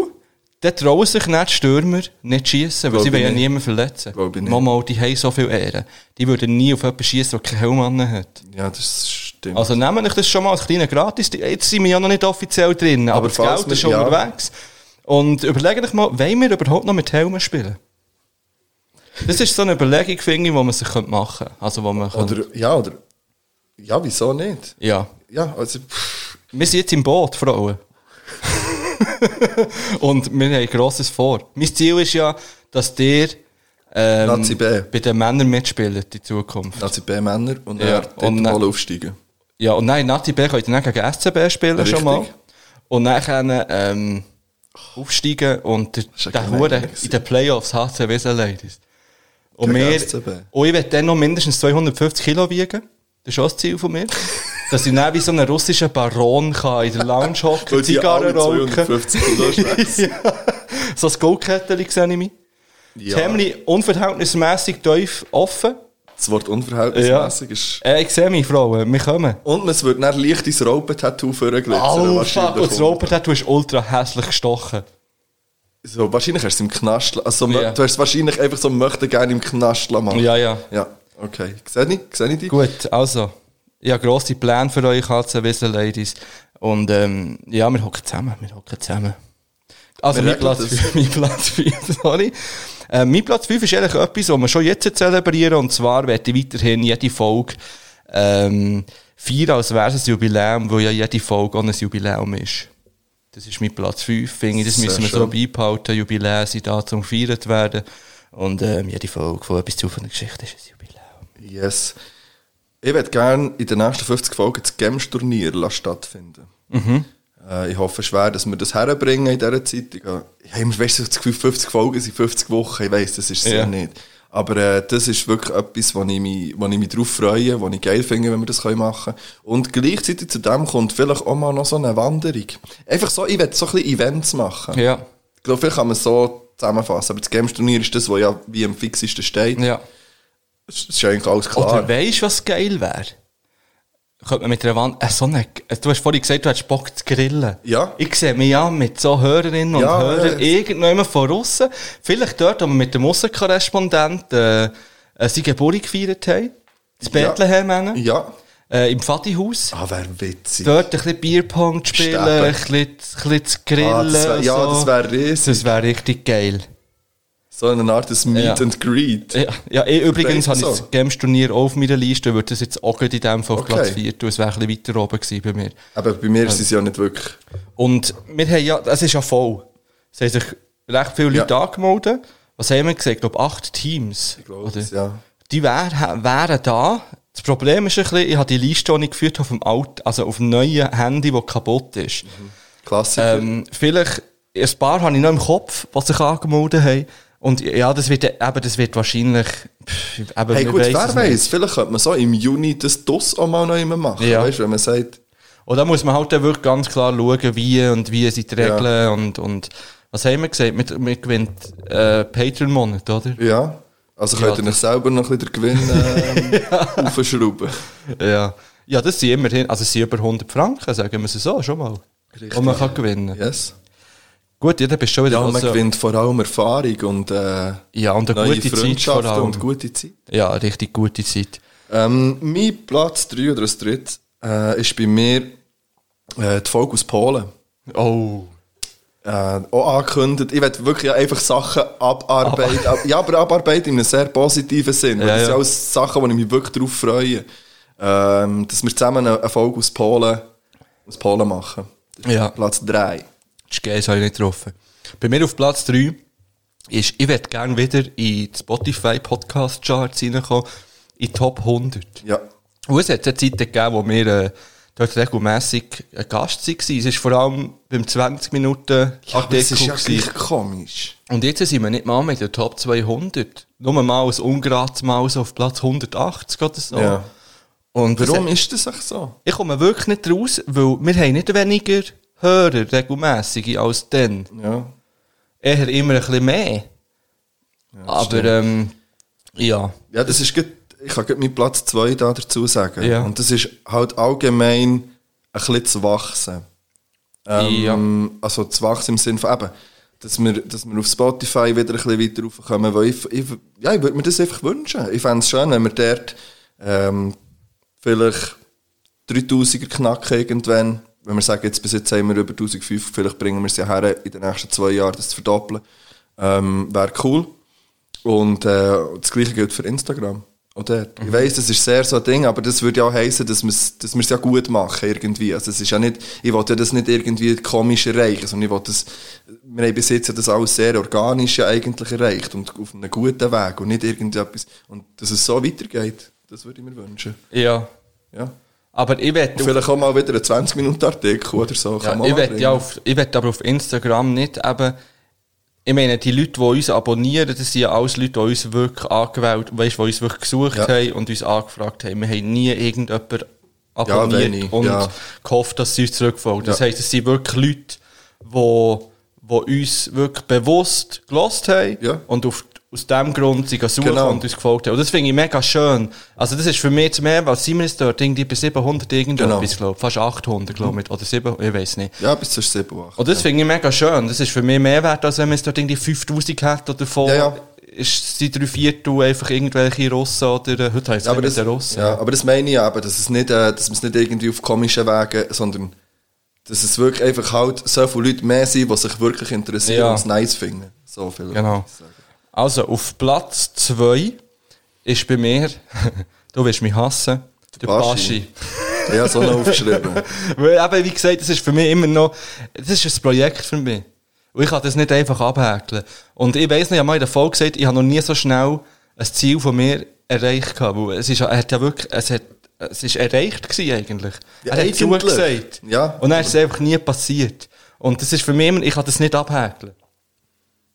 A: dann trauen sich nicht die Stürmer nicht schießen, weil
B: Glaub
A: sie
B: ich
A: wollen ja
B: nicht.
A: niemanden verletzen.
B: Glaub ich nicht.
A: Mama, die haben so viel Ehre. Die würden nie auf jemanden schießen, der keinen Helm an hat.
B: Ja, das stimmt.
A: Also nehmen ich das schon mal als kleiner Gratis. Jetzt sind wir ja noch nicht offiziell drin, aber,
B: Aber
A: das
B: falls
A: Geld
B: wir-
A: ist schon
B: ja.
A: unterwegs. Und überlegen euch mal, wollen wir überhaupt noch mit Helmen spielen? Das ist so eine Überlegung, finde ich, die man sich könnte machen könnte. Also, wo man könnte-
B: Oder, ja, oder, ja, wieso nicht?
A: ja.
B: Ja, also, pff,
A: Wir sind jetzt im Boot, Frauen. Und wir haben Grosses vor. Mein Ziel ist ja, dass ihr ähm,
B: Nazi B.
A: bei den Männern mitspielt in Zukunft.
B: Nazi B-Männer und
A: Ja,
B: ja, dann
A: und
B: dort
A: dann-
B: mal aufsteigen.
A: Ja, und nein, Nati B könnt ihr dann gegen SCB spielen
B: Richtig.
A: schon mal. Und dann können, ähm, aufsteigen und der, der
B: gemein
A: Hure
B: gewesen.
A: in den Playoffs HCW Ladies. Und
B: Gegen
A: wir,
B: SCB.
A: und ich werde dann noch mindestens 250 Kilo wiegen. Das ist auch das Ziel von mir. Dass ich dann wie so ein russischer Baron kann in der Lounge hocken,
B: Weil die alle
A: Zigarren rauchen.
B: 250 Kilo schwer
A: ja. So ein Goldkettchen sehe ich mich.
B: Ja.
A: Das Hemd unverhältnismäßig tief offen.
B: Das Wort unverhältnismäßig ist...
A: Äh, ich sehe mich, Frauen, wir kommen.
B: Und es wird dann leicht ins Raupen-Tattoo vorglitzern.
A: Oh, fuck,
B: wahrscheinlich.
A: und das Robert-Tattoo ist ultra hässlich gestochen.
B: so, wahrscheinlich hast du es im Knast... Also,
A: Ja.
B: Du hast es wahrscheinlich einfach so möchte gerne im Knast machen.
A: Ja, ja.
B: Ja, okay. Sehe ich, sehe ich dich?
A: Gut, also, ich habe grosse Pläne für euch als Wissen, Ladies. Und ähm, ja, wir hocken zusammen, wir hocken zusammen. Also,
B: Wir
A: mein
B: regeln
A: Platz,
B: das.
A: 5, mein Platz 5, sorry. Äh, mein Platz 5 ist eigentlich etwas, was wir schon jetzt zelebrieren. Und zwar werde ich weiterhin jede Folge ähm, feiern, als wäre es ein Jubiläum, weil ja jede Folge auch ein Jubiläum ist. Das ist mein Platz 5, finde ich. Das
B: Sehr
A: müssen wir
B: schön.
A: so beibehalten. Jubiläen sind da, zum feiern zu werden. Und ähm, jede Folge von etwas zu von der Geschichte ist ein Jubiläum.
B: Yes. Ich würde gerne in den nächsten 50 Folgen das Games-Turnier lassen stattfinden
A: Mhm.
B: Äh, ich hoffe schwer, dass wir das herbringen in dieser Zeit. Ich habe immer weißt du, das Gefühl, 50 Folgen sind 50 Wochen. Ich weiss, das ist es
A: Ja.
B: ja nicht. Aber äh, das ist wirklich etwas, wo ich, mich, wo ich mich drauf freue, wo ich geil finde, wenn wir das können machen können. Und gleichzeitig zu dem kommt vielleicht auch mal noch so eine Wanderung. Einfach so, ich will so ein bisschen Events machen.
A: Ja.
B: Ich glaube, vielleicht kann man es so zusammenfassen. Aber das Games-Turnier ist das, was ja wie am fixisten steht.
A: Ja.
B: Es ist eigentlich alles klar.
A: Oder weißt du, was geil wäre? Könnte man mit einer Wand. Äh, so eine, äh, du hast vorhin gesagt, du hättest Bock zu grillen.
B: Ja.
A: Ich sehe mich ja mit so Hörerinnen und
B: Ja, äh,
A: Hörern
B: ja.
A: irgendjemand von außen. Vielleicht dort, wo wir mit dem Aussenkorrespondenten äh, äh, seine Geburt gefeiert haben. Das
B: Ja.
A: Bethlehem hin.
B: Ja.
A: Äh, Im Fatihaus.
B: Ah, wäre witzig.
A: Dort ein bisschen Bierpong zu spielen,
B: Stäbe.
A: ein bisschen, ein bisschen zu grillen.
B: Ah, das wär-
A: und
B: ja,
A: so.
B: das wäre riesig.
A: Das wäre richtig geil.
B: So eine Art des Meet
A: Ja.
B: and Greet.
A: Ja, ja ich, übrigens habe
B: Denke
A: ich
B: so.
A: das Games-Turnier auch auf meiner Liste, würde das jetzt auch gerade in dem Fall auf
B: Okay.
A: Platz 4 tun. Es wäre ein bisschen weiter oben gewesen bei mir.
B: Aber bei mir
A: Also-
B: ist es ja nicht wirklich.
A: Und wir haben ja, es ist ja voll. Es haben sich recht viele Leute angemeldet. Was haben wir gesagt? Ich glaube, acht Teams. oder?
B: ja.
A: Die wären, wären da. Das Problem ist ein bisschen, ich habe die Liste, die ich geführt habe, auf dem, alten, also auf dem neuen Handy, das kaputt ist.
B: Mhm. Klassiker.
A: Ähm, vielleicht, ein paar habe ich noch im Kopf, die sich angemeldet haben. Und ja, das wird, eben, das wird wahrscheinlich... Pff, eben,
B: hey,
A: wir
B: gut,
A: wissen
B: wer
A: es
B: weiß,
A: nicht.
B: vielleicht könnte man so im Juni das DOS auch mal noch immer machen.
A: Ja.
B: Weißt du, wenn man sagt,
A: Und da muss man halt dann wirklich ganz klar schauen, wie und wie sind die Regeln
B: Ja.
A: und, und was haben wir gesagt? Wir, wir gewinnen äh, Patreon-Monat, oder?
B: ja, also
A: Ja,
B: könnt ihr euch
A: das-
B: selber noch ein bisschen den Gewinn ähm, aufschrauben.
A: Ja. Ja, das sind immerhin, also es sind über 100 Franken, sagen wir es so, schon mal.
B: Richtig.
A: Und man kann gewinnen.
B: Yes.
A: Gut, ja, dann bist du schon wieder
B: Ja, man
A: also-
B: gewinnt vor allem Erfahrung und, äh,
A: Ja, und eine
B: neue
A: gute Zeit
B: Freundschaften
A: vor allem.
B: und gute Zeit.
A: Ja, richtig gute Zeit.
B: Ähm, mein Platz 3 oder das dritte äh, ist bei mir äh, die Folge aus Polen.
A: Oh.
B: Äh, auch angekündigt. Ich will wirklich einfach Sachen abarbeiten. Ab ja, aber abarbeiten in einem sehr positiven Sinn. weil
A: Ja,
B: das sind
A: ja.
B: alles Sachen, wo ich mich wirklich darauf freue. Ähm, dass wir zusammen eine eine Folge aus Polen, aus Polen machen. Das ist
A: Ja.
B: Platz 3.
A: Das ist geil, das habe ich nicht getroffen. Bei mir auf Platz 3 ist, ich würde gerne wieder in die Spotify-Podcast-Charts reinkommen, in die Top 100.
B: Ja.
A: Und es hat eine Zeit gegeben, wo wir äh, dort regelmässig ein Gast waren. Es ist vor allem beim 20 Minuten
B: Ja, aber das ist ja
A: gewesen.
B: gleich komisch.
A: Und jetzt sind wir nicht mal mehr in der Top 200. Nur mal ein ungerades Mal so auf Platz 180 oder so.
B: Ja.
A: Und
B: Warum
A: das-
B: ist das echt so?
A: Ich komme wirklich nicht raus, weil wir haben nicht weniger Hörer, regelmässige, als dann.
B: Ja.
A: Eher immer ein bisschen mehr. Aber
B: stimmt.
A: ähm, ja.
B: Ja, das ist gut. Ich kann gut meinen Platz 2 da dazu sagen.
A: Ja.
B: Und das ist halt allgemein ein bisschen zu wachsen. Ähm, Also zu wachsen im Sinne von eben, dass wir, dass wir auf Spotify wieder ein bisschen weiter raufkommen, weil ich, ich, ja, ich würde mir das einfach wünschen. Ich fände es schön, wenn wir dort ähm, vielleicht 3000er knacken irgendwann. Wenn wir sagen, jetzt bis jetzt haben wir über 1500, vielleicht bringen wir es ja her, in den nächsten zwei Jahren das zu verdoppeln. Ähm, Wäre cool. Und äh, das Gleiche gilt für Instagram. Und dort.
A: Mhm.
B: Ich weiss, das ist sehr so ein Ding, aber das würde ja auch heissen, dass wir es dass wir's ja gut machen irgendwie. Also es ist ja nicht, ich wollte ja das nicht irgendwie komisch erreichen, sondern ich will das, wir haben bis jetzt ja das alles sehr organisch ja eigentlich erreicht und auf einem guten Weg und nicht irgendetwas. Und dass es so weitergeht, das würde ich mir wünschen.
A: Ja.
B: Ja.
A: Aber ich werde.
B: Und vielleicht auch mal wieder einen 20-Minuten-Artikel oder so.
A: Ja,
B: kann man
A: ich
B: mal
A: will ja
B: bringen.
A: auf, ich will aber auf Instagram nicht eben, ich meine, die Leute, die uns abonnieren, das sind ja alles Leute, die uns wirklich angewählt, weißt, die uns wirklich gesucht
B: Ja.
A: haben und uns angefragt haben. Wir haben nie irgendjemand
B: Ja,
A: abonniert
B: wenig,
A: und
B: ja.
A: gehofft, dass sie uns zurückfolgen. Das
B: Ja.
A: heisst, es sind wirklich Leute, die, die uns wirklich bewusst gelost haben und auf, aus diesem Grund sie suchen
B: Genau.
A: und uns gefolgt haben. Und das finde ich mega schön. Also das ist für mich jetzt mehr, was sind wir jetzt dort, irgendwie bei 700 irgendetwas,
B: Genau.
A: glaub, fast 800, glaube ich, oder 700, ich weiß nicht.
B: Mhm. Ja, bis zu 7 Uhr.
A: Und das finde ich mega schön. Das ist für mich mehr wert, als wenn man es dort irgendwie 5000 hat oder davon.
B: Ja, ja.
A: Ist die drei Viertel einfach irgendwelche Russen oder äh, heute heisst
B: Ja, aber,
A: es
B: das,
A: ja, Russen.
B: ja, aber das meine ich eben, dass, es nicht, äh, dass man es nicht irgendwie auf komischen Wegen, sondern dass es wirklich einfach halt so viele Leute mehr sind, die sich wirklich interessieren
A: Ja.
B: und es nice finden. So viel.
A: Genau. Also auf Platz 2 ist bei mir, du wirst mich hassen, der
B: Baschi.
A: Baschi.
B: Ich habe so noch aufgeschrieben.
A: Weil eben, wie gesagt, das ist für mich immer noch, das ist ein Projekt für mich. Und ich kann das nicht einfach abhäkeln. Und ich weiss nicht, ich habe mal in der Folge gesagt, ich habe noch nie so schnell ein Ziel von mir erreicht gehabt. Weil es ist, ja- er hat ja wirklich, es hat, es ist erreicht gewesen eigentlich.
B: Ja,
A: er hat
B: eigentlich.
A: zugesagt.
B: Ja.
A: Und dann ist es einfach nie passiert. Und das ist für mich immer, ich kann das nicht abhäkeln.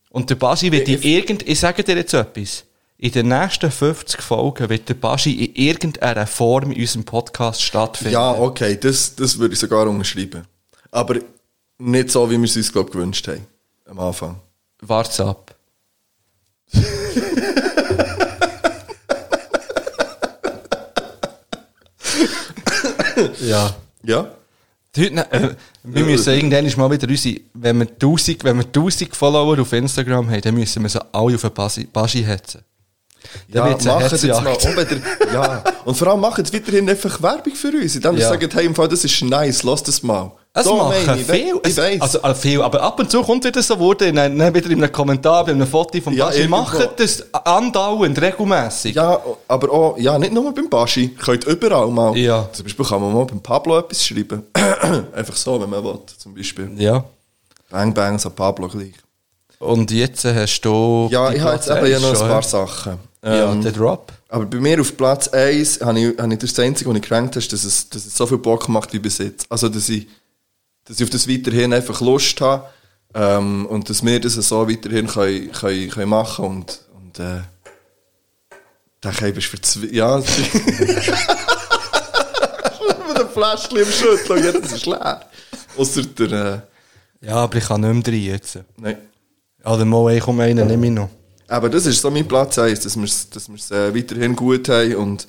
A: Und der Baschi wird in irgend, ich sage dir jetzt etwas. In den nächsten 50 Folgen wird der Baschi in irgendeiner Form in unserem Podcast stattfinden.
B: Ja, okay, das, das würde ich sogar unterschreiben. Aber nicht so, wie wir es uns, glaube ich, gewünscht haben. Am Anfang.
A: Wart's ab. ja.
B: Ja?
A: Heute, äh, wir müssen irgendwann ist mal wieder unsere, wenn wir 1000, wenn wir 1000 Follower auf Instagram haben, dann müssen wir sie alle auf den Basi- Baschi hetzen.
B: Ja,
A: wird's eine
B: macht jetzt mal
A: Hetzjagd.
B: unbedingt- ja. Und vor allem macht jetzt weiterhin einfach Werbung für uns. Indem ihr
A: Ja.
B: sagt, hey, im Fall, das ist nice, lass das mal.
A: Es
B: So
A: machen
B: meine ich, we-
A: viel.
B: Ich
A: Es,
B: weiss.
A: also äh, viel, aber ab und zu kommt wieder so Wort, in einem- dann wieder in einem Kommentar, bei einem Foto vom
B: Ja,
A: Baschi.
B: irgendwo.
A: Machen das andauernd, regelmässig.
B: Ja, aber auch, ja, nicht nur beim Baschi. Könnt überall mal.
A: Ja.
B: Zum Beispiel kann man mal beim Pablo etwas schreiben. Einfach so, wenn man will, zum Beispiel.
A: Ja.
B: Bang Bang, so Pablo gleich.
A: Und jetzt äh, hast du.
B: Ja,
A: die
B: ich habe jetzt
A: Platz
B: eben ja
A: eins
B: noch
A: schon,
B: ein
A: ja.
B: paar Sachen. Ähm,
A: Ja, der Drop.
B: Aber bei mir auf Platz 1 habe ich, habe ich das, das Einzige, was ich gerankt habe, ist, dass es, dass es so viel Bock macht wie bis jetzt. Also, dass ich, dass ich auf das weiterhin einfach Lust habe ähm, und dass wir das so weiterhin können, können, können machen und, und äh, der Keim ist verzweifelt. Ja, mit einem Fläschchen im Schüttel, ja, das ist leer. Ausser der... äh,
A: Ja, aber ich kann nicht mehr drehen jetzt.
B: Nein.
A: Oder mal, ich komme einen, nehme ich noch.
B: Äh, aber das ist so mein Platz 1, dass wir es dass wir's, äh, weiterhin gut haben und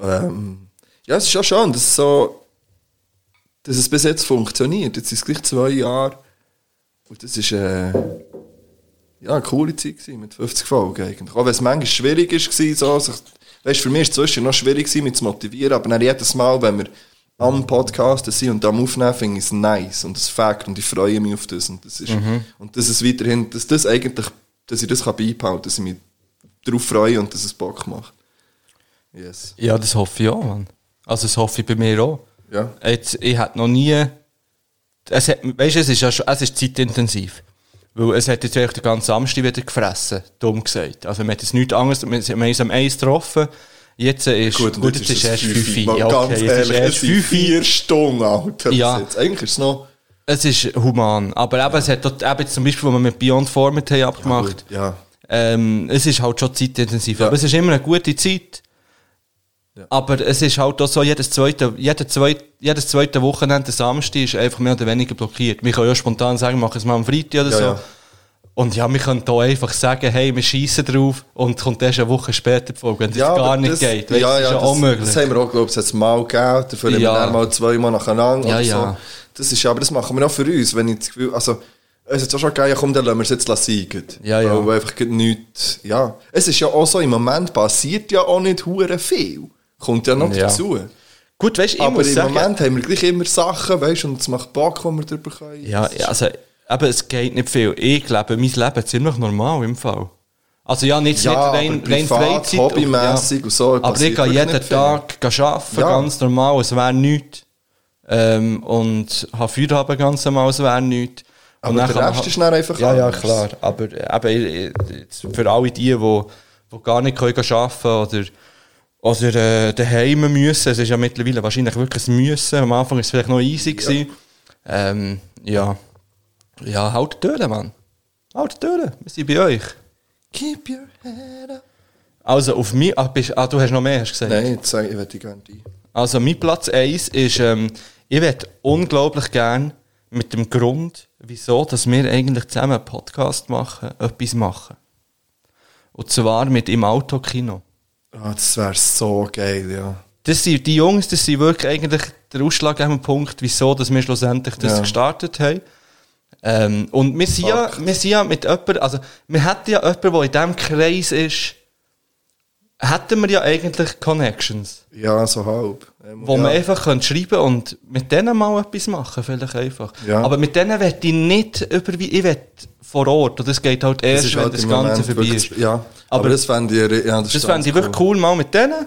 B: ähm, ja, es ist ja schön, dass es so dass es bis jetzt funktioniert. Jetzt sind es gleich zwei Jahre und das ist äh, ja, eine coole Zeit gewesen, mit 50 Folgen eigentlich. Auch wenn es manchmal schwierig war, so, sich, weißt, für mich war es zwischen noch schwierig, gewesen, mich zu motivieren, aber dann jedes Mal, wenn wir am Podcast sind und am Aufnehmen, finde ich es nice und es fängt und ich freue mich auf das und das ist
A: Mhm.
B: und dass es weiterhin, dass das eigentlich, dass ich das kann beibehalten kann, dass ich mich darauf freue und dass es Bock macht. Yes.
A: Ja, das hoffe ich auch, Mann. Also das hoffe ich bei mir auch.
B: Ja.
A: Jetzt, ich hatte noch nie... Es hat, weißt du, es ist ja schon, es ist zeitintensiv. Weil es hat jetzt eigentlich den ganzen Samstag wieder gefressen, dumm gesagt. Also man hat jetzt nichts anderes, wir wir haben uns am 1 getroffen, jetzt ist,
B: Gut,
A: gut,
B: und
A: gut
B: jetzt
A: jetzt ist
B: es
A: erst
B: fünf.
A: 5
B: Mal
A: Ja,
B: ganz
A: okay, jetzt ist
B: ehrlich,
A: erst
B: es sind
A: 5
B: vier Stunden, Alter. bis
A: Ja.
B: Jetzt. Eigentlich ist es noch...
A: Es ist human. Aber eben, es hat dort, eben jetzt zum Beispiel, wo wir mit Beyond Format haben abgemacht
B: Ja, gut, ja.
A: Ähm, es ist halt schon zeitintensiv. Aber es ist immer eine gute Zeit. Aber es ist halt auch so, jedes zweite, jede zweite, jedes zweite Wochenende, Samstag, ist einfach mehr oder weniger blockiert. Wir können ja spontan sagen, machen es mal am Freitag oder
B: Ja,
A: so.
B: ja.
A: Und ja, wir können hier einfach sagen, hey, wir schießen drauf und kommt erst eine Woche später die Folge, wenn das
B: aber
A: gar nicht geht. Weißt,
B: ja,
A: das
B: ja,
A: ist ja
B: das,
A: unmöglich.
B: das haben wir auch, glaube ich, jetzt mal gegeben. Dafür haben
A: Ja.
B: wir dann mal zweimal nacheinander.
A: Ja,
B: oder
A: ja.
B: So. Das ist, aber das machen wir auch für uns, wenn ich das Gefühl... Also, es ist auch schon geil, ja, komm, dann lassen wir es jetzt siegen. Ja, ja. Weil einfach gerade nichts... Ja. Es ist ja auch so, im Moment passiert ja auch nicht hure viel. Kommt ja noch
A: Ja.
B: dazu.
A: Gut, weißt, ich
B: Aber
A: muss
B: im
A: sagen-
B: Moment haben wir gleich immer Sachen, weißt und es macht Bock, wenn wir darüber können.
A: Ja, ja, also, aber es geht nicht viel. Ich lebe mein Leben ziemlich normal im Fall. Also ja, nicht,
B: Ja, aber
A: nicht rein, rein
B: privat,
A: Freizeit.
B: hobbymässig und so,
A: Aber ich
B: passiert
A: gehe
B: wirklich
A: jeden
B: nicht viel.
A: Tag gehen arbeiten,
B: Ja.
A: ganz normal, es wäre nichts. Ähm, und habe Feierabend ganz normal, es wäre nichts. und
B: Aber der
A: dann kann man
B: Rest
A: halt-
B: ist dann einfach
A: Ja, ja,
B: anders.
A: klar. Aber äh, eben, ich- jetzt für alle die, die, die gar nicht können gehen arbeiten können oder, oder äh, daheim müssen, es ist ja mittlerweile wahrscheinlich wirklich ein Müssen. Am Anfang war es vielleicht noch easy. Gewesen. Ähm, ja. ja, halt die Türen, Mann. Halt die Türen. Wir sind bei euch.
B: Keep your head up.
A: Also auf mir... Ah, bist, ah, du hast noch mehr hast du gesagt?
B: Nein, jetzt sage ich, ich würde gerne die.
A: Also mein Platz 1 ist, ähm, ich würde unglaublich gern mit dem Grund, wieso dass wir eigentlich zusammen einen Podcast machen, etwas machen. Und zwar mit im Autokino.
B: Ah, das wäre so geil, ja.
A: Das sind, die Jungs, das sind wirklich eigentlich der ausschlaggebende Punkt, wieso dass wir schlussendlich das
B: Ja.
A: gestartet haben. Ähm, und wir sind, ja, wir sind ja mit jemandem, also wir hätten ja jemanden, der in diesem Kreis ist, hätten wir ja eigentlich Connections.
B: Ja, so halb. Ähm,
A: wo
B: ja.
A: man eh einfach könnte schreiben und mit denen mal etwas machen, vielleicht einfach.
B: Ja.
A: Aber mit denen werde ich nicht über wie ich will vor Ort. Und das geht halt
B: Das
A: erst,
B: ist
A: wenn
B: halt
A: das
B: im
A: Ganze
B: Moment
A: vorbei
B: wirklich-
A: ist.
B: Ja, aber, das fände ich, ja, das
A: das
B: ist ganz
A: fände ich wirklich cool, mal mit denen.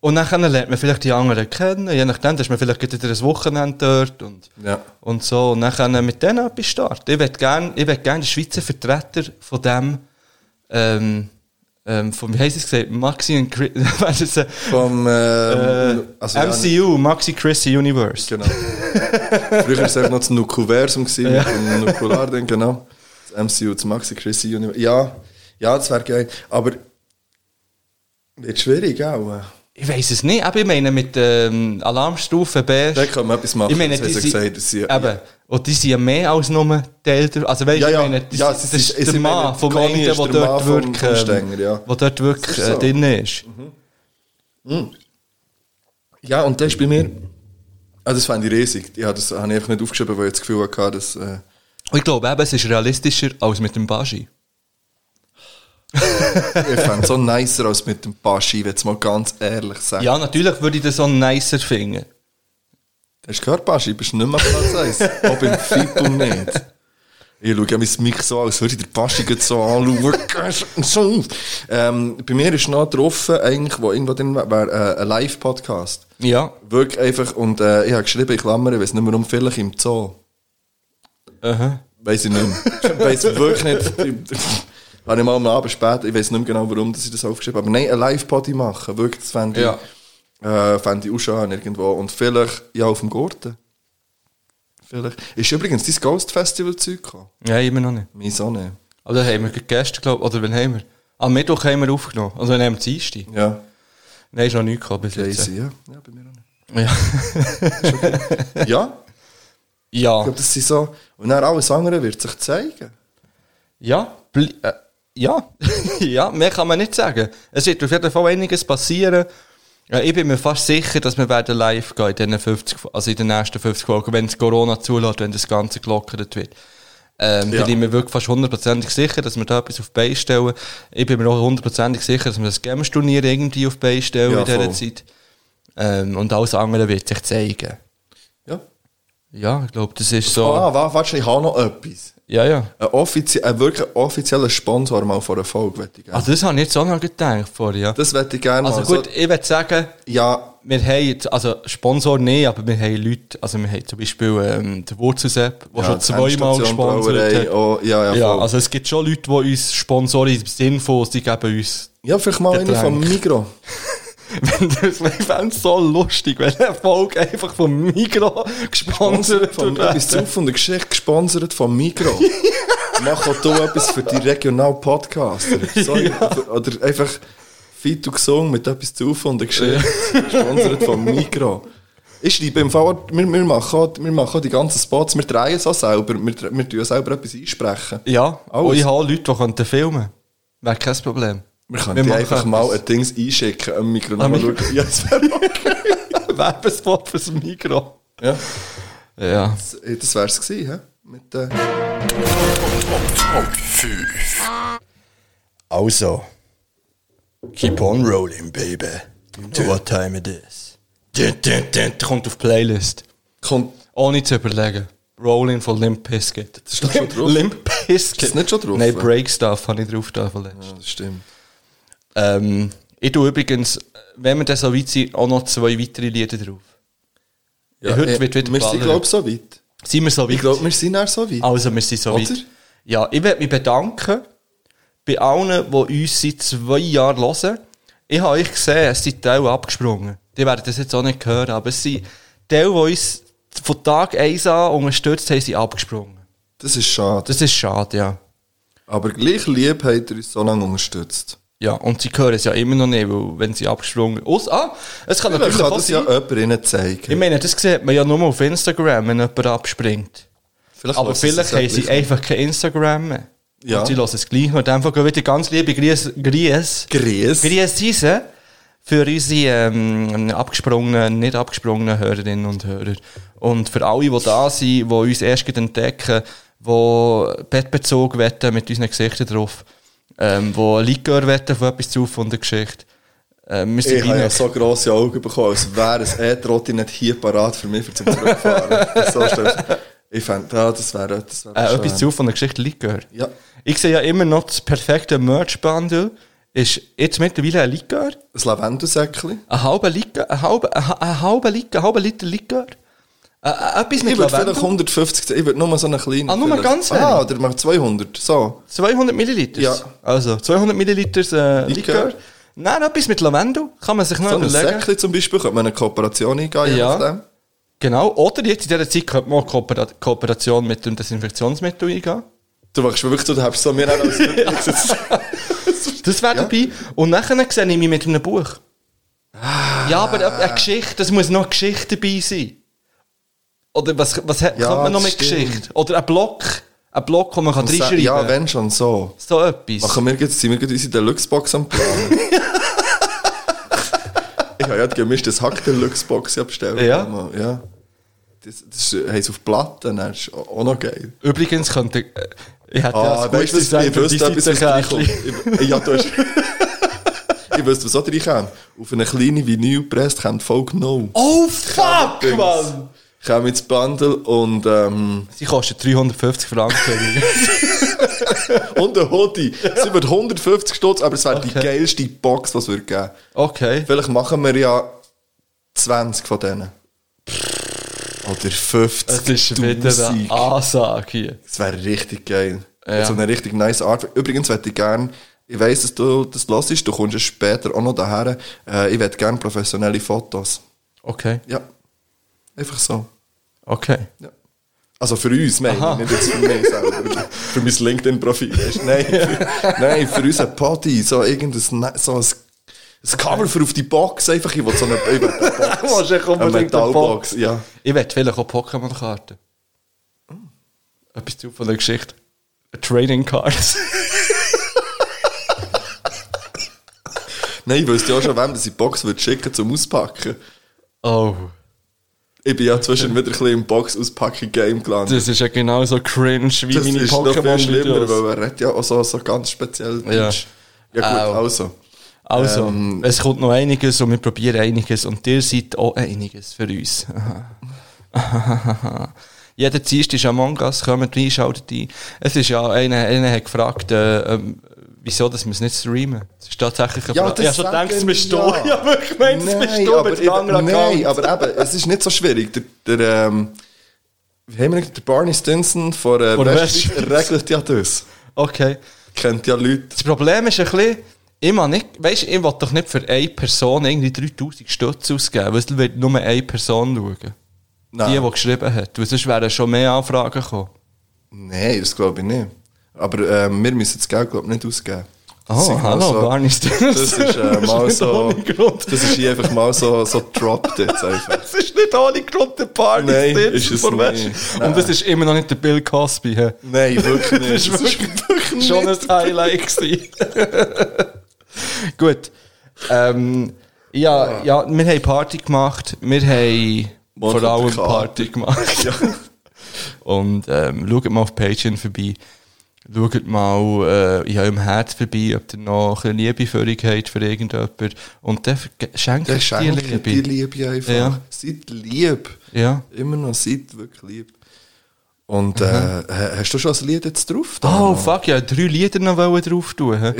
A: Und dann lernt man vielleicht die anderen kennen. Je nachdem, dass man vielleicht gerade wieder ein Wochenende dort und,
B: Ja.
A: und so. Und dann mit denen etwas starten. Ich würde gerne gern den Schweizer Vertreter von dem, ähm, ähm, von, wie heisst es gesagt, Maxi und Chris, äh, weißt du, so-
B: Vom, ähm,
A: äh,
B: also ja,
A: MCU, Maxi Chrissy Universe.
B: Genau. Früher war es einfach noch das Nukuversum gewesen,
A: Ja.
B: mit dem Nukularding, genau. Das MCU, das Maxi Chrissy Universe. Ja, ja, das wäre geil. Aber wird schwierig auch. äh.
A: Ich weiß es nicht, aber ich meine mit ähm, Alarmstufe B.
B: Da können wir etwas machen,
A: Ich meine,
B: das
A: die
B: haben sie
A: sind,
B: gesagt, dass sie-
A: eben, und die sind ja mehr als nur Teil der, also weißt du,
B: Ja, ja.
A: ich meine, das,
B: Ja,
A: das
B: es
A: ist,
B: ist-
A: der
B: es ist-
A: Mann
B: ich meine,
A: vom
B: Conny
A: einen, der
B: ist der
A: dort
B: Mann vom-
A: wirklich,
B: vom
A: ähm,
B: Stenger, ja.
A: wo dort wirklich
B: Das ist so.
A: äh,
B: Mhm.
A: drin ist.
B: Ja, und das ist bei mir. Ah, das fände ich riesig. Ja, das habe ich einfach nicht aufgeschrieben, weil ich das Gefühl hatte, dass. Äh,
A: Und ich glaube eben, es ist realistischer als mit dem Baschi.
B: ich fände es so nicer als mit dem Paschi, wenn ich es mal ganz ehrlich sagen.
A: Ja, natürlich würde ich das so nicer finden.
B: Hast du gehört, Baschi? Bist du nicht mehr Platz 1? Ob im Fippo nicht. Ich schaue ja mein Mic so an, als würde ich den Baschi gerade so anschauen. ähm, bei mir ist noch getroffen, eigentlich, wo irgendwo drin wäre, äh, ein Live-Podcast.
A: Ja.
B: Wirklich einfach, und äh, ich habe geschrieben, ich klammere, ich weiß nicht mehr um, vielleicht im Zoo.
A: Aha.
B: Weiß ich nicht mehr. Ich weiß wirklich nicht. Ich- Habe ich mal am Abend spät, ich weiß nicht mehr genau, warum dass ich das aufgeschrieben habe. Aber nein, ein Live-Party machen, wirklich, das fände ich,
A: Ja.
B: äh, fände ich auch schön irgendwo. Und vielleicht, ja, auf dem Gurten. Vielleicht. Ist übrigens dein Ghost-Festival-Zeug gekommen?
A: Ja, immer noch nicht.
B: Meine Sonne.
A: Aber das haben wir gestern, glaube ich, oder wann haben wir? Am Mittwoch haben wir aufgenommen, also dann haben wir Dienstag.
B: Ja.
A: Nein, ist noch nichts gekommen bis jetzt.
B: Crazy, ja. Ja, bei mir auch
A: Ja.
B: nicht. Ja?
A: Ja.
B: Ich glaube, das sind so... Und dann alles andere wird sich zeigen.
A: Ja, bli- äh, ja, ja, mehr kann man nicht sagen. Es wird auf jeden Fall einiges passieren. Ja, ich bin mir fast sicher, dass wir werden live gehen in, diesen 50, Fo- also in den nächsten 50 Folgen, wenn es Corona zulässt, wenn das Ganze gelockert wird. Ähm,
B: Ja.
A: Bin ich mir wirklich fast hundertprozentig sicher, dass wir da etwas auf die Beine stellen. Ich bin mir auch hundertprozentig sicher, dass wir das Games-Turnier irgendwie auf die Beine stellen
B: Ja,
A: in dieser
B: voll.
A: Zeit. Ähm, und alles andere wird sich zeigen.
B: Ja.
A: Ja, ich glaube, das ist so.
B: Ah, wa- warte, ich habe noch etwas.
A: Ja, ja.
B: Ein, offizie ein wirklich offizieller Sponsor mal vor der
A: Ah,
B: Folge, möchte ich gerne.
A: Also das habe ich jetzt auch noch gedacht vorher. Ja.
B: Das möchte ich gerne
A: Also
B: mal.
A: gut,
B: So-
A: ich würde sagen,
B: ja,
A: wir haben jetzt, also Sponsor nicht, aber wir haben Leute, also wir haben zum Beispiel ähm, den Wurzelsepp, der
B: Ja,
A: schon
B: die
A: zweimal
B: Endstation
A: gesponsert
B: Brauerei,
A: hat.
B: oh, ja, ja, voll.
A: also es gibt schon Leute, die uns sponsoren im Sinne von, sie geben uns
B: Ja, vielleicht mal einer vom Migro.
A: Wenn du- ich fände es so lustig, wenn eine Folge einfach vom Migro gesponsert
B: Von,
A: wird.
B: etwas zu von der Geschichte gesponsert vom Migro. Mach auch du etwas für die regionalen Podcaster. So, Oder einfach fit und gesungen mit etwas zu von der Geschichte. Gesponsert vom Migro. Ich schreibe im Fall, wir, wir, machen auch, wir machen auch die ganzen Spots, wir drehen es auch selber, wir, wir tun selber etwas einsprechen.
A: Ja,
B: Alles.
A: und ich habe Leute, die könnten filmen Wäre kein Problem.
B: Wir können die
A: machen etwas.
B: einfach mal ein Dings einschicken am Mikro.
A: Ah,
B: Mal
A: Mikro.
B: schauen. Ja, das wäre okay.
A: Werbespot fürs Mikro.
B: Ja.
A: Ja.
B: Das, das wäre es gewesen, hä? Mit, äh
H: Also, keep on rolling, baby. You know what time it is.
A: Dun, dun, dun, kommt auf die Playlist.
B: Kommt.
A: Ohne zu überlegen. Rolling von Limp Bizkit. Das
B: doch schon drauf.
A: Limp Bizkit.
B: Ist das nicht schon drauf?
A: Nein, Break Stuff habe ich drauf da verletzt.
B: Ja, das stimmt.
A: Ähm, ich tue übrigens, wenn wir dann so weit sind, auch noch zwei weitere Lieder drauf.
B: Ja,
A: heute
B: äh,
A: wird wieder
B: wir sind,
A: geballert.
B: glaub ich, so weit.
A: Sind wir so weit?
B: Ich glaube, wir sind auch so weit.
A: Also, wir sind so
B: Oder?
A: weit. Ja, ich möchte mich bedanken bei allen, die uns seit zwei Jahren hören. Ich habe euch gesehen, es sind Teile abgesprungen. Die werden das jetzt auch nicht hören, aber es sind Teile, die uns von Tag 1 an unterstützt haben, sind abgesprungen.
B: Das ist schade.
A: Das ist schade, ja.
B: Aber gleich lieb hat er uns so lange unterstützt.
A: Ja, und sie hören es ja immer noch nicht, weil wenn sie abgesprungen sind. Ah, es kann
B: Vielleicht
A: natürlich
B: kann
A: auch
B: das ja
A: sein.
B: jemand ihnen zeigen.
A: Ich meine, das sieht man ja nur auf Instagram, wenn jemand abspringt.
B: Vielleicht
A: Aber
B: hören sie
A: vielleicht
B: es ja
A: haben sie
B: gleich.
A: einfach kein Instagram mehr.
B: Ja.
A: Und sie lassen es gleich. Und einfach wieder ganz liebe Grüße. Grüße.
B: Grüße.
A: Grüße für unsere ähm, abgesprungenen, nicht abgesprungenen Hörerinnen und Hörer. Und für alle, die da sind, die uns erst gerade entdecken, die bettbezogen werden mit unseren Gesichtern drauf, ähm, die Likör werden von etwas zu von der Geschichte. Ähm, wir sind
B: Ich habe ja
A: reingekommen.
B: so grosse Augen bekommen, als wäre es E-Trotti nicht hier parat für mich, für zum Zurückfahren. so stellst du- ich fand, ah, das wäre das wäre
A: Äh,
B: schön.
A: etwas zu von der Geschichte Likör.
B: Ja.
A: Ich sehe ja immer noch das perfekte Merch-Bundle. Ist jetzt mittlerweile ein Likör.
B: Ein Lavendelsäckchen.
A: Ein halber Likör, ein halber, ein ha- ein halber Likör, ein halber Liter Likör. Äh, äh, etwas mit
B: Ich würde vielleicht
A: Lavendel.
B: 150, ich würde nur so eine kleine.
A: Ah, nur
B: vielleicht.
A: ganz
B: Ah,
A: wenig?
B: oder mal 200, so.
A: 200 Milliliter.
B: Ja.
A: Also 200 Milliliter äh, Likör.
B: Likör.
A: Nein, etwas mit Lavendel. Kann man sich noch
B: So ein
A: überlegen.
B: Säckchen zum Beispiel, könnte man eine Kooperation eingehen, je nachdem.
A: Ja. Genau. Oder jetzt in dieser Zeit könnte man auch Koopera Kooperation mit dem Desinfektionsmittel eingehen.
B: Du machst mir wirklich so, du hast so mir auch als
A: Das wäre dabei. Und nachher sehe ich mich mit einem Buch. Ja, aber eine eine Geschichte, das muss noch eine Geschichte dabei sein. Oder was, was hat,
B: Ja,
A: kommt man noch
B: das
A: mit
B: stimmt.
A: Geschichte? Oder ein Block, ein Block, den man kann
B: Und sa-
A: reinschreiben
B: Ja, wenn schon, so.
A: So etwas.
B: Machen wir jetzt, sind wir gerade unsere Deluxe-Box am Planen. ich habe ja die gemischtes Hack-Deluxe-Box ja bestellt.
A: Ja.
B: Mann, ja. Das, das ist- haben sie auf Platten, das ist auch noch geil.
A: Übrigens könnte... äh, Ich hätte ja
B: Ah,
A: das
B: weißt du,
A: Gute
B: was- ich
A: gesagt,
B: wüsste etwas, was
A: Visitenkärtchen.
B: reinkommt. Ich- Ja, du hast... Ich wüsste, was auch reinkommt. Auf eine kleine Vinylpresse kommt Folk No.
A: Oh, fuck, Mann!
B: Kommen ins Bundle und... Ähm,
A: Sie kostet 350 Franken.
B: und ein Hoodie. Es wird 150 Stutz, aber es wäre die geilste Box, die es würde geben.
A: Okay.
B: Vielleicht machen wir ja 20 von denen. Oder 50.
A: Das ist wieder eine Ansage hier.
B: Das wäre richtig geil.
A: Ja.
B: So eine richtig nice Art. Übrigens hätte ich gerne, ich weiss, dass du das hörst, du kommst ja später auch noch daher. Äh, ich hätte gerne professionelle Fotos.
A: Okay.
B: Ja. Einfach so.
A: Okay.
B: Also für uns, meine
A: Aha.
B: ich, nicht jetzt für mich selber. für mein LinkedIn-Profil. weisst du? Nein, für, nein, für unseren Body. So irgendein, ne- so ein, ein Cover für auf die Box. Einfach, ich will so eine, ich will eine Box.
A: Willst du echt unbedingt eine
B: eine Metallbox.
A: Box?
B: Ja.
A: Ich werde vielleicht auch Pokémon-Karten.
B: Oh.
A: Etwas zu von der Geschichte. Trading Cards.
B: Nein, ich wüsste ja schon, wem diese Box wird schicken zum Auspacken.
A: Oh.
B: Ich bin ja zwischen wieder ein bisschen im Box-Auspacken-Game gelandet.
A: Das ist ja genauso cringe wie
B: Das
A: meine
B: ist noch viel schlimmer,
A: Pokémon-Videos.
B: weil er redet ja auch so, so ganz speziell.
A: Ja.
B: Deutsch. ja gut,
A: Au.
B: also.
A: Also,
B: Ähm,
A: es kommt noch einiges und wir probieren einiges und ihr seid auch einiges für uns. Aha. Jeder Dienst ist Among Us, kommt rein, schaltet ein. Es ist ja, einer, einer hat gefragt, äh, ähm, Wieso, dass wir es nicht streamen? Es ist tatsächlich
B: Ja, das
A: Ich habe schon
B: sagen
A: gedacht, es bestohlen.
B: ja.
A: Ja, aber ich meine, es
B: Nein,
A: bestohlen
B: aber,
A: mit dem
B: eben,
A: anderen
B: nein,
A: Account.
B: aber eben, es ist nicht so schwierig. Der, der, ähm, wie haben wir nicht? Der Barney Stinson von äh,
A: Von
B: Westschweiz
A: Westschweiz.
B: regelt ja das.
A: Okay.
B: Kennt ja Leute.
A: Das Problem ist ein bisschen, ich, mag nicht, weißt, ich will doch nicht für eine Person irgendwie 3000 Stutz ausgeben, weil es wird nur eine Person schauen.
B: Nein.
A: Die, die geschrieben hat. Weil sonst wären Dus schon mehr Anfragen gekommen.
B: Nein, das glaube ich nicht. Aber ähm, wir müssen das Geld glaube ich, nicht ausgeben. Das
A: Oh,
B: ist mal
A: hallo, Barney Stinson.
B: Das ist äh,
A: Das ist
B: mal
A: nicht
B: so.
A: ohne Grund.
B: Das ist hier einfach mal so, so dropped jetzt einfach.
A: Es ist nicht ohne Grund der Party
B: Nein,
A: Stinson
B: ist es
A: von
B: nicht.
A: West-
B: Nein.
A: Und es ist immer noch nicht der Bill Cosby. hä?
B: Nein, wirklich nicht.
A: das ist wirklich, schon ein Highlight gewesen. Gut. Ähm, ja, ja, wir haben Party gemacht. Wir haben vor allem Party gemacht. Und ähm, schaut mal auf Patreon vorbei. Schaut mal äh, in eurem Herz vorbei, ob ihr noch eine Liebeführung habt für irgendjemanden. Und dann verge- schenkt
B: Der
A: euch die
B: schenkt
A: Liebe.
B: die Liebe einfach.
A: Ja.
B: Seid lieb.
A: Ja.
B: Immer noch seid wirklich lieb. Und äh,
A: Mhm.
B: ha- hast du schon ein Lied jetzt drauf?
A: Oh, fuck, ja, drei Lieder noch wollen drauf tun. hä?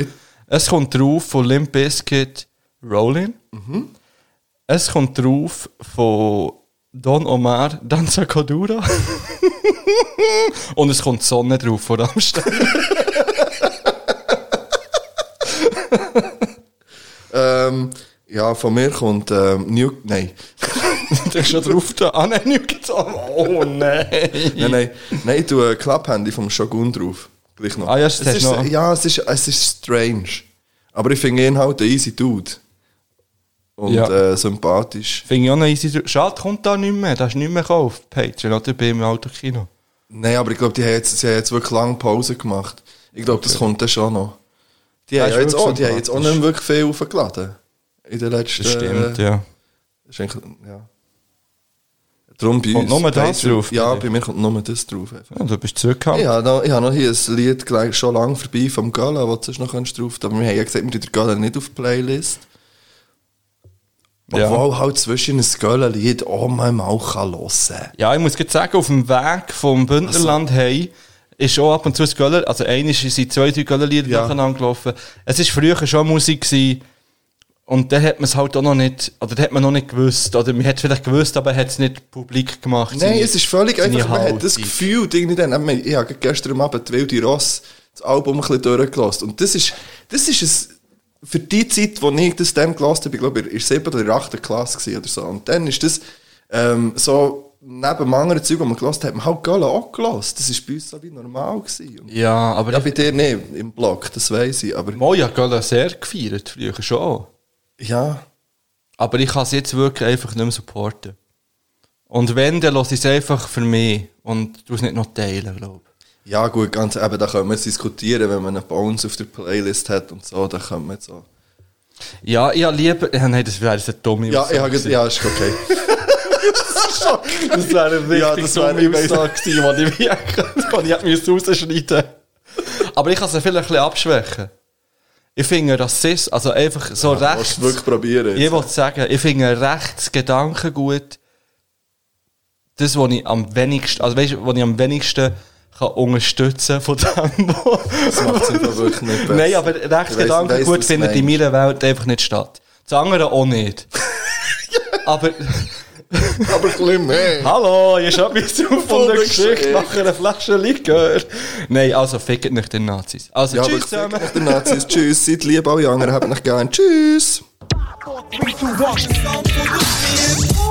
A: Es kommt drauf von Limp Bizkit Rollin. Es kommt drauf von Don Omar Danza Codura. Und es kommt Sonne drauf von Amsterdam.
B: Ähm, ja, von mir kommt ähm, New... Nein.
A: du hast schon drauf da. Ah, nein, New Oh, nein.
B: nein, nein. Nein, ich tue ein Clubhandy vom Shogun drauf. Gleich noch.
A: Ah, ja, das
B: es
A: hast
B: ist,
A: du noch.
B: Ja, es ist, es ist strange. Aber ich finde ihn halt ein easy Dude. Und
A: Ja.
B: äh, sympathisch.
A: Finde ich auch noch easy. Schade, kommt da nicht mehr. Das ist nicht mehr gekauft. Patreon oder beim Autokino.
B: Nein, aber ich glaube, die haben jetzt, sie haben jetzt wirklich lange Pause gemacht. Ich glaube, das kommt dann schon noch. Die,
A: Das
B: haben,
A: ist
B: ja jetzt
A: wirklich
B: auch, die haben jetzt auch nicht mehr wirklich viel aufgeladen. In den letzten... äh,
A: Das stimmt, ja.
B: Ist eigentlich, ja. Darum bei
A: Kommt
B: uns.
A: nur das
B: Patreon-
A: drauf,
B: Ja,
A: bei dir?
B: bei mir kommt nur das drauf. Einfach.
A: Ja, du bist zurückgekommen.
B: Ich habe noch, ich habe noch hier ein Lied gleich schon lange vorbei vom Gala, was du sonst noch kannst drauf tun. Aber wir haben ja gesagt, wir tun den Gala nicht auf die Playlist.
A: Ja.
B: Obwohl halt zwischen ein Gala-Lied auch mal mal kann hören kann.
A: Ja, ich muss gerade sagen, auf dem Weg vom Bündnerland hey ist auch ab und zu ein Göller, also eines sind zwei, drei Göllerlieder
B: Ja.
A: nacheinander gelaufen. Es war früher schon Musik gewesen, und dann hat man es halt auch noch nicht, oder dann hat man noch nicht gewusst, oder man hat es vielleicht gewusst, aber hat es nicht publik gemacht.
B: Nein,
A: seine-
B: es ist völlig
A: seine
B: einfach, man
A: Haltung.
B: hat das Gefühl, irgendwie dann, ich meine, ich habe gestern Abend die Wilde Ross das Album ein bisschen durchgelassen. Und das ist, das ist es, für die Zeit, wo ich das dann gelassen habe, ich glaube, in der 7. oder 8. Klasse gewesen oder so. Und dann ist das ähm, so, neben anderen Zeug, die man gelassen hat, hat man halt Gala auch gelassen. Das war bei uns so wie normal. Gewesen. Und
A: Ja, aber...
B: ja, bei dir nicht, im Blog, das weiss ich, aber...
A: Moja Göller sehr gefeiert, früher schon.
B: Ja.
A: Aber ich kann es jetzt wirklich einfach nicht mehr supporten. Und wenn, dann lasse ich es einfach für mich und du es nicht noch teilen, glaube
B: Ja, gut, ganz eben, da können wir jetzt diskutieren, wenn man einen Bones auf der Playlist hat und so, dann können wir jetzt auch...
A: ich. Ja, ich habe lieber... Ja, nein, das wäre jetzt eine dumme
B: Ja, ich habe
A: gewesen.
B: ge- ja, ist okay.
A: Das wäre eine
B: Ja,
A: richtig
B: das
A: dumme
B: wäre- ich weiss-
A: Aussage gewesen, die ich wirklich ich hätte müssen rausschneiden Aber ich kann sie vielleicht ein bisschen abschwächen. Ich finde Rassist, also einfach so
B: Ja,
A: rechts...
B: willst du wirklich probieren jetzt?
A: Ich wollte sagen, ich finde rechts Gedankengut das, was ich am wenigsten, also weißt, was ich am wenigsten kann unterstützen von dem, wo...
B: Das macht es einfach wirklich nicht besser.
A: Nein, aber rechts
B: Ich weiss- weiss,
A: Gedankengut
B: was
A: findet
B: du
A: in
B: meinst.
A: meiner Welt einfach nicht statt. Das andere auch nicht. aber...
B: Aber ein bisschen mehr.
A: Hallo, ihr schaut mich zu von der
B: Geschichte.
A: Geschichte nach einer Flasche Likör. Nein, also fickt nicht den Nazis. Also
B: Ja, aber
A: tschüss
B: ich sag
A: zusammen.
B: nach den Nazis, tschüss, seid lieb alle anderen, habt mich gern, tschüss.
U: Three, two, one.